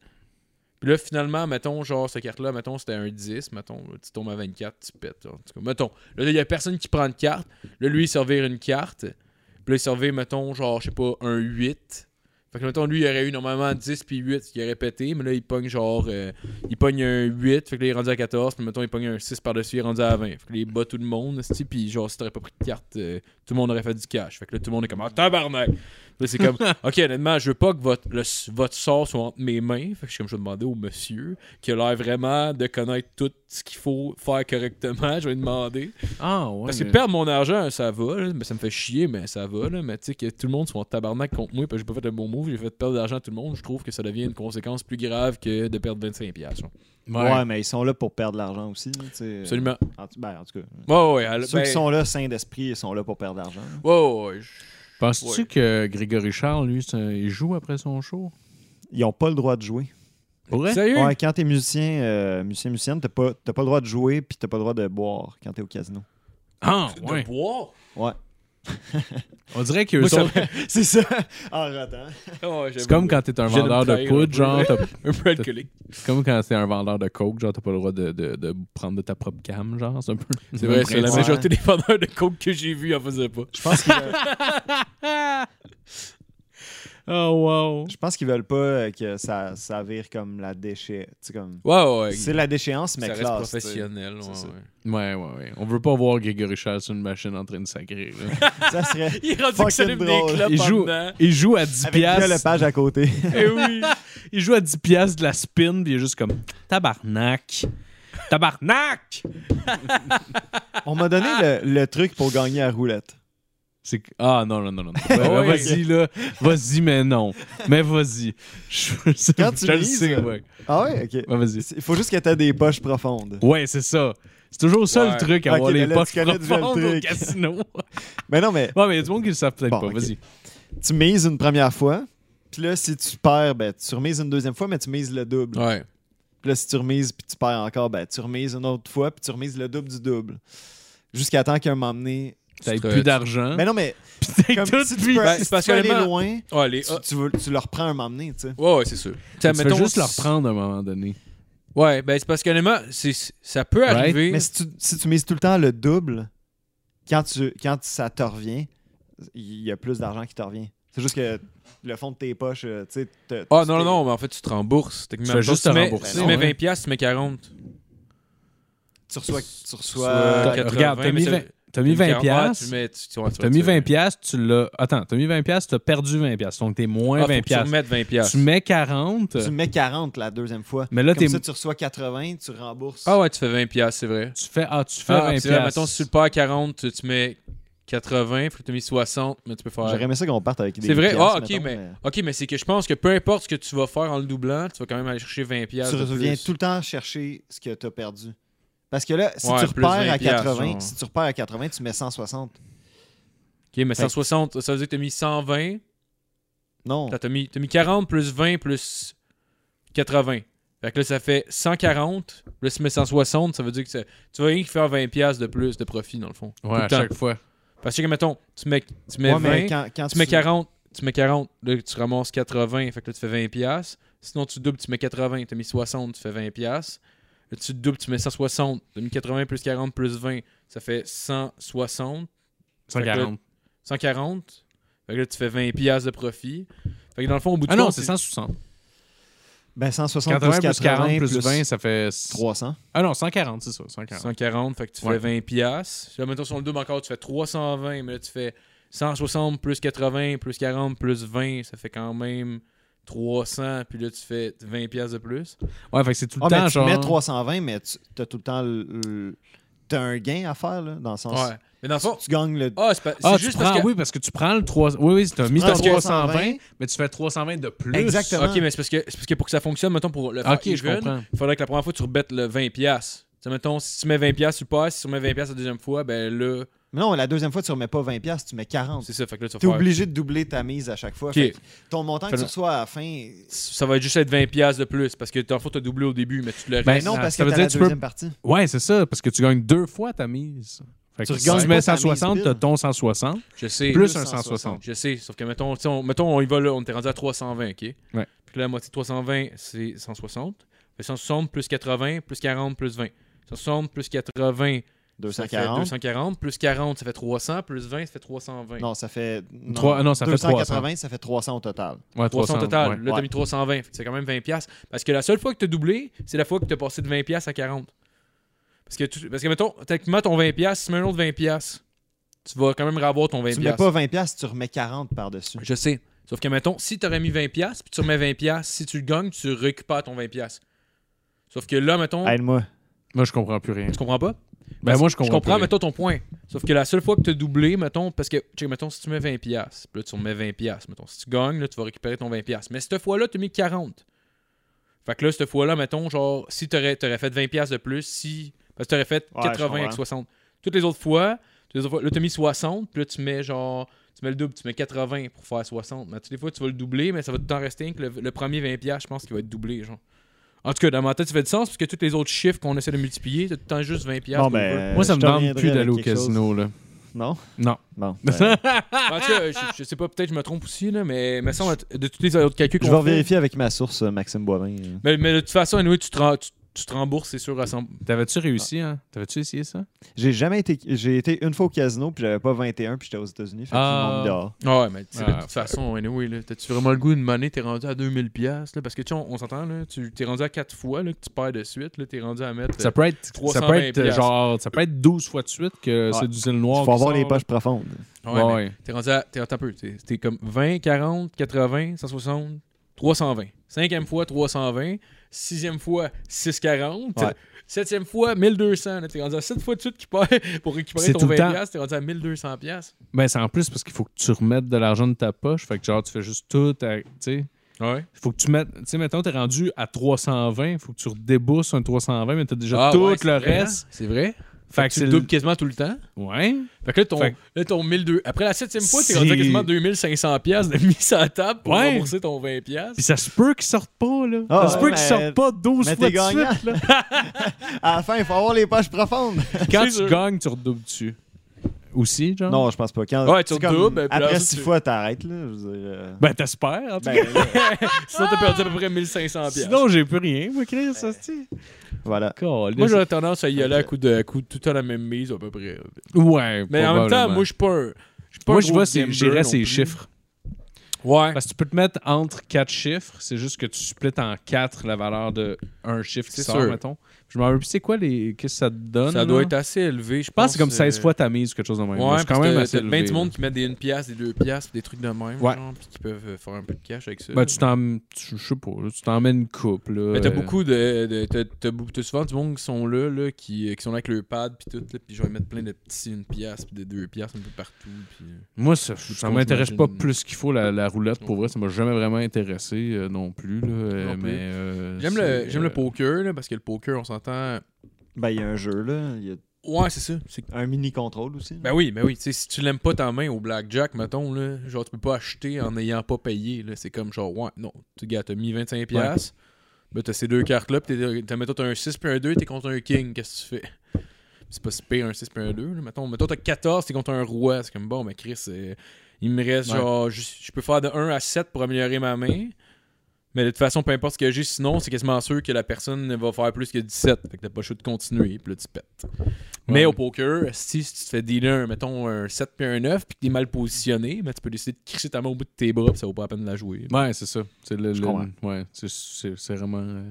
puis là, finalement, mettons, genre, cette carte-là, mettons, c'était un 10, mettons, tu tombes à 24, tu pètes. genre. En tout cas, mettons, là, il y a personne qui prend une carte. Là, lui, il servir une carte. Puis là, il servait, mettons, genre, je sais pas, un 8. Fait que, mettons, lui, il aurait eu normalement 10 puis 8, il aurait pété, mais là, il pogne genre. euh, il pogne un 8, fait que là, il est rendu à 14, puis mettons, il pogne un 6 par-dessus, il est rendu à 20. Fait que là, il bat tout le monde, esti, puis genre, si t'aurais pas pris de carte, euh, tout le monde aurait fait du cash. Fait que là, tout le monde est comme, ah, tabarnak! Puis Là, [LAUGHS] c'est comme, ok, honnêtement, je veux pas que votre, le- votre sort soit entre mes mains. Fait que je suis comme, je vais demander au monsieur, qui a l'air vraiment de connaître tout ce qu'il faut faire correctement, [LAUGHS] je vais lui demander. Ah ouais. Parce que mais- perdre mon argent, ça va, là, mais ça me fait chier, mais ça va. Là, mais tu sais que tout le monde soit en tabarnak contre moi parce que j'ai pas fait le bon move, j'ai fait perdre de l'argent à tout le monde, je trouve que ça devient une conséquence plus grave que de perdre 25$. piastres, genre. Ouais. Ouais. mais ils sont là pour perdre de l'argent aussi. là, tu sais. Absolument. En, tout- ben, en tout cas, Ouais, ouais, ouais, elle- ceux ben, qui sont là, sains d'esprit, ils sont là pour perdre de l'argent. ouais, ouais, ouais, je- Penses-tu Ouais. que Grégory Charles lui c'est un- il joue après son show Ils n'ont pas le droit de jouer. Pour vrai? Sérieux? Ouais, quand t'es musicien, euh, musicien, musicienne, t'as pas, t'as pas le droit de jouer puis t'as pas le droit de boire quand t'es au casino. Ah, De ouais. boire? Ouais. On dirait que Moi, ça autres, [LAUGHS] C'est ça. En ratant. Ah ouais, j'avoue, c'est comme quand t'es un Je viens de me vendeur de trahir poudre, un genre, peu. t'as- Un peu alcoolique. c'est comme quand t'es un vendeur de coke, genre, t'as pas le droit de, de, de prendre de ta propre cam, genre, c'est un peu. C'est [LAUGHS] vrai, c'est la Ouais. majorité des vendeurs de coke que j'ai vu en faisait pas. Je pense qu'ils veulent- Oh, wow. je pense qu'ils veulent pas euh, que ça, ça vire comme la déchet. tu sais, comme... Ouais, ouais, ouais. C'est la déchéance, ça mais reste classe. tu sais. professionnel. ouais, C'est ça. ouais. Ouais, ouais, ouais. On veut pas voir Grégory Charles sur une machine en train de sacrer, [LAUGHS] là. [LAUGHS] Ça serait. Il est rendu Fucking que ça allume des drôle. clopes Il en joue- dedans. Il joue à 10 Avec Pierre piastres. Lepage à côté. [LAUGHS] Eh oui! Il joue à 10 piastres de la spin, puis il est juste comme tabarnak. Tabarnak! On m'a donné le, le truc pour gagner à roulette. C'est que- Ah non, non, non, [LAUGHS] non. non. Ah ouais. Vas-y, là. Vas-y, mais non. Mais vas-y. [LAUGHS] Je, je- Quand tu je le lises, sais, euh, ouais. Ah ouais, ok. Ouais, vas-y. Il faut juste que t'aies des poches profondes. Ouais, c'est ça. C'est toujours ça Ouais. le truc, avoir Ok, mais les là, poches tu connais déjà le profondes au truc. casino. [LAUGHS] Mais non, mais ouais, mais il y a du monde qui le savent peut-être Bon, pas. ok. Vas-y. tu mises une première fois. Puis là, si tu perds, ben, tu remises une deuxième fois, mais tu mises le double. Ouais. Puis là, si tu remises, puis tu perds encore, ben, tu remises une autre fois, puis tu remises le double du double. Jusqu'à temps qu'un moment donné... T'as te- plus d'argent. Mais non, mais Puis [LAUGHS] t'as Hein? comme tout si tu puis- peux, Ben, si c'est tu parce peux aller qu'honnêtement- euh, loin, Ouais, les- tu, tu veux- tu le reprends un moment donné, tu sais. Ouais, ouais, c'est sûr. Tu peux juste le reprendre à un moment donné. Ouais, ben c'est parce qu'honnêtement, c'est- c'est- ça peut Right. arriver. Mais si tu, si tu mises tout le temps le double, quand, tu, quand ça te revient, il y a plus d'argent qui te revient. C'est juste que le fond de tes poches, euh, tu sais. te- Ah tu non, t'es- non, non, mais en fait, tu te rembourses. Tu fais juste te mets, rembourser. Tu mets Ouais. 20$, piastres, tu mets 40. Tu reçois. Tu Soit reçois. quatre- 80, Regarde, t'as mais mis ça- 20 t'as mis 20 pièces. piastres. Tu mets, tu, tu- ouais, tu T'as vas- mis tu- 20 piastres, tu l'as... Attends, t'as mis 20 piastres, t'as perdu 20 piastres. Donc, t'es Ah, moins faut que 20 Tu piastres. remettes 20$. piastres. Tu mets 40, Tu mets 40 la deuxième fois. mais là, Comme t'es... ça, tu reçois 80, tu rembourses. Ah ouais, tu fais 20$, piastres, c'est vrai. tu fais... Ah, tu fais Ah, 20 puis là, piastres. mettons, si tu le pars à 40, tu, tu mets 80, faut que tu mis 60, mais tu peux faire. J'aurais aimé ça qu'on parte avec des C'est vrai? piastres, Ah, ok, mettons, mais, ok, mais c'est que je pense que peu importe ce que tu vas faire en le doublant, tu vas quand même aller chercher 20$. Tu piastres de reviens plus. tout le temps chercher ce que tu as perdu. Parce que là, si Ouais, tu plus repères 20 à 80, genre. si tu repères à 80, tu mets 160. Ok, mais Fait que- 160, ça veut dire que t'as mis 120. Non. T'as t'as mis, t'as mis 40 plus 20 plus 80. Fait que là, ça fait 140. Là, si tu mets 160, ça veut dire que ça- tu vas rien que faire 20$ piastres de plus de profit, dans le fond. Tout Ouais, le à temps. chaque fois. Parce que, mettons, tu mets, tu mets Ouais, 20, mais quand, quand tu mets 40, tu mets 40, là, tu ramasses 80, fait que là, tu fais 20$. piastres. Sinon, tu doubles, tu mets 80, t'as mis 60, tu fais 20$. piastres. Là, tu doubles, tu mets 160, t'as mis 80 plus 40 plus 20, ça fait 160. 140. 140. Fait que là, tu fais 20$ piastres de profit. Fait que dans le fond, au bout du Ah non, compte, c'est 160. Ben 160 80 plus 80 plus 20, ça fait... 300. Ah non, 140, c'est ça, 140. 140, fait que tu Ouais. fais 20 piastres. Là, mettons, sur le double encore, tu fais 320, mais là, tu fais 160 plus 80 plus 40 plus 20, ça fait quand même 300, puis là, tu fais 20 piastres de plus. Ouais, fait que c'est tout le Ah, mais temps, tu genre... mets 320, mais tu as tout le temps le- le- T'as un gain à faire, là, dans le sens. Ouais. Mais dans le fond, Tu, tu gagnes le. ah, c'est pas- c'est Ah, tu juste prends, parce que. oui, parce que tu prends le 3... Oui, oui, t'as mis prends ton le 320, 320, mais tu fais 320 de plus. Exactement. Ok, mais c'est parce, que, c'est parce que pour que Ah, ça fonctionne, mettons, pour le faire Ok, je even, comprends. il faudrait que la première fois, tu rebettes le 20 piastres. Tu sais, mettons, si tu mets 20 piastres, tu passes. Si tu mets 20 piastres la deuxième fois, ben là, Mais non, la deuxième fois, tu remets pas 20$, piastres, tu mets 40. c'est ça. Fait que là, tu vas T'es faire- obligé de doubler ta mise à chaque fois. Ok. Fait que ton montant que Fais-le. Ben, tu reçois à la fin. Ça va juste être 20 piastres de plus parce que dans le fond, t'as doublé au début, mais tu le Ben Ben non, ça- parce ça que veut t'as dire la que tu peux- deuxième partie. Ouais, c'est ça, parce que tu gagnes deux fois ta mise. Fait que Tu si tu regagnes mets pas ta mise 160, pile. t'as ton 160, Je sais. plus un 160. 160. Je sais, sauf que mettons, tu sais, on, mettons, on y va là, on était rendu à 320, OK? Ouais. Puis là, la moitié de 320, c'est 160. Fait 160 plus 80, plus 40, plus 20. 160 plus 80, ça fait 240. 240. Plus 40, ça fait 300. Plus 20, ça fait 320. Non, ça fait. Non, Trois- ah non, ça fait 280, ça fait 300 au total. Ouais, 300 total. ouais. Là, t'as mis 320. Fait que c'est quand même 20$. piastres. Parce que la seule fois que t'as doublé, c'est la fois que t'as passé de 20$ piastres à 40$. Parce que, tu- parce que mettons, techniquement, ton 20$, piastres, si tu mets un autre 20$, piastres, tu vas quand même revoir ton 20$. Tu mets piastres. pas 20$, piastres, tu remets 40 par-dessus. Je sais. Sauf que, mettons, si tu aurais mis 20$, piastres, puis tu remets 20$, piastres, si tu le gagnes, tu récupères ton 20$. piastres. Sauf que là, Mmh. mettons, Aide-moi. Moi, je comprends plus rien. tu comprends pas? Ben, moi, je comprends. Je comprends, plus rien. mettons, ton point. Sauf que la seule fois que tu as doublé, mettons, parce que, check, mettons, si tu mets 20$, puis là, tu remets 20$, mettons, si tu gagnes, là, tu vas récupérer ton 20$. Mais cette fois-là, tu as mis 40. Fait que là, cette fois-là, mettons, genre, si tu aurais, fait 20$ de plus, si. Parce que tu aurais fait Ouais, 80 je avec comprends. 60. Toutes les autres fois, toutes les autres fois là, tu as mis 60, puis là, tu mets genre. Tu mets le double, tu mets 80 pour faire 60. Mais toutes les fois, tu vas le doubler, mais ça va tout le temps rester rien que le, le premier 20$, je pense qu'il va être doublé, genre. En tout cas, dans ma tête, ça fait du sens parce que tous les autres chiffres qu'on essaie de multiplier, c'est tout le temps juste 20$. Bon, double. ben, Moi, ça je me te tente reviendrai plus avec d'aller au quelque chose. casino, là. Non? Non. [LAUGHS] Bon. ben, En tout cas, je, je sais pas, peut-être que je me trompe aussi, là, mais me semble, de tous les autres calculs qu'on je vais fait- vérifier avec ma source, euh, Maxime Boivin. euh. Mais, mais de toute façon, anyway, tu, te, ren- tu, tu te rembourses, c'est sûr, à 100 T'avais-tu réussi, hein? T'avais-tu essayé ça? J'ai jamais été. J'ai été une fois au casino, puis j'avais pas 21, puis j'étais aux États-Unis. Fait que Ah. tout le monde dehors. Ah ouais, mais tu sais, Ah, de toute façon, anyway, là, t'as-tu vraiment le goût d'une monnaie, t'es rendu à 2000$, piastres, là, parce que tu sais, on, on s'entend, là, tu t'es rendu à 4 fois, là, que tu perds de suite, là, t'es rendu à mettre... Ça peut être, ça peut 320 être euh, genre, ça peut être 12 fois de suite que Ouais. c'est du zile Il noir. faut qui avoir les sort, poches profondes. là. Ah ouais, Ouais, mais ouais. T'es rendu à... T'es, attends un peu, t'es, t'es comme 20, 40, 80, 160, 320. Cinquième fois, 320. Sixième fois, 640. Ouais. Septième fois, 1200. Là, t'es rendu à 7 fois de suite qui part [LAUGHS] pour récupérer C'est ton tout le 20$. temps. piastres, T'es rendu à 1200$. piastres. Ben, c'est en plus parce qu'il faut que tu remettes de l'argent de ta poche. Fait que genre, tu fais juste tout. à- Tu sais, Ouais. faut que tu mettes. Tu sais, mettons, t'es rendu à 320. Faut que tu redébousses un 320, mais t'as déjà Ah tout ouais, c'est le vrai, reste. hein? C'est vrai. Fait Fait, que que tu c'est le le- doubles quasiment tout le temps. Ouais. Fait que là, ton, Fait que- là, ton 1200. Après la septième fois, t'es Si- rendu à quasiment 2500$ piastres de mise à table pour Ouais. rembourser ton 20$. piastres. Puis ça se peut qu'ils sortent pas, là. Ah, ça se peut ouais, qu'ils mais- sortent pas 12 Mais fois t'es de suite. gagnant. à la fin, il faut avoir les poches profondes. [LAUGHS] Quand C'est tu sûr. gagnes, tu redoubles dessus. aussi, genre? Non, je pense pas. Quand, Ouais, tu c'est comme- redoubles, puis là, Après ensuite, six tu- fois, t'arrêtes, là. Je veux dire. euh, Ben, t'espères, en tout cas. ben, là, Sinon, t'as perdu à peu près 1500 pièces. Sinon, j'ai plus rien, moi, Chris, Ben, ça [LAUGHS] voilà. Moi, j'aurais tendance à y aller à coup de, à coup, tout à la même mise, à peu près. Ouais, Mais en même temps, moi, je suis pas un. Je suis pas Moi, un je gros vois, c'est- gambler j'irais non ces plus. chiffres. Ouais. Parce que tu peux te mettre entre quatre chiffres, c'est juste que tu splits en quatre la valeur de un chiffre qui C'est sort, sûr. mettons. Je me rappelle plus, c'est quoi les. Qu'est-ce que ça te donne? Ça doit là? être assez élevé. Je Je pense pense que c'est comme euh, 16 fois ta mise ou quelque chose de même. Ouais, c'est parce quand même que assez t'as bien élevé, du là. monde qui met des 1 pièce, des 2 pièces, des trucs de même, Ouais. genre, puis qui peuvent euh, faire un peu de cash avec ça. Ben, tu t'en. tu- Je sais pas, là, tu t'en mets une couple. Là, Mais t'as euh, beaucoup de. de- t'as- t'as bou- t'as souvent du monde qui sont là, là qui, qui sont là avec le pad, puis tout, là, puis genre ils mettent plein de petits 1 pièce, puis des 2 pièces un peu partout. Puis... euh. Moi, ça, Je ça pense, m'intéresse pas j'imagine. plus qu'il faut, la, la roulette. Pour vrai, ça m'a jamais vraiment intéressé euh, non plus. là, euh, Non plus. mais, euh, J'aime c'est, le, j'aime euh, le poker, là, parce que le poker, on s'entend. Ben, il y a un jeu, là. Il y a Ouais, c'est ça. c'est- un mini-contrôle aussi. Ben oui, ben oui. tu sais, si tu l'aimes pas ta main au blackjack, mettons, là, genre tu peux pas acheter en n'ayant pas payé. Là. C'est comme genre, ouais, non, tu gars, t'as mis 25$, piastres, ben t'as ces deux cartes-là, pis t'es- t'as mettons t'as un 6 puis un 2, t'es contre un king, qu'est-ce que tu fais? C'est pas si pire un 6 puis un 2. Là. Mettons, mettons t'as 14, t'es contre un roi. C'est comme bon, mais Chris, euh, il me reste Ouais. genre, je, je peux faire de 1 à 7 pour améliorer ma main. Mais de toute façon, peu importe ce que j'ai, sinon, c'est quasiment sûr que la personne va faire plus que 17. Fait que t'as pas le choix de continuer, puis là, tu pètes. Mais Ouais. au poker, si si tu te fais dealer, un, mettons, un 7 puis un 9, puis que t'es mal positionné, mais tu peux décider de crisser ta main au bout de tes bras, puis ça vaut pas la peine de la jouer. Ouais, c'est ça. C'est le, Je le- comprends. ouais, c'est, c'est- c'est vraiment. euh,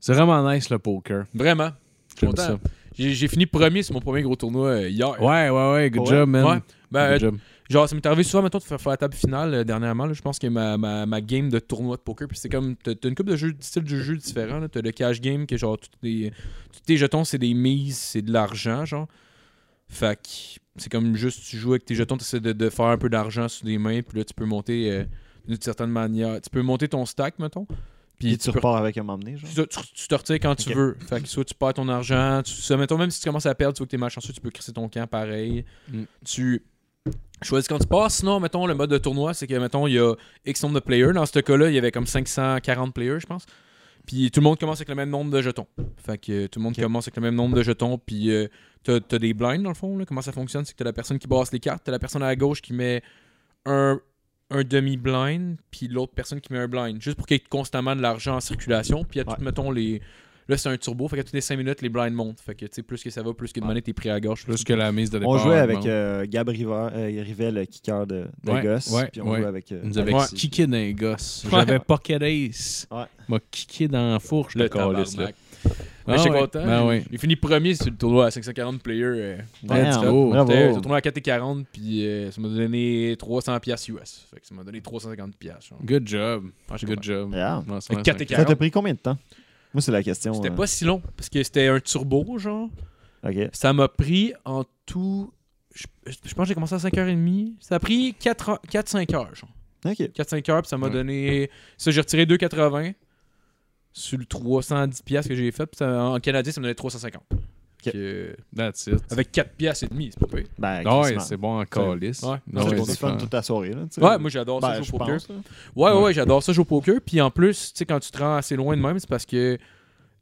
c'est vraiment nice le poker. Vraiment. Je suis J'aime content. ça. J'ai j'ai fini premier sur mon premier gros tournoi euh, hier. Ouais, ouais, ouais. Good Ouais. job, man. Ouais. Ben, euh, Good job. Genre, ça m'est arrivé souvent, maintenant de faire, faire la table finale euh, dernièrement. là. je pense que ma, ma, ma game de tournoi de poker, puis c'est comme. T'as t'as une coupe de jeux, de style de jeu différent. là. T'as le cash game, que genre, tous tes, tous tes jetons, c'est des mises, c'est de l'argent, genre. Fait que c'est comme juste, tu joues avec tes jetons, t'essaies de, de faire un peu d'argent sur des mains, puis là, tu peux monter euh, d'une certaine manière. Tu peux monter ton stack, mettons. Puis Puis tu peux repars avec un moment donné, genre. tu, tu, tu te retires quand tu Ok. veux. Fait que soit tu perds ton argent, tu, ça, mettons, même si tu commences à perdre, tu vois que t'es malchanceux, tu peux crisser ton camp pareil. Mm. Tu choisis quand tu passes. Sinon, mettons, le mode de tournoi, c'est que, mettons, il y a X nombre de players. Dans ce cas-là, il y avait comme 540 players, je pense. Puis tout le monde commence avec le même nombre de jetons. Fait que euh, tout le monde Ok. commence avec le même nombre de jetons. Puis euh, t'as t'as des blinds, dans le fond. là. Comment ça fonctionne C'est que t'as la personne qui brasse les cartes, t'as la personne à la gauche qui met un, un demi-blind, puis l'autre personne qui met un blind, juste pour qu'il y ait constamment de l'argent en circulation. Puis à tout, Ouais. mettons, les. Là, c'est un turbo, fait qu'à toutes les 5 minutes, les blinds montent. Fait que, tu sais, plus que ça va, plus que de Ouais. monnaie, t'es pris à gauche. Plus que la mise de départ. On jouait avec augmente. euh, Gab River- euh, Rivet, le kicker de, de Ouais, Goss. ouais, puis on ouais. jouait avec. euh, Il nous avait Ouais. Alexis. kické dans les gosses. Ouais. J'avais pocket ace. Ouais. M'a kické dans la fourche, Le le calice. là. tabarnak. Mais j'étais Ah ouais. content. Ben oui. Il finit premier sur le tournoi à 540 players. euh, Damn, Let's go. bravo. J'étais- J'ai tourné à 4 et 40, puis euh, ça m'a donné 300 piastres US. Fait que ça m'a donné 350 piastres. genre. Good job. Ah, j'étais Good job. Yeah. Non, c'est vrai, Quatre c'est vrai. et Ça t'a 40. pris combien de temps Moi, c'est la question. C'était euh, pas si long, parce que c'était un turbo, genre. Ok. Ça m'a pris en tout. Je, je pense que j'ai commencé à 5h30. Ça a pris 4-5 heures, genre. Ok. 4-5 heures, puis ça m'a Ouais. donné. Ça, j'ai retiré 2,80 sur le 310 piastres que j'ai fait, puis ça- en canadien, ça me donnait 350. Fait que, That's it. avec 4 piastres et demi, c'est pas pire. Ben, Ah ouais, Chris, c'est bon en calice. Ouais. Non, c'est ouais, pour c'est du fun fun. toute la soirée. Là, tu sais. Ouais, moi j'adore ça, Ben, jouer je au poker. pense, là. Ouais, ouais, Ouais. j'adore ça, jouer au poker. Puis en plus, tu sais, quand tu te rends assez loin de même, c'est parce que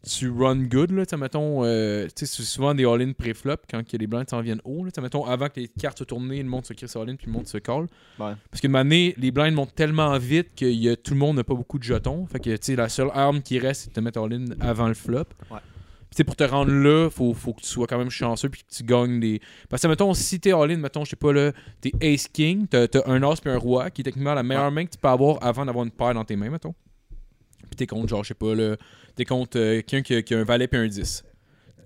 tu run good, là. Tu sais, mettons, euh, tu sais, c'est souvent des all-in pré-flop quand que les blinds s'en viennent haut, là. Tu sais, mettons, avant que les cartes soient tournées, le monde se crisse all-in, puis le monde se call. Ouais. Parce que année, les blinds montent tellement vite que y a- tout le monde n'a pas beaucoup de jetons. Fait que, tu sais, la seule arme qui reste, c'est de te mettre all-in avant le flop. Ouais. Puis, tu sais, pour te rendre là, faut, faut que tu sois quand même chanceux puis que tu gagnes des. Parce que, mettons, si t'es all-in, mettons, je sais pas, là, t'es Ace King, t'as t'as un As puis un Roi, qui est techniquement la meilleure main que tu peux avoir avant d'avoir une paire dans tes mains, mettons. Puis t'es contre, genre, je sais pas, là, t'es contre euh, quelqu'un qui, a- qui a un Valet puis un 10,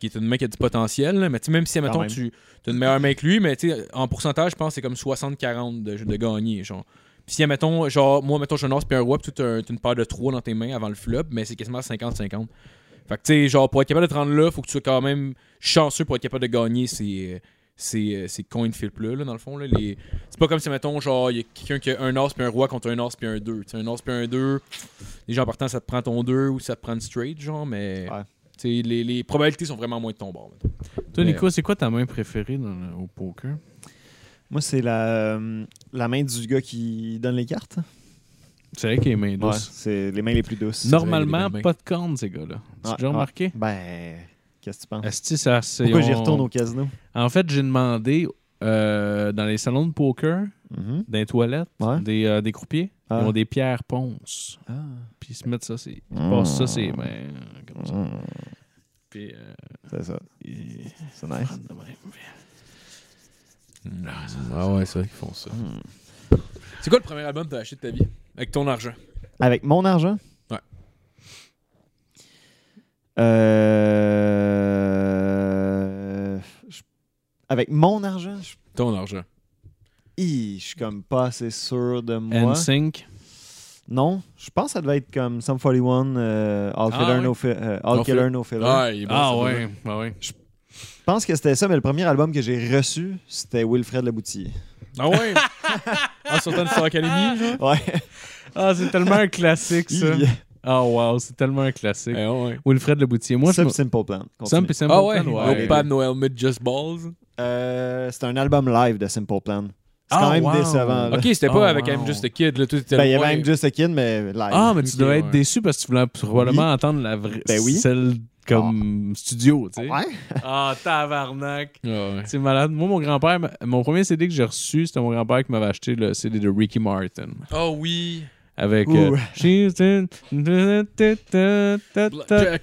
qui est une main qui a du potentiel, là. mais tu sais, même si, mettons, même. tu t'as une meilleure main que lui, mais tu sais, en pourcentage, je pense que c'est comme 60-40 de, de gagner, genre. Puis si, mettons, genre, moi, mettons, j'ai un As puis un Roi, puis toi, t'as un- t'as une paire de 3 dans tes mains avant le flop, mais c'est quasiment 50-50. Fait que, tu sais, genre, pour être capable de te rendre là, faut que tu sois quand même chanceux pour être capable de gagner ces, euh, ces, ces coins de flip-là, là, dans le fond. Là, les... C'est pas comme si, mettons, genre, il y a quelqu'un qui a un as puis un roi contre un as puis un 2. Tu sais, un as puis un 2, les gens en partant, ça te prend ton 2 ou ça te prend le straight, genre, mais. Ouais. tu sais, Les, les probabilités sont vraiment moins de ton bord. mettons. Toi, Mais- Nico, c'est quoi ta main préférée dans le- au poker? Moi, c'est la, euh, la main du gars qui donne les cartes. C'est vrai qu'il est main Ouais, douce. c'est les mains les plus douces. Normalement, vrai, il est bien pas de cornes, ces gars-là. Tu as Ouais, déjà ouais. remarqué? Ben, qu'est-ce que tu penses Asti, ça, c'est- Pourquoi j'y on- retourne au casino En fait, j'ai demandé euh, dans les salons de poker, Mhm. dans les toilettes, Ouais. des, euh, des croupiers, Ah. ils ont des pierres ponces. Ah. Puis ils se mettent ça, c'est. Ils passent ça, Mmh. c'est. Ben, comme ça. Mm. Puis. euh, C'est ça. ils- C'est nice. rentrent de même. Ah ouais, c'est vrai qu'ils font ça. C'est quoi le premier album que t'as acheté de ta vie? Avec ton argent. Avec mon argent? Ouais. Euh, je- Avec mon argent? Je... Ton argent. Hi, je suis comme pas assez sûr de moi. NSYNC. Non, je pense que ça devait être comme Sum 41, euh, All Ah, Killer, ouais. No, Fi- euh, All No Killer, Filler. No Filler. Ah, bah il est bon, Ah ça, ouais, ah ouais. Je pense que c'était ça, mais le premier album que j'ai reçu, c'était Wilfred Leboutillier. Ah ouais? Ah, en sortant de son académie, genre? [LAUGHS] Ouais. Ah, c'est tellement un classique, Hein? ça. Hi. Ah, wow, c'est tellement un classique. Eh ouais. Wilfred Leboutier. Moi, je ça, me... puis Simple Plan. Sam Continue. pis Simple Ah ouais, Plan, Au pas de Noel Mid Just Balls. Euh, c'est un album live de Simple Plan. C'est Ah, quand même wow. décevant. là. Ok, c'était Oh, pas avec I'm wow. Just a Kid, là, tout était Ben, il y loin. avait même Just a Kid, mais live. Ah, mais tu Ok, devais être ouais. déçu parce que tu voulais probablement Oui. entendre la vraie. Ben oui. Celle comme studio, tu sais. ouais? Ah, tabarnak. Ah ouais. C'est malade. Moi, mon grand-père, m'a- mon premier CD que j'ai reçu, c'était mon grand-père qui m'avait acheté le CD de Ricky Martin. Oh oui. Avec. Ouh. euh, She's in- Blackjack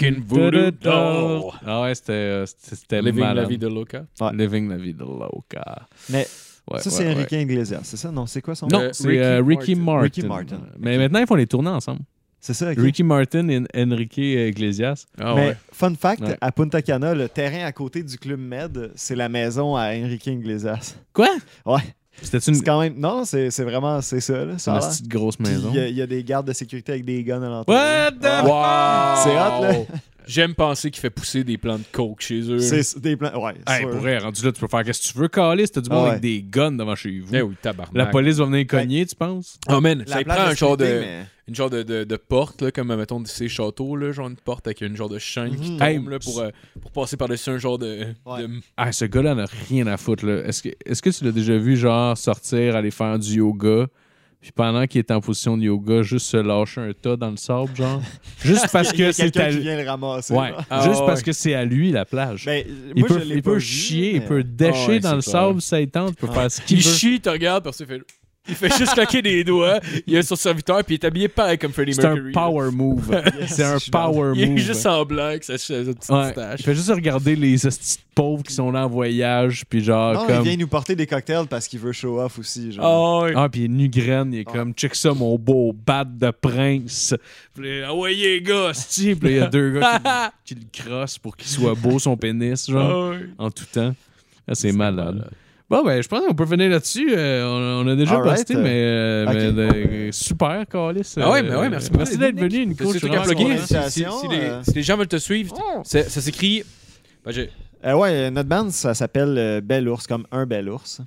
and Voodoo Doll. Ah ouais, c'était euh, c'était- c'était Living la malade. vie de Loca. Ouais. Living la vie de Loca. Mais Ouais, ça, ouais, c'est ouais. Enrique Iglesias, c'est ça? Non, c'est quoi son Non, nom? Euh, c'est euh, Ricky, Ricky Martin. Ricky Martin. Mais maintenant, ils font les tournées ensemble. C'est ça, ok. Ricky Martin et Enrique Iglesias. Ah mais ouais. fun fact, Ouais. à Punta Cana, le terrain à côté du club Med, c'est la maison à Enrique Iglesias. Quoi? Ouais. C'était une, C'est quand même. Non, c'est c'est vraiment. C'est ça, là. c'est Ça a une l'air. petite grosse Puis maison. Il y, a- il y a des gardes de sécurité avec des guns à l'entrée. What the Ouais. Wow! [LAUGHS] C'est hot, là. J'aime penser qu'il fait pousser des plants de coke chez eux. C'est c'est des plans. Ouais, Hey, sûr. pour vrai, rendu là, tu peux faire qu'est-ce que tu veux, caler. C'était du monde Ah ouais. avec des guns devant chez vous. Eh oui, tabarnak. La police va venir cogner, tu penses? Oh man, La ça y prend place un genre de, sécurité, mais- une genre de, de, de porte, là, comme mettons ces châteaux, là, genre une porte avec une genre de chaîne qui Mhm. tombe Hey, là, pour, euh, pour passer par-dessus un genre de. Ouais. de- Ah, ce gars-là n'a rien à foutre. là. Est-ce que, est-ce que tu l'as déjà vu, genre, sortir, aller faire du yoga, puis pendant qu'il est en position de yoga, juste se lâcher un tas dans le sable, [LAUGHS] genre? Juste parce Il y a que c'est quelqu'un à qui lui. vient le ramasser. Ouais, là. Ah, juste ouais. parce que c'est à lui la plage. Ben, il moi, je peut, l'ai il pas peut vu, chier, il mais- peut Ah décher ouais, dans le c'est sable, clair. ça il tente, il peut faire ce qu'il [LAUGHS] Il veut. chie, te regarde, parce qu'il fait. Il fait juste claquer des doigts. Il a son serviteur, puis il est habillé pareil comme Freddie C'est Mercury. un power move. c'est un je suis power Il est move. juste en blanc, avec sa, sa petite Ouais. moustache. Il fait juste regarder les hosties de pauvres qui sont là en voyage, puis genre Non, il comme. vient nous porter des cocktails parce qu'il veut show off aussi. Genre. Oh, ouais. Ah, puis il est nu graine, il est Ah. comme check ça mon beau bat de prince. Puis là, ah ouais, les gars, hostie. Puis là, il y a deux gars qui, le- qui le crossent pour qu'il soit beau son pénis, genre, [LAUGHS] Ah ouais. en tout temps. Ah, c'est malade. Bon, ben, je pense qu'on peut finir là-dessus. Euh, on, on a déjà Alright, posté, euh, mais, euh, ok. mais, euh, super, Calis. Ah ouais, ben ouais, merci beaucoup, Merci d'être Nick. venu, Nico. C'est Je hein. suis tout qu'à vraiment plugger. content. Si, si- si les, euh. si les gens veulent te suivre, c'est- ça s'écrit. ben, j'ai- Euh, ouais, euh, notre band, ça s'appelle euh, Bel Ours, comme un bel ours.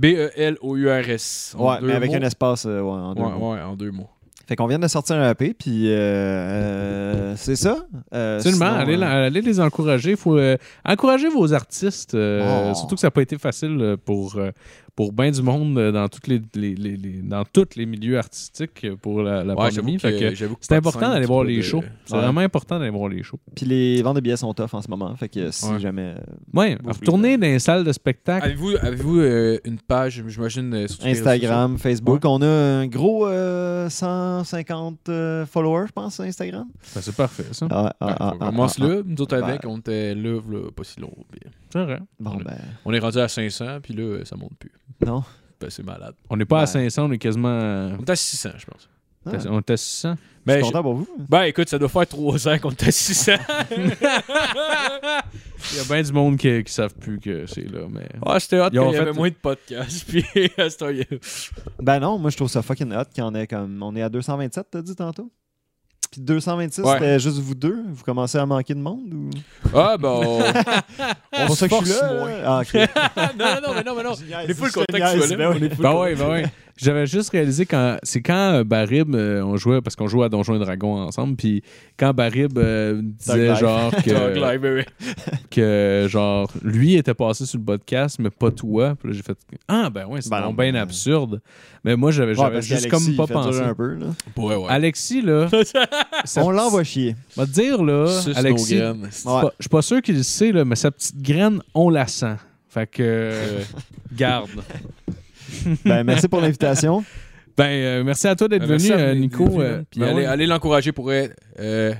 E B-E-L-O-U-R-S. en Ouais, deux mais avec mots. un espace euh, ouais, en deux Ouais, mots. ouais, en deux mots. Fait qu'on vient de sortir un EP, puis euh, euh, c'est ça. Euh, Absolument, sinon, allez, euh, allez les encourager. Il faut euh, encourager vos artistes, euh, Oh. surtout que ça n'a pas été facile euh, pour, euh, pour bien du monde euh, dans, toutes les, les- les- les- dans tous les milieux artistiques euh, pour la, la Ouais, pandémie. j'avoue Fait que- que j'avoue que C'est pas de important scène, d'aller c'est voir pas les de- shows. C'est Ouais. vraiment important d'aller voir les shows. Puis les ventes de billets sont tough en ce moment, fait que si Ouais. jamais... euh, Ouais, Vous retourner dans les salles de spectacle. Avez-vous avez-vous, euh, une page, j'imagine, euh, sur Twitter, Instagram, Facebook, on a un gros euh, 150 euh, followers, je pense, sur Instagram. Ben, c'est parfait, ça. sur Ah, ça? ah, ah, on ah, commence ah, là, nous autres Ben- avec, on était là, là, pas si long. puis C'est vrai. ah. Bon, ben, On est rendu à 500, puis là, euh, ça monte plus. non. Ben, c'est malade. On n'est pas à Ouais. 500, on est quasiment. euh, On est à 600, je pense. Ah. On est à 600. Je Ben, suis je- content pour vous. ben, écoute, ça doit faire 3 ans qu'on est à 600. Il y a bien du monde qui ne savent plus que c'est là, mais. Ah, c'était hot Ils ont quand il y fait- avait moins de podcasts, [LAUGHS] puis euh, à ce temps, il y a- Ben non, moi je trouve ça fucking hot qu'on est comme. On est à 227, t'as dit tantôt? Puis 226, Ouais. c'était juste vous deux? Vous commencez à manquer de monde? ou Ah, ben, [LAUGHS] on, C'est on pour se ça que je suis force là, moins. là? Ah, ok. [LAUGHS] non, non, mais non, mais non. Génial, On est full c'est content que génial, tu c'est sois bien là. oui. On est full Ben content. ouais, ben [LAUGHS] ouais. J'avais juste réalisé quand c'est quand euh, Barib, euh, on jouait parce qu'on jouait à Donjons et Dragons ensemble, puis quand Barib euh, disait Life. [LAUGHS] genre Dog que, Library. que genre lui était passé sur le podcast mais pas toi, puis là, j'ai fait ah ben ouais c'est Ben non, donc bien mais- absurde, mais moi j'avais Ouais, j'avais parce juste juste comme pas pensé. un peu, là. bah Ouais, ouais. Alexis [LAUGHS] là, sa On petite- l'envoie [LAUGHS] chier. Va te dire là, Suce nos Alexis, graines. je suis pas- je suis pas sûr qu'il le sait là, mais sa petite graine on la sent. Fait que, euh, garde. Ben, merci pour l'invitation. Ben, euh, merci à toi d'être Ben, venu, merci à- hein. euh, Nico. Puis euh, ben allez, ouais. allez l'encourager pour être. euh,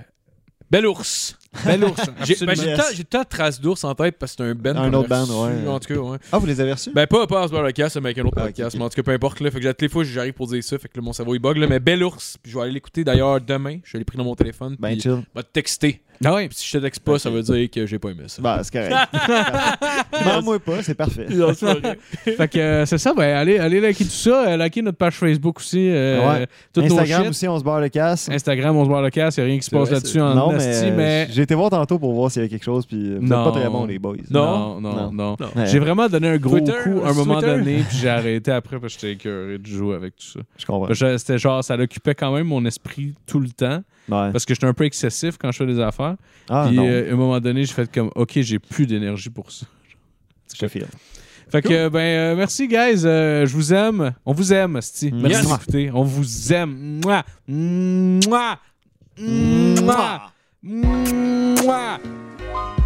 Bel ours! Bel ours. [LAUGHS] J'ai absolument. ben, j'ai Yes. tant- j'ai tant de traces d'ours en tête parce que c'est un band. Un qu'on a autre band, reçu, ouais. En tout cas, ouais. Ah, vous les avez reçus? Ben, pas, pas dans ce podcast, mais avec un autre Ah, ok, podcast. ok. Mais en tout cas, peu importe. Là, fait que j'ai- toutes les fois, j'arrive pour dire ça. Fait que là, mon cerveau, il bug. Là, mais Bel Ours, puis je vais aller l'écouter d'ailleurs demain. Je l'ai pris dans mon téléphone. Ben, puis chill. je vais te texter. Ah ouais. Puis si je te texte pas, ça veut dire que j'ai pas aimé ça. Ben, c'est correct. Mande-moi pas, c'est parfait. [LAUGHS] Fait que euh, c'est ça, ben allez, allez liker tout ça, euh, liker notre page Facebook aussi, euh, Ouais. toutes Instagram nos shit. aussi, on se barre le casse. Instagram, on se voit le cas, il a rien qui se C'est passe vrai, là-dessus c'est- en Non, asti, mais, mais... j'ai été voir tantôt pour voir s'il y avait quelque chose, puis euh, vous êtes Non. pas très bons, les boys. Non, Non. non, non. Non. Ouais. Ouais. J'ai vraiment donné un gros Twitter, coup à un c'est moment Twitter. donné, puis j'ai arrêté après parce que j'étais écœuré de jouer avec tout ça. Je comprends. Parce que C'était genre, ça l'occupait quand même mon esprit tout le temps Ouais. parce que j'étais un peu excessif quand je fais des affaires. Ah, puis non, euh, à un moment donné, j'ai fait comme, OK, j'ai plus d'énergie pour ça. je te file. Fait que, euh, ben, euh, merci, guys. Euh, je vous aime. On vous aime, Sti. Yes. Merci d'écouter. On vous aime. Mouah. Mouah. Mouah. Mouah.